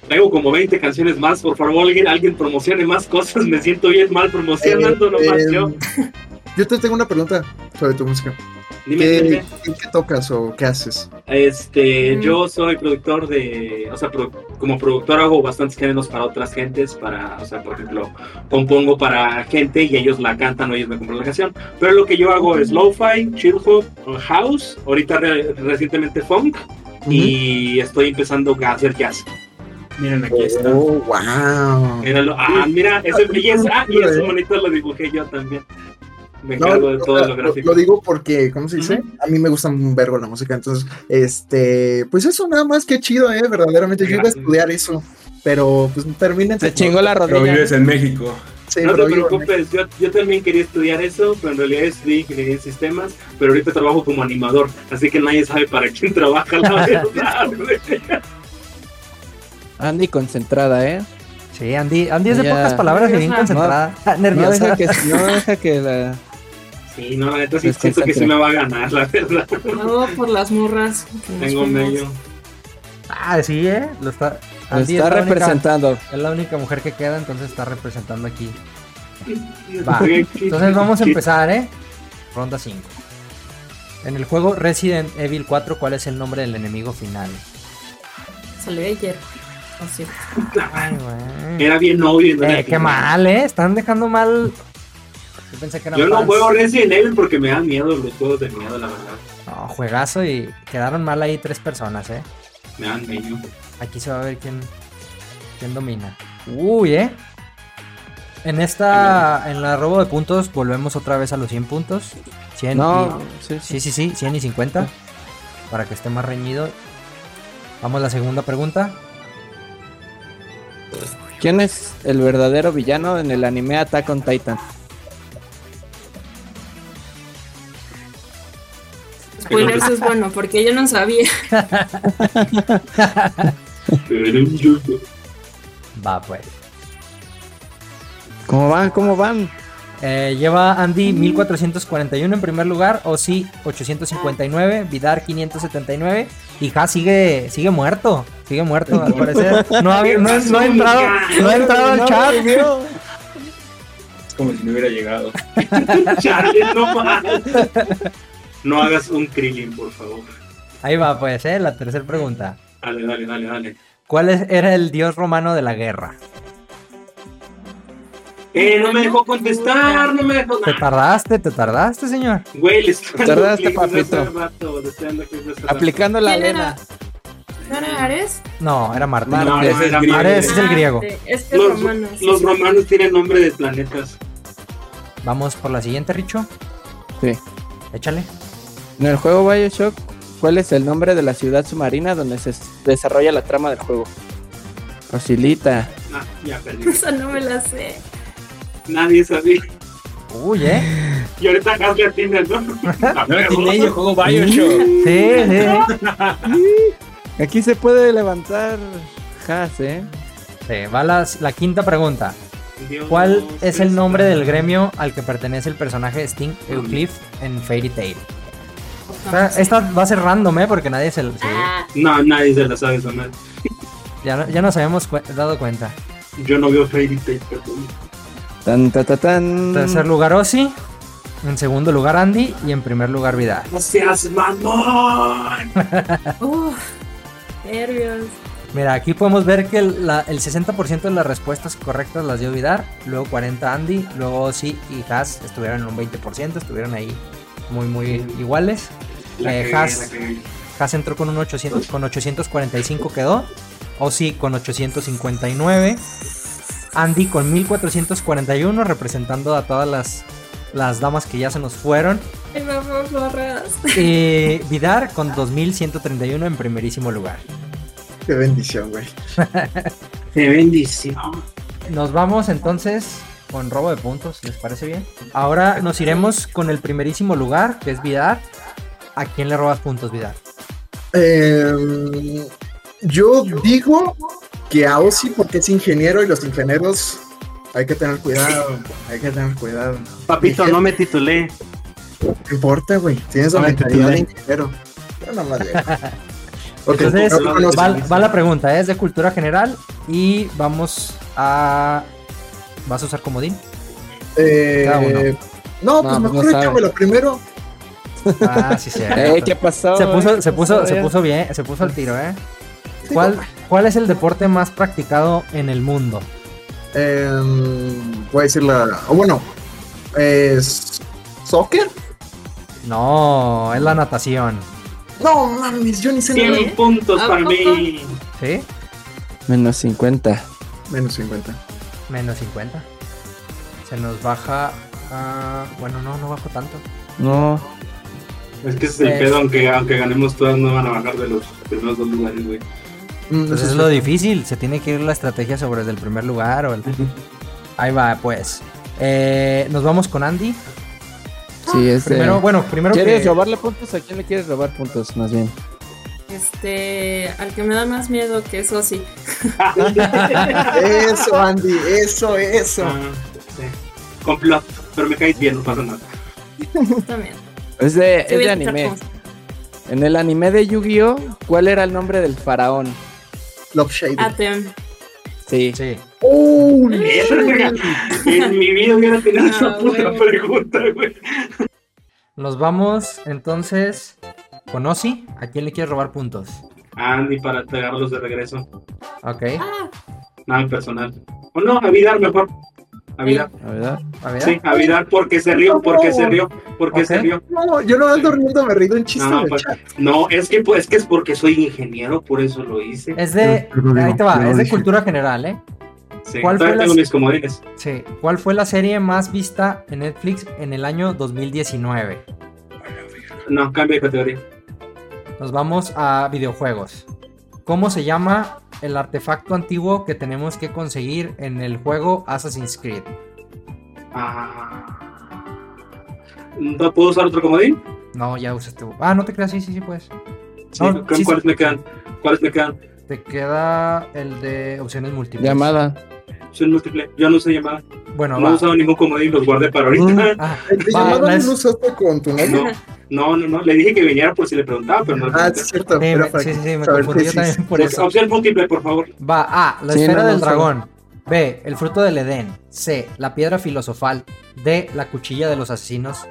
S7: Traigo como 20 canciones más. Por favor, alguien, alguien promocione más cosas. [LAUGHS] Me siento bien mal promocionando nomás
S11: Eh,
S7: yo.
S11: Yo te tengo una pregunta sobre tu música.
S7: Dime,
S11: ¿Qué,
S7: dime.
S11: qué- qué tocas o qué haces?
S7: Este,
S11: Mm.
S7: yo soy productor de, o sea, pro- como productor hago bastantes géneros para otras gentes, para, o sea, por ejemplo, compongo para gente y ellos la cantan o ellos me compran la canción. Pero lo que yo hago es lo-fi, chill hop, house, ahorita re- recientemente funk y estoy empezando a hacer jazz. Miren aquí está.
S11: Oh, wow.
S7: Míralo. Ah, mira, ese belleza. Ah, y ese monitor lo dibujé yo también. Me
S11: No,
S7: encargo de
S11: o
S7: todo
S11: sea,
S7: lo gráfico.
S11: lo digo porque, ¿cómo se dice? A mí me gusta un vergo la música, entonces, este, pues eso nada más que chido, ¿eh? Verdaderamente, yo iba a
S7: Gracias.
S11: estudiar eso, pero pues termina. Se
S2: chingó la
S3: Pero vives en México.
S11: Sí,
S7: no te
S11: pero vivo en
S7: preocupes, yo, yo también quería estudiar eso, pero en realidad estudié ingeniería en sistemas, pero ahorita trabajo como animador, así que nadie sabe para quién trabaja la verdad. güey.
S2: Andy concentrada, ¿eh?
S1: Sí, Andy, Andy es de pocas palabras y bien
S2: No,
S1: concentrada.
S2: No
S1: [LAUGHS] Nerviosa.
S2: deja que, no deja que la...
S7: Sí, no, la neta sí siento que sí me va a ganar, la verdad.
S8: No, por las morras. que nos
S7: Tengo
S8: fuimos.
S7: medio.
S1: Ah, sí, ¿eh? Lo está,
S2: Lo
S1: Andy
S2: está
S1: es la única-
S2: representando.
S1: es la única mujer que queda, entonces está representando aquí. Va. Entonces
S7: Entonces
S1: vamos a empezar, ¿eh? Ronda 5. En el juego Resident Evil 4, ¿cuál es el nombre del enemigo final?
S8: Salió ayer. Oh, Por cierto.
S1: Ay, güey.
S7: Mm. Era bien obvio. ¿no?
S1: Eh, qué mal, ¿eh? Están dejando mal. Yo pensé que eran
S7: Yo no
S1: fans.
S7: juego Resident Evil porque me dan miedo los juegos de miedo, la verdad.
S1: No, juegazo y quedaron mal ahí tres personas, ¿eh?
S7: Me dan miedo.
S1: Aquí se va a ver quién, quién domina. Uy, ¿eh? En esta, en la robo de puntos, volvemos otra vez a los 100 puntos. 100
S2: No,
S1: y-
S2: sí,
S1: sí, sí, sí, 100 y 50. Para que esté más reñido. Vamos a la segunda pregunta.
S2: ¿Quién es el verdadero villano en el anime Attack
S1: [LAUGHS]
S2: on Titan?
S8: Spoilers es bueno, porque yo no sabía.
S1: Va, pues.
S2: ¿Cómo van? ¿Cómo van?
S1: Eh, lleva Andy 1441 en primer lugar, Ozzy 859, Vidar 579 y Ja sigue, sigue muerto, sigue muerto al parecer. No ha, no, ha- no ha entrado, no ha entrado al chat.
S3: Es como si no hubiera llegado.
S9: [LAUGHS]
S7: Charlie, [LAUGHS] no mames. No hagas un Krillin, por favor.
S1: Ahí va pues, eh, la tercera pregunta.
S7: Dale, dale, dale, dale.
S1: ¿Cuál es- era el dios romano de la guerra?
S7: Eh, no me dejó contestar, no me dejó.
S1: ¿Te tardaste? ¿Te tardaste, señor?
S7: Güey, le estoy dando
S1: Tardaste,
S7: clic desde hace
S1: papito.
S7: rato, le estoy dando clic desde hace
S2: Aplicando
S7: rato.
S2: la
S8: ¿Quién
S2: arena.
S8: era? ¿No era Ares?
S1: No, era Marte.
S2: Marte,
S1: No,
S2: ese es griego.
S1: Ares es el griego.
S8: Ah, sí, es que
S7: Los,
S8: romano, sí,
S7: los
S8: sí.
S7: romanos tienen nombre de planetas.
S1: Vamos por la siguiente, Richo.
S2: Sí.
S1: Échale.
S2: En el juego Bioshock, ¿cuál es el nombre de la ciudad submarina donde se s- desarrolla la trama del juego? Facilita.
S7: Ah, ya perdí.
S8: Esa no me la sé.
S7: Nadie sabía.
S1: Uy, eh.
S7: Y ahorita acá le atienden, ¿no? [LAUGHS]
S3: No la atiné, yo juego Bioshock.
S1: Sí, sí.
S2: Aquí se puede levantar Has, ¿eh?
S1: Sí, va la, la quinta pregunta. ¿Cuál es el nombre del gremio al que pertenece el personaje Sting Euclid en Fairy Tail? O sea, esta va a ser random, ¿eh? Porque nadie se, se-
S7: No, nadie se la sabe sonar.
S1: ya, no- ya nos habíamos cu- dado cuenta.
S7: Yo no veo Fairy Tail, perdón.
S2: Tan, ta, ta, tan.
S1: Tercer lugar, Ozzy. En segundo lugar, Andy. Y en primer lugar, Vidal.
S7: ¡No seas mamón!
S8: Uf, nervios.
S1: Mira, aquí podemos ver que el, la- el 60% de las respuestas correctas las dio Vidar, luego 40 Andy, luego Ozzy y Haas estuvieron en un 20%, estuvieron ahí muy, muy iguales.
S7: La
S1: Eh,
S7: cagué, la
S1: Haas,
S7: cagué.
S1: Haas entró con un 800, con 845 quedó, Ozzy con 859, Andy con 1441 representando a todas las, las damas que ya se nos fueron
S8: Ay, vamos, borras.
S1: y Eh, Vidar con 2131 en primerísimo lugar.
S11: Qué bendición,
S1: [LAUGHS]
S11: güey.
S7: ¡Qué bendición!
S1: Nos vamos entonces con robo de puntos, ¿les parece bien? Ahora nos iremos con el primerísimo lugar, que es Vidar. ¿A quién le robas puntos, Vidar?
S11: Eh, yo digo que a Ozzy porque es ingeniero y los ingenieros hay que tener cuidado, hay que tener cuidado.
S7: Papito, no me titulé.
S11: No importa, güey. Tienes la
S7: No me
S11: mentalidad de
S7: titulé.
S11: ingeniero. Yo nada
S1: [LAUGHS]
S11: más digo. Ok,
S1: Entonces,
S11: no conozco.
S1: va, va la pregunta, ¿eh? es de cultura general y vamos a... ¿Vas a usar comodín?
S11: Eh,
S1: Cada uno.
S11: no, pues
S1: No, pues no
S11: mejor
S1: sabe.
S11: échamelo primero.
S1: Ah, sí, sí.
S2: Eh, ¿qué pasó,
S1: Se puso,
S2: eh?
S1: se
S2: ¿Qué
S11: Pues,
S1: puso,
S2: pasó,
S1: se
S2: eh?
S1: puso bien, se puso al tiro, ¿eh? ¿Cuál, ¿Cuál es el deporte más practicado en el mundo?
S11: Em, voy a decir la. o bueno, es. ¿Soccer?
S1: No, es la natación.
S11: No mames, yo ni sé
S7: 100 puntos
S11: ¿A
S7: para
S11: poco?
S7: mí.
S1: ¿Sí?
S2: Menos 50.
S11: Menos 50.
S1: Menos 50. Se nos baja. a- Ah, bueno, no, no bajo tanto.
S2: No.
S7: Es que ese es el
S1: Eh.
S7: pedo, aunque, aunque ganemos todas, no van a bajar de los primeros dos lugares, güey.
S11: Mm,
S1: Entonces Mm, Pues es lo difícil. Se tiene que ir la estrategia sobre el del primer lugar. O el... Ahí va, pues. Eh, nos vamos con Andy.
S2: Sí, es.
S1: Primero, bueno, primero
S2: ¿Quieres
S1: que-
S2: robarle puntos? ¿A quién le quieres robar puntos, más bien?
S8: Este, al que me da más miedo que eso sí.
S11: [LAUGHS]
S8: Este,
S11: Eso, Andy, eso, eso.
S7: Ah, sí. Complot, pero me caes bien, no pasa nada.
S8: También.
S2: Es de, es
S8: Sí, voy
S2: de
S8: a escuchar
S2: anime.
S8: cómo
S2: En el anime de Yu-Gi-Oh, ¿cuál era el nombre del faraón?
S11: Love Shady.
S8: Atem.
S2: Sí.
S1: Sí.
S8: Mm.
S7: Verga, En mi vida hubiera tenido
S1: Ah,
S7: [LAUGHS] esa puta pregunta, güey.
S1: Nos vamos entonces con Ozzy. ¿A quién le quieres robar puntos?
S7: Andy, para tragarlos de regreso.
S1: Ok.
S7: Nada personal. O no, a Vidar mejor. A Vidar.
S1: A ver.
S7: Sí, a Vidar porque se rió, porque se rió, porque se rió.
S11: No, yo no ando riendo, me reí de un chiste
S7: No,
S11: de
S7: pues,
S11: chat.
S7: no, es que pues, es que es porque soy ingeniero, por eso lo hice.
S1: Es de.
S7: Yo lo digo,
S1: Ahí te
S7: yo
S1: va,
S7: lo
S1: es de
S7: dije.
S1: cultura general, ¿eh?
S7: Sí,
S1: ¿Cuál fue
S7: todavía
S1: la-
S7: tengo mis comodines.
S1: Sí. ¿Cuál fue la serie más vista en Netflix en el año 2019?
S7: No, cambia de categoría.
S1: Nos vamos a videojuegos. ¿Cómo se llama el artefacto antiguo que tenemos que conseguir en el juego Assassin's Creed?
S7: Ah. ¿No puedo usar otro comodín?
S1: No, ya usaste. Ah, no te creas, sí, sí, sí, pues.
S7: Sí,
S1: No,
S7: ¿cu-
S1: sí,
S7: ¿Cuáles
S1: sí.
S7: me quedan? ¿Cuáles me quedan?
S1: Te queda el de opciones múltiples.
S2: Llamada.
S7: Soy múltiple. Yo no sé llamada.
S1: Bueno,
S7: No
S1: va. Ah,
S7: he usado ningún comodín, los guardé para
S11: Mm.
S7: ahorita. [LAUGHS]
S1: va,
S11: no
S1: las-
S11: lo usaste con tu novio.
S7: No, no, no, no, le dije que viniera por si le preguntaba, pero no. le
S11: Ah,
S7: pregunté.
S11: es cierto.
S1: Sí,
S11: era
S1: me-
S11: para
S1: sí, sí, sí, me
S11: saber
S1: confundí
S11: qué
S1: yo también
S11: hiciste.
S1: por eso.
S7: Opción múltiple, por favor.
S1: Va A. La
S7: Sí,
S1: esfera
S7: no, no,
S1: del
S7: sí.
S1: dragón. B. El fruto del Edén. C. La piedra filosofal. D. La cuchilla de los asesinos.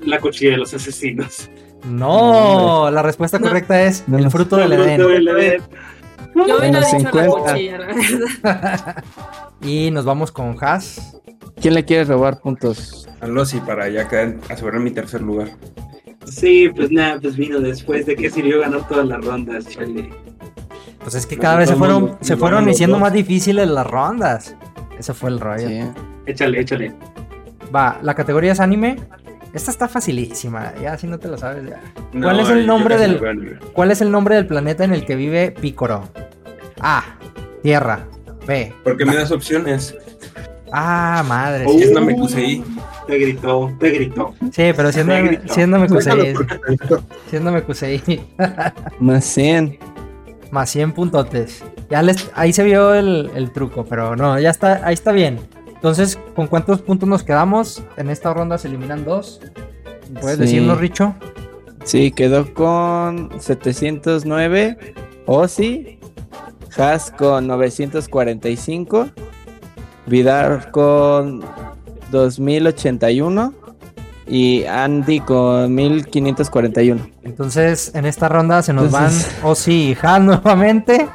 S7: La cuchilla de los asesinos.
S1: No, la respuesta correcta es el fruto del Edén.
S8: Yo hubiera
S1: Menos
S8: dicho la
S1: 50.
S8: cuchilla, la verdad. [LAUGHS]
S1: Y nos vamos con Haas.
S2: ¿Quién le quiere robar puntos?
S3: A Losi para ya quedar, asegurar mi tercer lugar.
S7: Sí, pues nada, pues vino después de que sirvió ganar todas las rondas, chale.
S1: Pues es que
S7: No,
S1: cada vez se
S7: todo el
S1: fueron,
S7: mundo-
S1: se
S7: lo
S1: fueron
S7: ganan los
S1: diciendo
S7: dos.
S1: más difíciles las rondas. Ese fue el rollo.
S7: Échale, échale.
S1: Va, la categoría es anime. Esta está facilísima, ya si no te lo sabes. ya. ¿Cuál
S3: No,
S1: es el
S3: yo
S1: nombre
S3: casi
S1: del
S3: no veo anime.
S1: ¿Cuál es el nombre del planeta en el que vive Picoro? A. Tierra. B.
S3: Porque me das opciones.
S1: Ah, madre.
S3: Y es
S1: sí.
S3: no me puse ahí.
S7: Te gritó, te gritó.
S1: Sí, pero siendo,
S7: Me gritó.
S1: siendo Mekusei.
S7: Déjalo
S1: Siendo [LAUGHS] Mekusei.
S2: Más 100.
S1: Más 100 puntotes. Ya les, ahí se vio el, el truco, pero no, ya está, ahí está bien. Entonces, ¿con cuántos puntos nos quedamos? En esta ronda se eliminan dos. ¿Puedes
S2: Sí.
S1: decirnos, Richo?
S2: Sí, quedó con 709. Ozzy. Haas con 945. Vidar con 2081. Y Andy con 1541.
S1: Entonces, en esta ronda se nos
S2: Entonces-
S1: van Ozzy y Han nuevamente.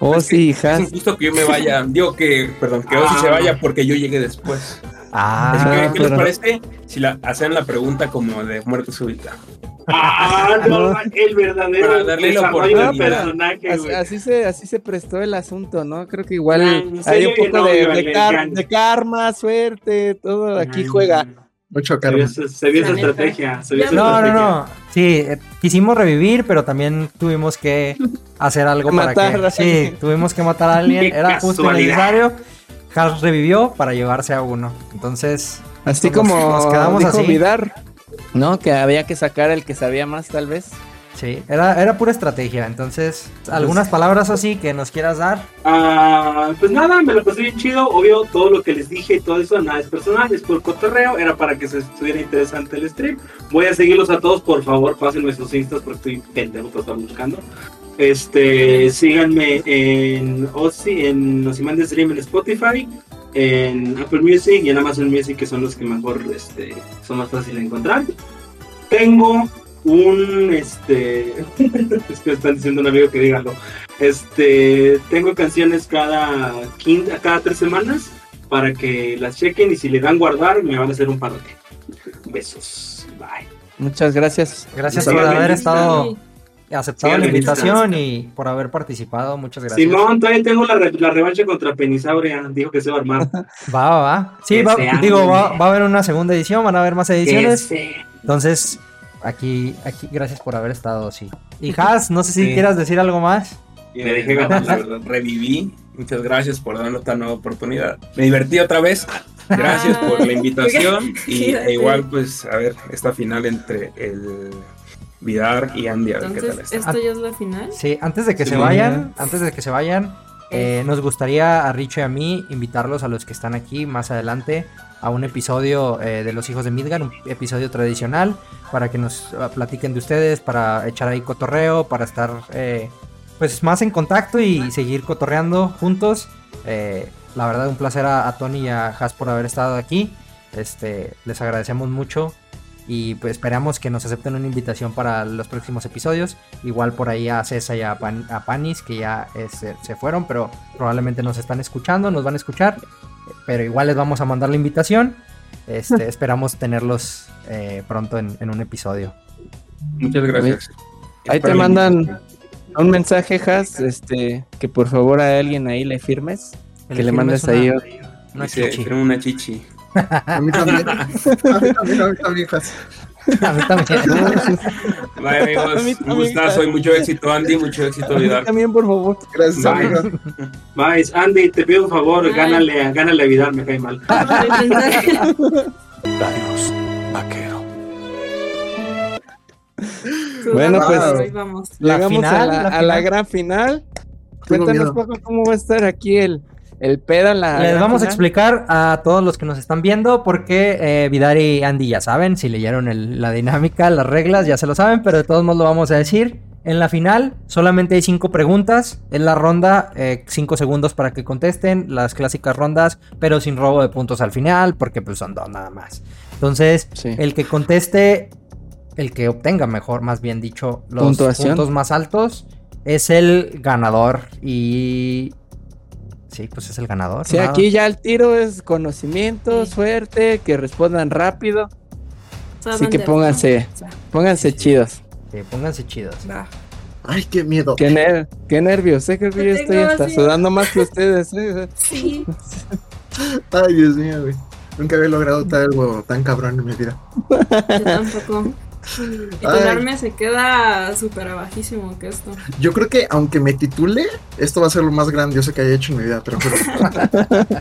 S2: Ozzy y
S3: Es
S2: Haas.
S3: injusto que yo me
S1: [LAUGHS]
S3: vaya. Digo que, perdón, que Ozzy
S2: Ah.
S3: se vaya porque yo llegué después.
S1: Ah,
S3: Así que, ¿qué les
S2: pero-
S3: parece si la, hacen la pregunta como de muerte súbita?
S7: [LAUGHS] Ah, no, el verdadero
S3: Para darle la
S7: desarrollo del
S3: oportunidad.
S7: personaje,
S2: Así,
S7: güey.
S2: así se, así se prestó el asunto, ¿no? Creo que igual
S7: Ah, no sé,
S2: hay
S7: yo
S2: un poco
S7: no,
S2: de,
S7: yo
S2: de
S7: le
S2: car-
S7: gano.
S2: de karma, suerte, todo aquí juega.
S11: Mucho
S7: Se vio
S11: karma.
S7: su- se vio su
S2: La neta.
S7: estrategia. se vio su
S1: No, no,
S7: estrategia.
S1: no. Sí, eh, quisimos revivir, pero también tuvimos
S2: [LAUGHS]
S1: que hacer algo para
S2: Matar
S1: que.
S2: a
S1: Sí,
S2: alguien.
S1: tuvimos que matar a alguien.
S2: Qué
S1: Era justo y
S2: casualidad.
S1: necesario. Hal revivió para llevarse a uno. Entonces. pues,
S2: Así
S1: nos-
S2: como
S1: nos quedamos
S2: dijo
S1: así.
S2: Vidar, ¿no? Que había que sacar el que sabía más, tal vez.
S1: Sí, era, era pura estrategia. Entonces, algunas palabras así que nos quieras dar.
S7: Ah, pues nada, me lo pasé bien chido. Obvio, todo lo que les dije y todo eso, nada es personal, es por cotorreo. Era para que se estuviera interesante el stream. Voy a seguirlos a todos, por favor, pásenme sus instas porque estoy pendejo para estar buscando. Este, síganme en Ozzy, en Osimandes Stream en Spotify, en Apple Music y en Amazon Music, que son los que mejor este, son más fáciles de encontrar. Tengo un este [LAUGHS] es que están diciendo un amigo que díganlo. Este, tengo canciones cada quinta, cada tres semanas para que las chequen y si le dan guardar me van a hacer un parote. Besos. Bye.
S2: Muchas gracias.
S1: Gracias
S7: Sí,
S1: por
S7: sí,
S1: haber
S7: sí.
S1: estado. Aceptado
S7: Sí,
S1: la
S7: sí, sí.
S1: invitación y por haber participado. Muchas gracias.
S7: Simón, todavía tengo la, re- la revancha contra Penisauria. Dijo que se va a armar.
S1: [LAUGHS] Va, va, va. Este Sí,
S7: Que
S1: va-
S7: se arme.
S1: digo, va, va a haber una segunda edición, van a haber más ediciones.
S7: se-
S1: Entonces, aquí, aquí, gracias por haber estado, sí. Y Has, no sé si
S3: Sí.
S1: quieras decir algo más.
S3: Me dejé ganar, la verdad. Reviví. Muchas gracias por darme esta nueva oportunidad. Me divertí otra vez. Gracias por la invitación. Y
S8: Cuídate.
S3: e igual, pues, a ver, esta final entre el Vidar y Andy, a ver qué tal
S8: Entonces,
S7: Ah,
S3: está.
S8: ¿esto ya es la final?
S1: Sí, antes de que
S3: Sí.
S1: se vayan, antes de que se vayan, eh, nos gustaría a Richo y a mí invitarlos a los que están aquí más adelante a un episodio eh, de Los Hijos de Midgar, un episodio tradicional, para que nos ah, platiquen de ustedes, para echar ahí cotorreo, para estar eh, pues más en contacto y seguir cotorreando juntos. Eh, la verdad, un placer a, a Tony y a Has por haber estado aquí. Este, les agradecemos mucho y pues esperamos que nos acepten una invitación para los próximos episodios. Igual por ahí a César y a, Pan- a Panis, que ya eh, se, se fueron, pero probablemente nos están escuchando, nos van a escuchar. Pero igual les vamos a mandar la invitación.
S2: [LAUGHS]
S1: Este, esperamos tenerlos eh, pronto en, en un episodio.
S3: Muchas gracias.
S2: Ahí te
S3: Espero la
S2: mandan un mensaje, Haas, este, que por favor a alguien ahí le firmes.
S1: Que
S2: Que,
S1: le
S2: le mandes
S1: firmes
S2: ahí.
S1: una-
S3: Y se firma una chichi.
S11: A mí también. A mí también, a mí también, Jaz.
S1: A mí [LAUGHS] también.
S3: [LAUGHS] Bye,
S2: A mí
S3: amigos. Un
S2: también,
S3: gustazo y mucho éxito, Andy. Mucho éxito, Vidar.
S2: También, por favor.
S11: Gracias,
S7: Bye.
S11: amigo.
S7: Bye. Andy, te pido un favor,
S8: Bye.
S7: gánale, a- gánale a Vidal, me cae mal.
S24: Darius, vaquero.
S2: Bueno,
S8: Vamos,
S2: pues,
S8: ahí vamos.
S2: Llegamos
S1: final,
S2: a, la,
S1: la
S2: a la
S1: final.
S2: gran final.
S11: Tengo miedo.
S2: Cuéntanos poco cómo va a estar aquí el, el pedo en la.
S1: Les
S2: gran
S1: vamos a
S2: final.
S1: explicar a todos los que nos están viendo porque eh, Vidar y Andy ya saben, si leyeron el- la dinámica, las reglas, ya se lo saben, pero de todos modos lo vamos a decir. En la final solamente hay cinco preguntas, en la ronda eh, cinco segundos para que contesten, las clásicas rondas, pero sin robo de puntos al final, porque pues son dos nada más. Entonces, el que conteste, el que obtenga mejor, más bien dicho, los
S2: Puntuación.
S1: puntos más altos, es el ganador y... Sí, pues es el ganador.
S2: Sí,
S1: nada.
S2: aquí ya el tiro es conocimiento, suerte, que respondan rápido. Así que pónganse, pónganse chidos.
S1: Sí, Este, pónganse chidos.
S2: Ay, qué miedo. Qué, ner- qué nervios, eh, creo que yo estoy
S11: tengo
S2: hasta
S11: así.
S2: sudando más que
S11: [LAUGHS]
S2: ustedes. eh.
S11: Sí. Ay, Dios mío, güey. Nunca había logrado tal algo tan cabrón en mi vida.
S8: Yo tampoco. Y titularme se queda súper bajísimo que esto.
S11: Yo creo que aunque me titule, esto va a ser lo más grandioso que haya hecho en mi vida, te lo juro.
S2: [LAUGHS]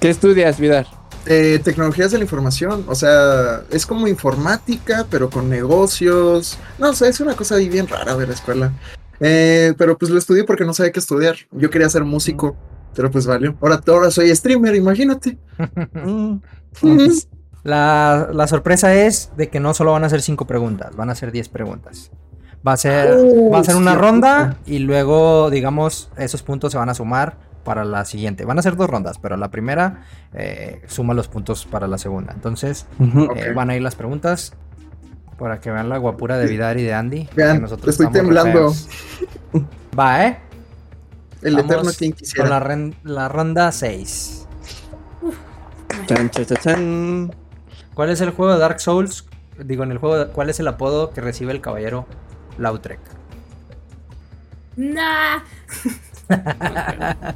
S2: ¿Qué estudias, Vidar?
S11: Eh, tecnologías de la información, o sea, es como informática, pero con negocios. No, o sea, es una cosa ahí bien rara de la escuela. Eh, pero pues lo estudié porque no sabía qué estudiar. Yo quería ser músico, pero pues valió. Ahora, ahora soy streamer, imagínate.
S1: [LAUGHS]
S11: Mm. [LAUGHS]
S1: La, la sorpresa es de que no solo van a ser cinco preguntas, van a ser 10 preguntas. Va a ser,
S2: Oh,
S1: va a ser una
S2: cierto.
S1: ronda y luego, digamos, esos puntos se van a sumar para la siguiente. Van a ser dos rondas, pero la primera eh, suma los puntos para la segunda. Entonces,
S11: Ujú.
S1: eh,
S11: Ok.
S1: van a ir las preguntas para que vean la guapura de Vidar y de Andy.
S11: Vean,
S1: que nosotros
S11: estoy
S1: estamos
S11: temblando.
S1: feos. Va, ¿eh?
S11: El
S1: Vamos
S11: eterno quien quisiera.
S1: Con la, ren- la ronda 6.
S2: Chan, chan, chan, chan.
S1: ¿Cuál es el juego de Dark Souls? Digo, en el juego, ¿cuál es el apodo que recibe el caballero Lautrec?
S8: Nah.
S1: [LAUGHS]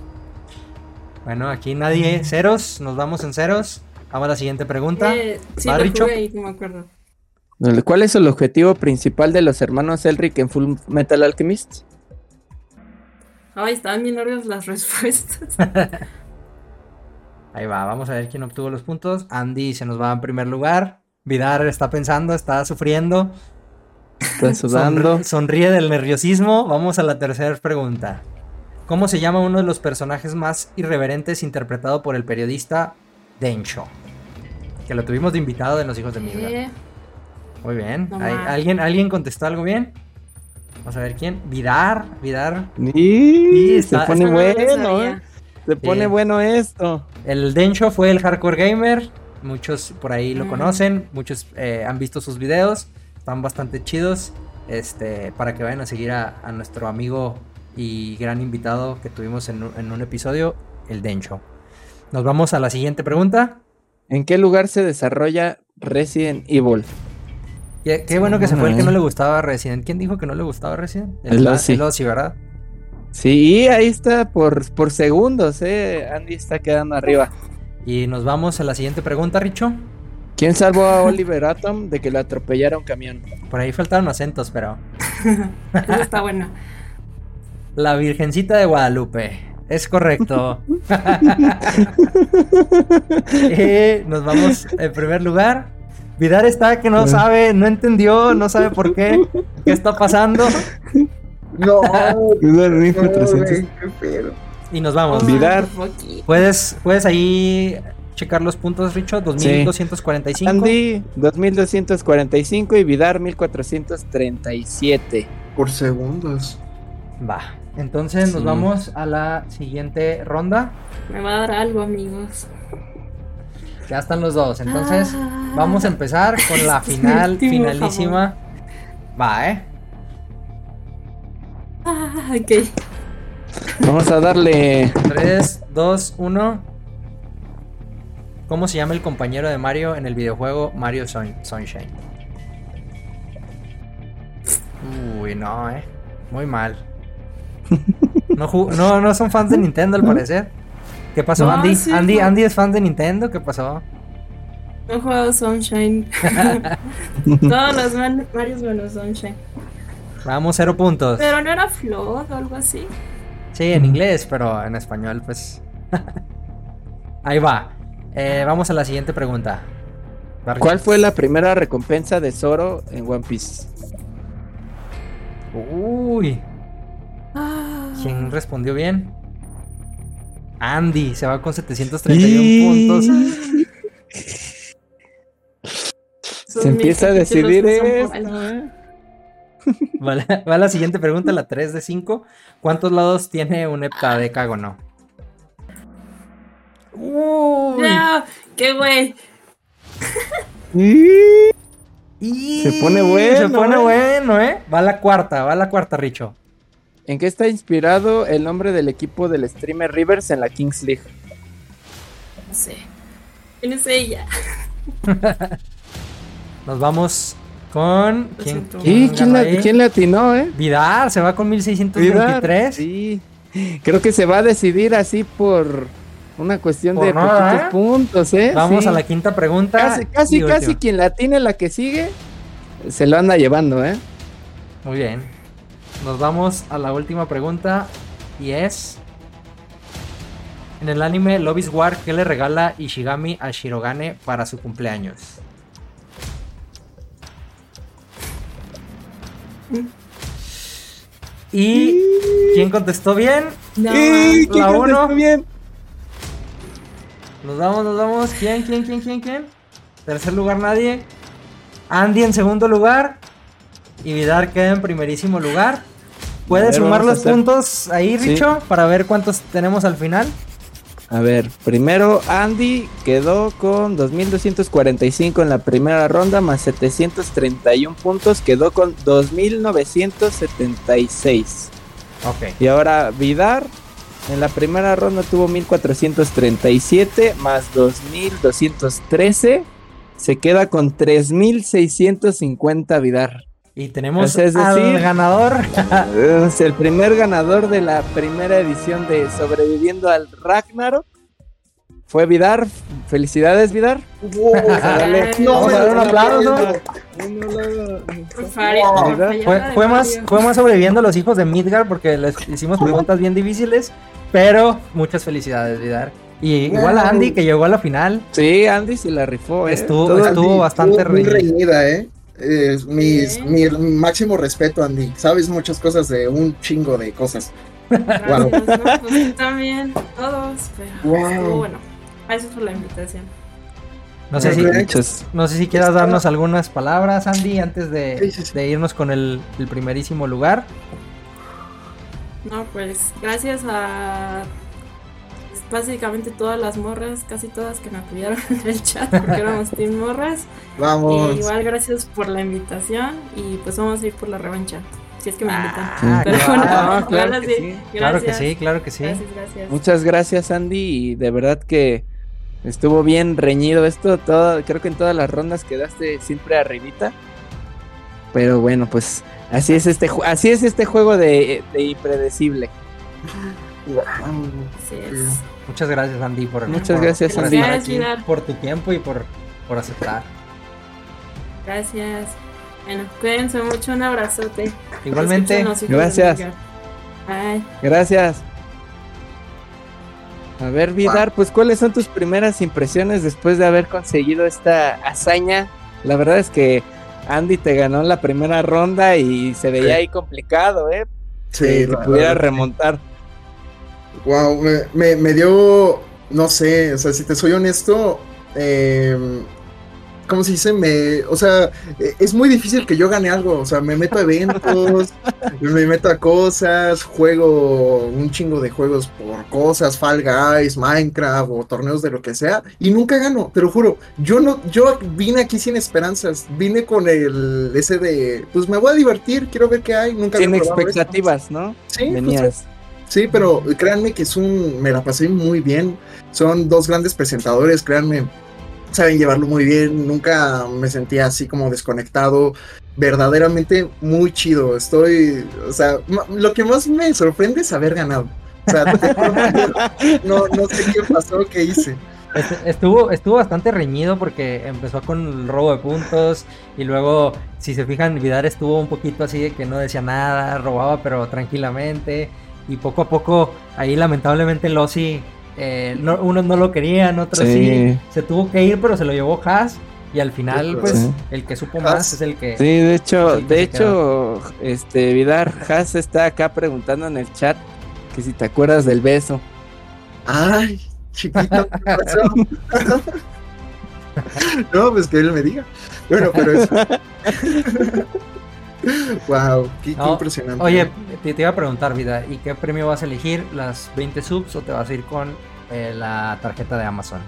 S1: Bueno, aquí nadie, ceros, nos vamos en ceros. Vamos a la siguiente pregunta.
S8: Eh, sí,
S1: ¿Va,
S8: lo
S1: Richo?
S8: jugué y no me acuerdo.
S2: ¿Cuál es el objetivo principal de los hermanos Elric en Full Metal Alchemist?
S8: Ay, estaban bien largas las [LAUGHS] respuestas.
S1: Ahí va, vamos a ver quién obtuvo los puntos. Andy se nos va en primer lugar. Vidar está pensando, está sufriendo. [LAUGHS]
S2: Está sudando.
S1: Sonr- sonríe del nerviosismo. Vamos a la tercera pregunta. ¿Cómo se llama uno de los personajes más irreverentes interpretado por el periodista Dencho? Que lo tuvimos de invitado en Los Hijos de Midgar.
S8: Eh,
S1: Muy bien.
S8: No
S1: Ahí-
S8: más.
S1: ¿alguien, ¿Alguien contestó algo bien? Vamos a ver quién. Vidar. Vidar.
S2: Y se
S1: está-
S2: pone
S1: está-
S2: bueno, ¿eh? Se pone
S1: Sí.
S2: bueno esto.
S1: El Densho fue el hardcore gamer. Muchos por ahí lo conocen. Muchos eh, han visto sus videos. Están bastante chidos. Este, para que vayan a seguir a, a nuestro amigo y gran invitado que tuvimos en, un- en un episodio, el Densho. Nos vamos a la siguiente pregunta.
S2: ¿En qué lugar se desarrolla Resident Evil? Mm.
S1: Qué, qué bueno que se fue el que no le gustaba Resident. ¿Quién dijo que no le gustaba Resident?
S2: El Ozzy.
S1: el Ozzy, ¿verdad?
S2: Sí, ahí está por, por segundos, ¿eh? Andy está quedando arriba.
S1: Y nos vamos a la siguiente pregunta, Richo.
S2: ¿Quién salvó a Oliver Atom de que lo atropellara un camión?
S1: Por ahí faltaron acentos, pero.
S8: eso está bueno.
S1: La Virgencita de Guadalupe. Es correcto. [LAUGHS] Eh, nos vamos en primer lugar. Vidar está que no sabe, no entendió, no sabe por qué. ¿Qué está pasando?
S11: No.
S1: no,
S2: 300.
S11: güey, qué pedo.
S1: Y nos vamos.
S2: Vidar.
S1: Puedes, puedes ahí checar los puntos, Richo. 2245.
S2: Andy, 2245 y Vidar, 1437.
S11: Por segundos.
S1: Va. Entonces nos
S2: Sí.
S1: vamos a la siguiente ronda.
S8: Me va a dar algo, amigos.
S1: Ya están los dos. Entonces, vamos a empezar con la final,
S8: Ah. Último, por favor.
S1: finalísima. Va, eh.
S8: Ah, ok.
S2: Vamos a darle.
S1: 3, 2, 1. ¿Cómo se llama el compañero de Mario en el videojuego Mario Sun- Sunshine? Uy, no, eh. Muy
S2: [LAUGHS]
S1: mal. No, ju- no, no son fans de Nintendo al parecer. ¿Qué pasó,
S8: No,
S1: Andy?
S8: sí,
S1: Andy,
S8: no.
S1: Andy es fan de Nintendo, ¿qué pasó?
S8: No he
S2: [LAUGHS]
S8: jugado Sunshine. Todos los man- varios buenos Sunshine.
S1: Vamos, cero
S2: Pues
S1: puntos.
S8: Pero no era Flood o algo así.
S1: Sí, en inglés, pero en español, pues. [LAUGHS] Ahí va. Eh, vamos a la siguiente pregunta. Barry.
S2: ¿Cuál fue la primera recompensa de Zoro en One Piece?
S1: Uy. ¿Quién respondió bien? Andy se va con 731 puntos.
S2: Se empieza a decidir esto. ¿eh?
S1: Va la, va la siguiente pregunta, la 3 de 5. ¿Cuántos lados tiene un heptadecágono?
S8: No, qué güey.
S2: Se pone bueno.
S1: Se pone bueno, ¿eh? Va la cuarta, va la cuarta, Richo.
S2: ¿En qué está inspirado el nombre del equipo del streamer Rivers en la Kings League?
S8: No sé. ¿Quién es ella?
S1: Nos vamos con. ¿Quién,
S2: Sí, ¿quién,
S1: agarra
S2: la-
S1: ahí?
S2: quién le atinó, eh?
S1: Vidar, se va con 1623.
S2: Vidar, Sí. Creo que se va a decidir así por una cuestión
S1: Por
S2: de
S1: nada,
S2: poquitos
S1: ¿eh?
S2: puntos, ¿eh?
S1: Vamos
S2: Sí.
S1: a la quinta pregunta.
S2: Casi, casi,
S1: y última.
S2: casi quien la tiene la que sigue se lo anda llevando, ¿eh?
S1: Muy bien. Nos vamos a la última pregunta. Y es. En el anime Lobby's War, ¿qué le regala Ishigami a Shirogane para su cumpleaños?
S2: Mm.
S1: ¿Y quién contestó bien?
S2: ¡Y quién
S1: La
S2: contestó
S1: uno.
S2: bien!
S1: Nos vamos, nos vamos. ¿Quién, quién, quién, quién, quién? Tercer lugar nadie. Andy en segundo lugar. Y Vidar queda en primerísimo lugar.
S2: A
S1: ¿Puedes
S2: ver,
S1: sumar
S2: vamos a
S1: los
S2: hacer-
S1: puntos ahí,
S2: Sí.
S1: Richo? Para ver cuántos tenemos al final.
S2: A ver, primero Andy quedó con 2.245 en la primera ronda, más 731 puntos, quedó con 2.976.
S1: Ok.
S2: Y ahora Vidar en la primera ronda tuvo 1.437, más 2.213, se queda con 3.650 Vidar.
S1: Y tenemos
S2: Pues es
S1: al
S2: decir-
S1: ganador.
S2: [LAUGHS] Es el primer ganador de la primera edición de Sobreviviendo al Ragnarok. Fue Vidar. Felicidades, Vidar.
S1: [LAUGHS]
S2: Vamos a darle-
S1: No,
S2: Uh, vamos
S1: me
S2: a darle un
S1: lo
S2: aplauso.
S1: Fue, fue más, fue más sobreviviendo a los hijos de Midgar porque les hicimos preguntas bien difíciles. Pero muchas felicidades, Vidar. Y igual a Andy que llegó a la final.
S2: Sí, Andy se la rifó. ¿eh?
S1: Estuvo,
S2: Todo-
S1: estuvo
S2: Andy
S1: bastante
S2: estuvo muy
S1: reñido.
S11: reñida, ¿eh? Eh, mis- mi máximo respeto, Andy. Sabes muchas cosas de un chingo de cosas. Guau.
S8: Gracias, ¿no? Pues también, todos, pero
S11: Wow.
S8: estuvo bueno. Gracias por la invitación.
S1: No sé,
S2: Sí,
S1: si,
S2: muchas.
S1: no sé si quieras darnos algunas palabras, Andy, antes de, de irnos con el, el primerísimo lugar.
S8: No, pues gracias a pues, básicamente todas las morras, casi todas que me apoyaron [LAUGHS] en el chat porque éramos team morras.
S11: Vamos.
S8: Y igual gracias por la invitación y pues vamos a ir por la revancha, si es que me invitan.
S1: Ah,
S8: Pero
S1: claro,
S8: bueno,
S1: claro
S8: ojalá
S1: que
S8: sí.
S1: sí. Claro que
S8: Gracias.
S1: sí, claro que sí.
S8: Gracias, gracias.
S2: Muchas gracias, Andy. Y de verdad que estuvo bien reñido esto. Todo, creo que en todas las rondas quedaste siempre arribita. Pero bueno, pues así es este, ju- así es este juego de, de impredecible.
S8: Así es.
S1: Muchas gracias, Andy, por
S2: Muchas
S1: por-
S2: gracias,
S1: por
S2: Andy.
S1: estar
S8: Gracias,
S1: aquí,
S8: Vidar.
S1: por tu tiempo y por, por aceptar.
S8: Gracias. Bueno, cuídense mucho, un abrazote.
S1: Igualmente.
S8: Escúchenos, hijos de
S2: Gracias.
S8: Miguel. Bye.
S2: Gracias. A ver, Vidar, pues cuáles son tus primeras impresiones después de haber conseguido esta hazaña. La verdad es que Andy te ganó en la primera ronda y se veía
S11: Sí.
S2: ahí complicado, ¿eh?
S11: Sí,
S2: que, que
S11: la
S2: pudiera
S11: verdad, sí.
S2: remontar.
S11: Wow, me, me- me dio, no sé, o sea, si te soy honesto, eh, ¿cómo se dice? Me, o sea, e- es muy difícil que yo gane algo, o sea, me meto a eventos, me meto a cosas, juego un chingo de juegos por cosas, Fall Guys, Minecraft o torneos de lo que sea, y nunca gano, te lo juro, yo no, yo vine aquí sin esperanzas, vine con el ese de, pues me voy a divertir, quiero ver qué hay, nunca
S2: Sin
S11: había probado ¿eh? esto.
S2: expectativas, ¿no?
S11: Sí,
S2: Venías.
S11: Sí, pero créanme que es un. Me la pasé muy bien. Son dos grandes presentadores, créanme. Saben llevarlo muy bien. Nunca me sentía así como desconectado. Verdaderamente muy chido. Estoy. O sea, ma- lo que más me sorprende es haber ganado. O sea, te juro que no, no sé qué pasó, qué hice. [LAUGHS]
S1: Este- Estuvo, estuvo bastante reñido porque empezó con el robo de puntos y luego, si se fijan, Vidar estuvo un poquito así de que no decía nada, robaba pero tranquilamente y poco a poco ahí lamentablemente Lossi, eh, no, unos no lo querían, otros sí.
S2: Sí.
S1: se tuvo que ir pero se lo llevó Haas y al final
S2: Sí.
S1: pues
S2: Sí.
S1: el que supo más es el que...
S2: Sí, de hecho,
S1: es el que
S2: de
S1: se quedó.
S2: hecho, este Vidar Haas está acá preguntando en el chat que si te acuerdas del beso.
S11: Ay, chiquito, ¿qué
S2: [LAUGHS]
S11: pasó? no, pues que él me diga. Bueno, pero [LAUGHS]
S1: [LAUGHS]
S11: eso. wow, qué, qué
S1: No,
S11: impresionante.
S1: Oye, te, te iba a preguntar, vida, ¿y qué premio vas a elegir? ¿Las 20 subs o te vas a ir con eh, la tarjeta de Amazon?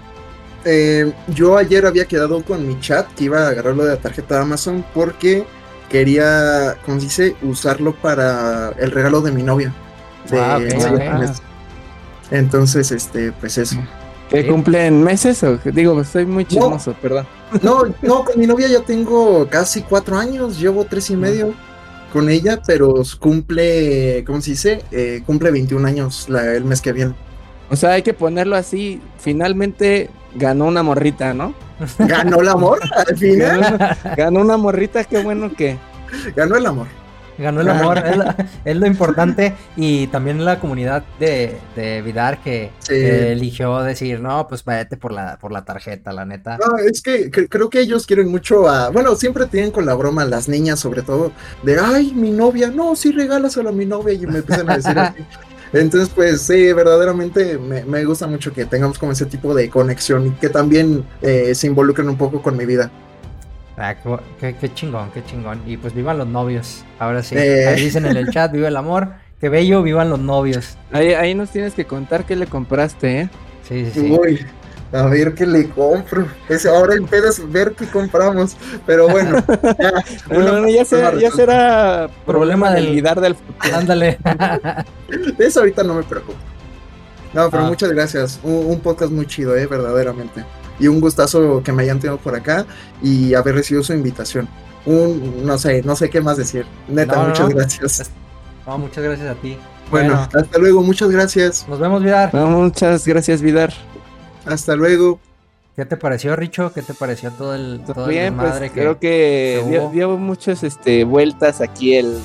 S11: Eh, yo ayer había quedado con mi chat que iba a agarrarlo de la tarjeta de Amazon porque quería, ¿cómo se dice? Usarlo para el regalo de mi novia. De-
S2: Ah, ok,
S11: sí,
S2: ok.
S11: Entonces, este, pues eso.
S2: ¿Que cumplen meses o qué? digo, estoy muy chismoso, perdón.
S11: No, no, con mi novia ya tengo casi cuatro años, llevo tres y medio con ella, pero cumple, ¿cómo se dice? Eh, cumple 21 años la- el mes que viene.
S2: O sea, hay que ponerlo así. Finalmente ganó una morrita, ¿no?
S11: Ganó el amor al final.
S2: Ganó, una- [LAUGHS] ganó una morrita, qué bueno que.
S11: Ganó el amor.
S1: Ganó el amor, es, la- es lo importante. Y también la comunidad de, de Vidar que, que eligió decir, no, pues váyate por la, por la tarjeta, la neta.
S11: No, Ah, es que cre- creo que ellos quieren mucho a. Bueno, siempre tienen con la broma las niñas, sobre todo, de ay, mi novia, no, sí, regálaselo a mi novia, y me empiezan a decir
S2: [LAUGHS]
S11: así. Entonces, pues sí, verdaderamente me, me gusta mucho que tengamos como ese tipo de conexión y que también eh, se involucren un poco con mi vida.
S1: Ah, qué, bu- qué- qué chingón, qué chingón. Y pues vivan los novios. Ahora sí.
S11: Eh.
S1: Ahí dicen en el chat, viva el amor. Qué bello, vivan los novios.
S2: Ahí, ahí nos tienes que contar qué le compraste, ¿eh?
S1: Sí, sí,
S11: Uy, a ver qué le compro. Es, ahora el pedo es ver qué compramos, pero
S2: [LAUGHS]
S11: bueno. ya, una-
S2: Bueno, ya, será, ya será problema del lidar del futuro. Pues,
S1: Ándale.
S2: [LAUGHS]
S11: De eso ahorita no me preocupo. No, pero
S2: Ah.
S11: muchas gracias. Un, un podcast muy chido, eh, verdaderamente. Y un gustazo que me hayan tenido por acá y haber recibido su invitación. Un, no sé, no sé qué más decir. [LAUGHS] Neta,
S1: No, no,
S11: muchas
S1: no.
S11: gracias.
S1: No, muchas gracias a ti.
S11: Bueno, hasta luego, muchas gracias.
S1: Nos vemos, Vidar.
S2: muchas gracias, Vidar.
S11: Hasta luego.
S1: ¿Qué te pareció, Richo? ¿Qué te pareció todo el, todo el
S2: Bien, pues
S1: desmadre
S2: creo que
S1: que
S2: dio,
S1: hubo?
S2: dio muchas este, vueltas aquí el,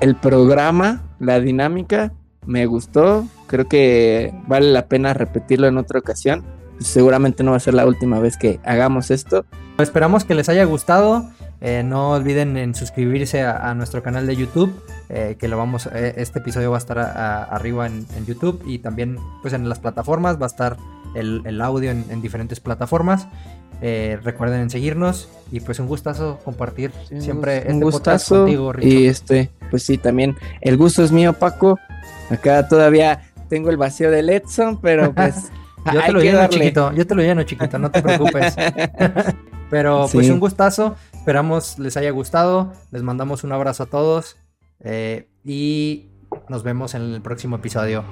S2: el programa, la dinámica. Me gustó. Creo que vale la pena repetirlo en otra ocasión. Seguramente no va a ser la última vez que hagamos esto.
S1: Esperamos que les haya gustado. Eh, no olviden en suscribirse a, a nuestro canal de YouTube, eh, que lo vamos, eh, este episodio va a estar a- a- arriba en, en YouTube y también pues en las plataformas va a estar el, el audio en, en diferentes plataformas. Eh, recuerden en seguirnos y pues un gustazo compartir siempre este
S2: un
S1: podcast
S2: gustazo.
S1: contigo, Richo.
S2: y este, pues sí, también el gusto es mío, Paco. Acá todavía tengo el vacío del
S1: [LAUGHS]
S2: Edson, pero pues
S1: Yo te
S2: hay
S1: lo
S2: que
S1: lleno,
S2: darle.
S1: chiquito. Yo te lo lleno, chiquito. No te
S2: [LAUGHS]
S1: preocupes. Pero pues
S2: Sí.
S1: un gustazo. Esperamos les haya gustado. Les mandamos un abrazo a todos. eh, y nos vemos en el próximo episodio.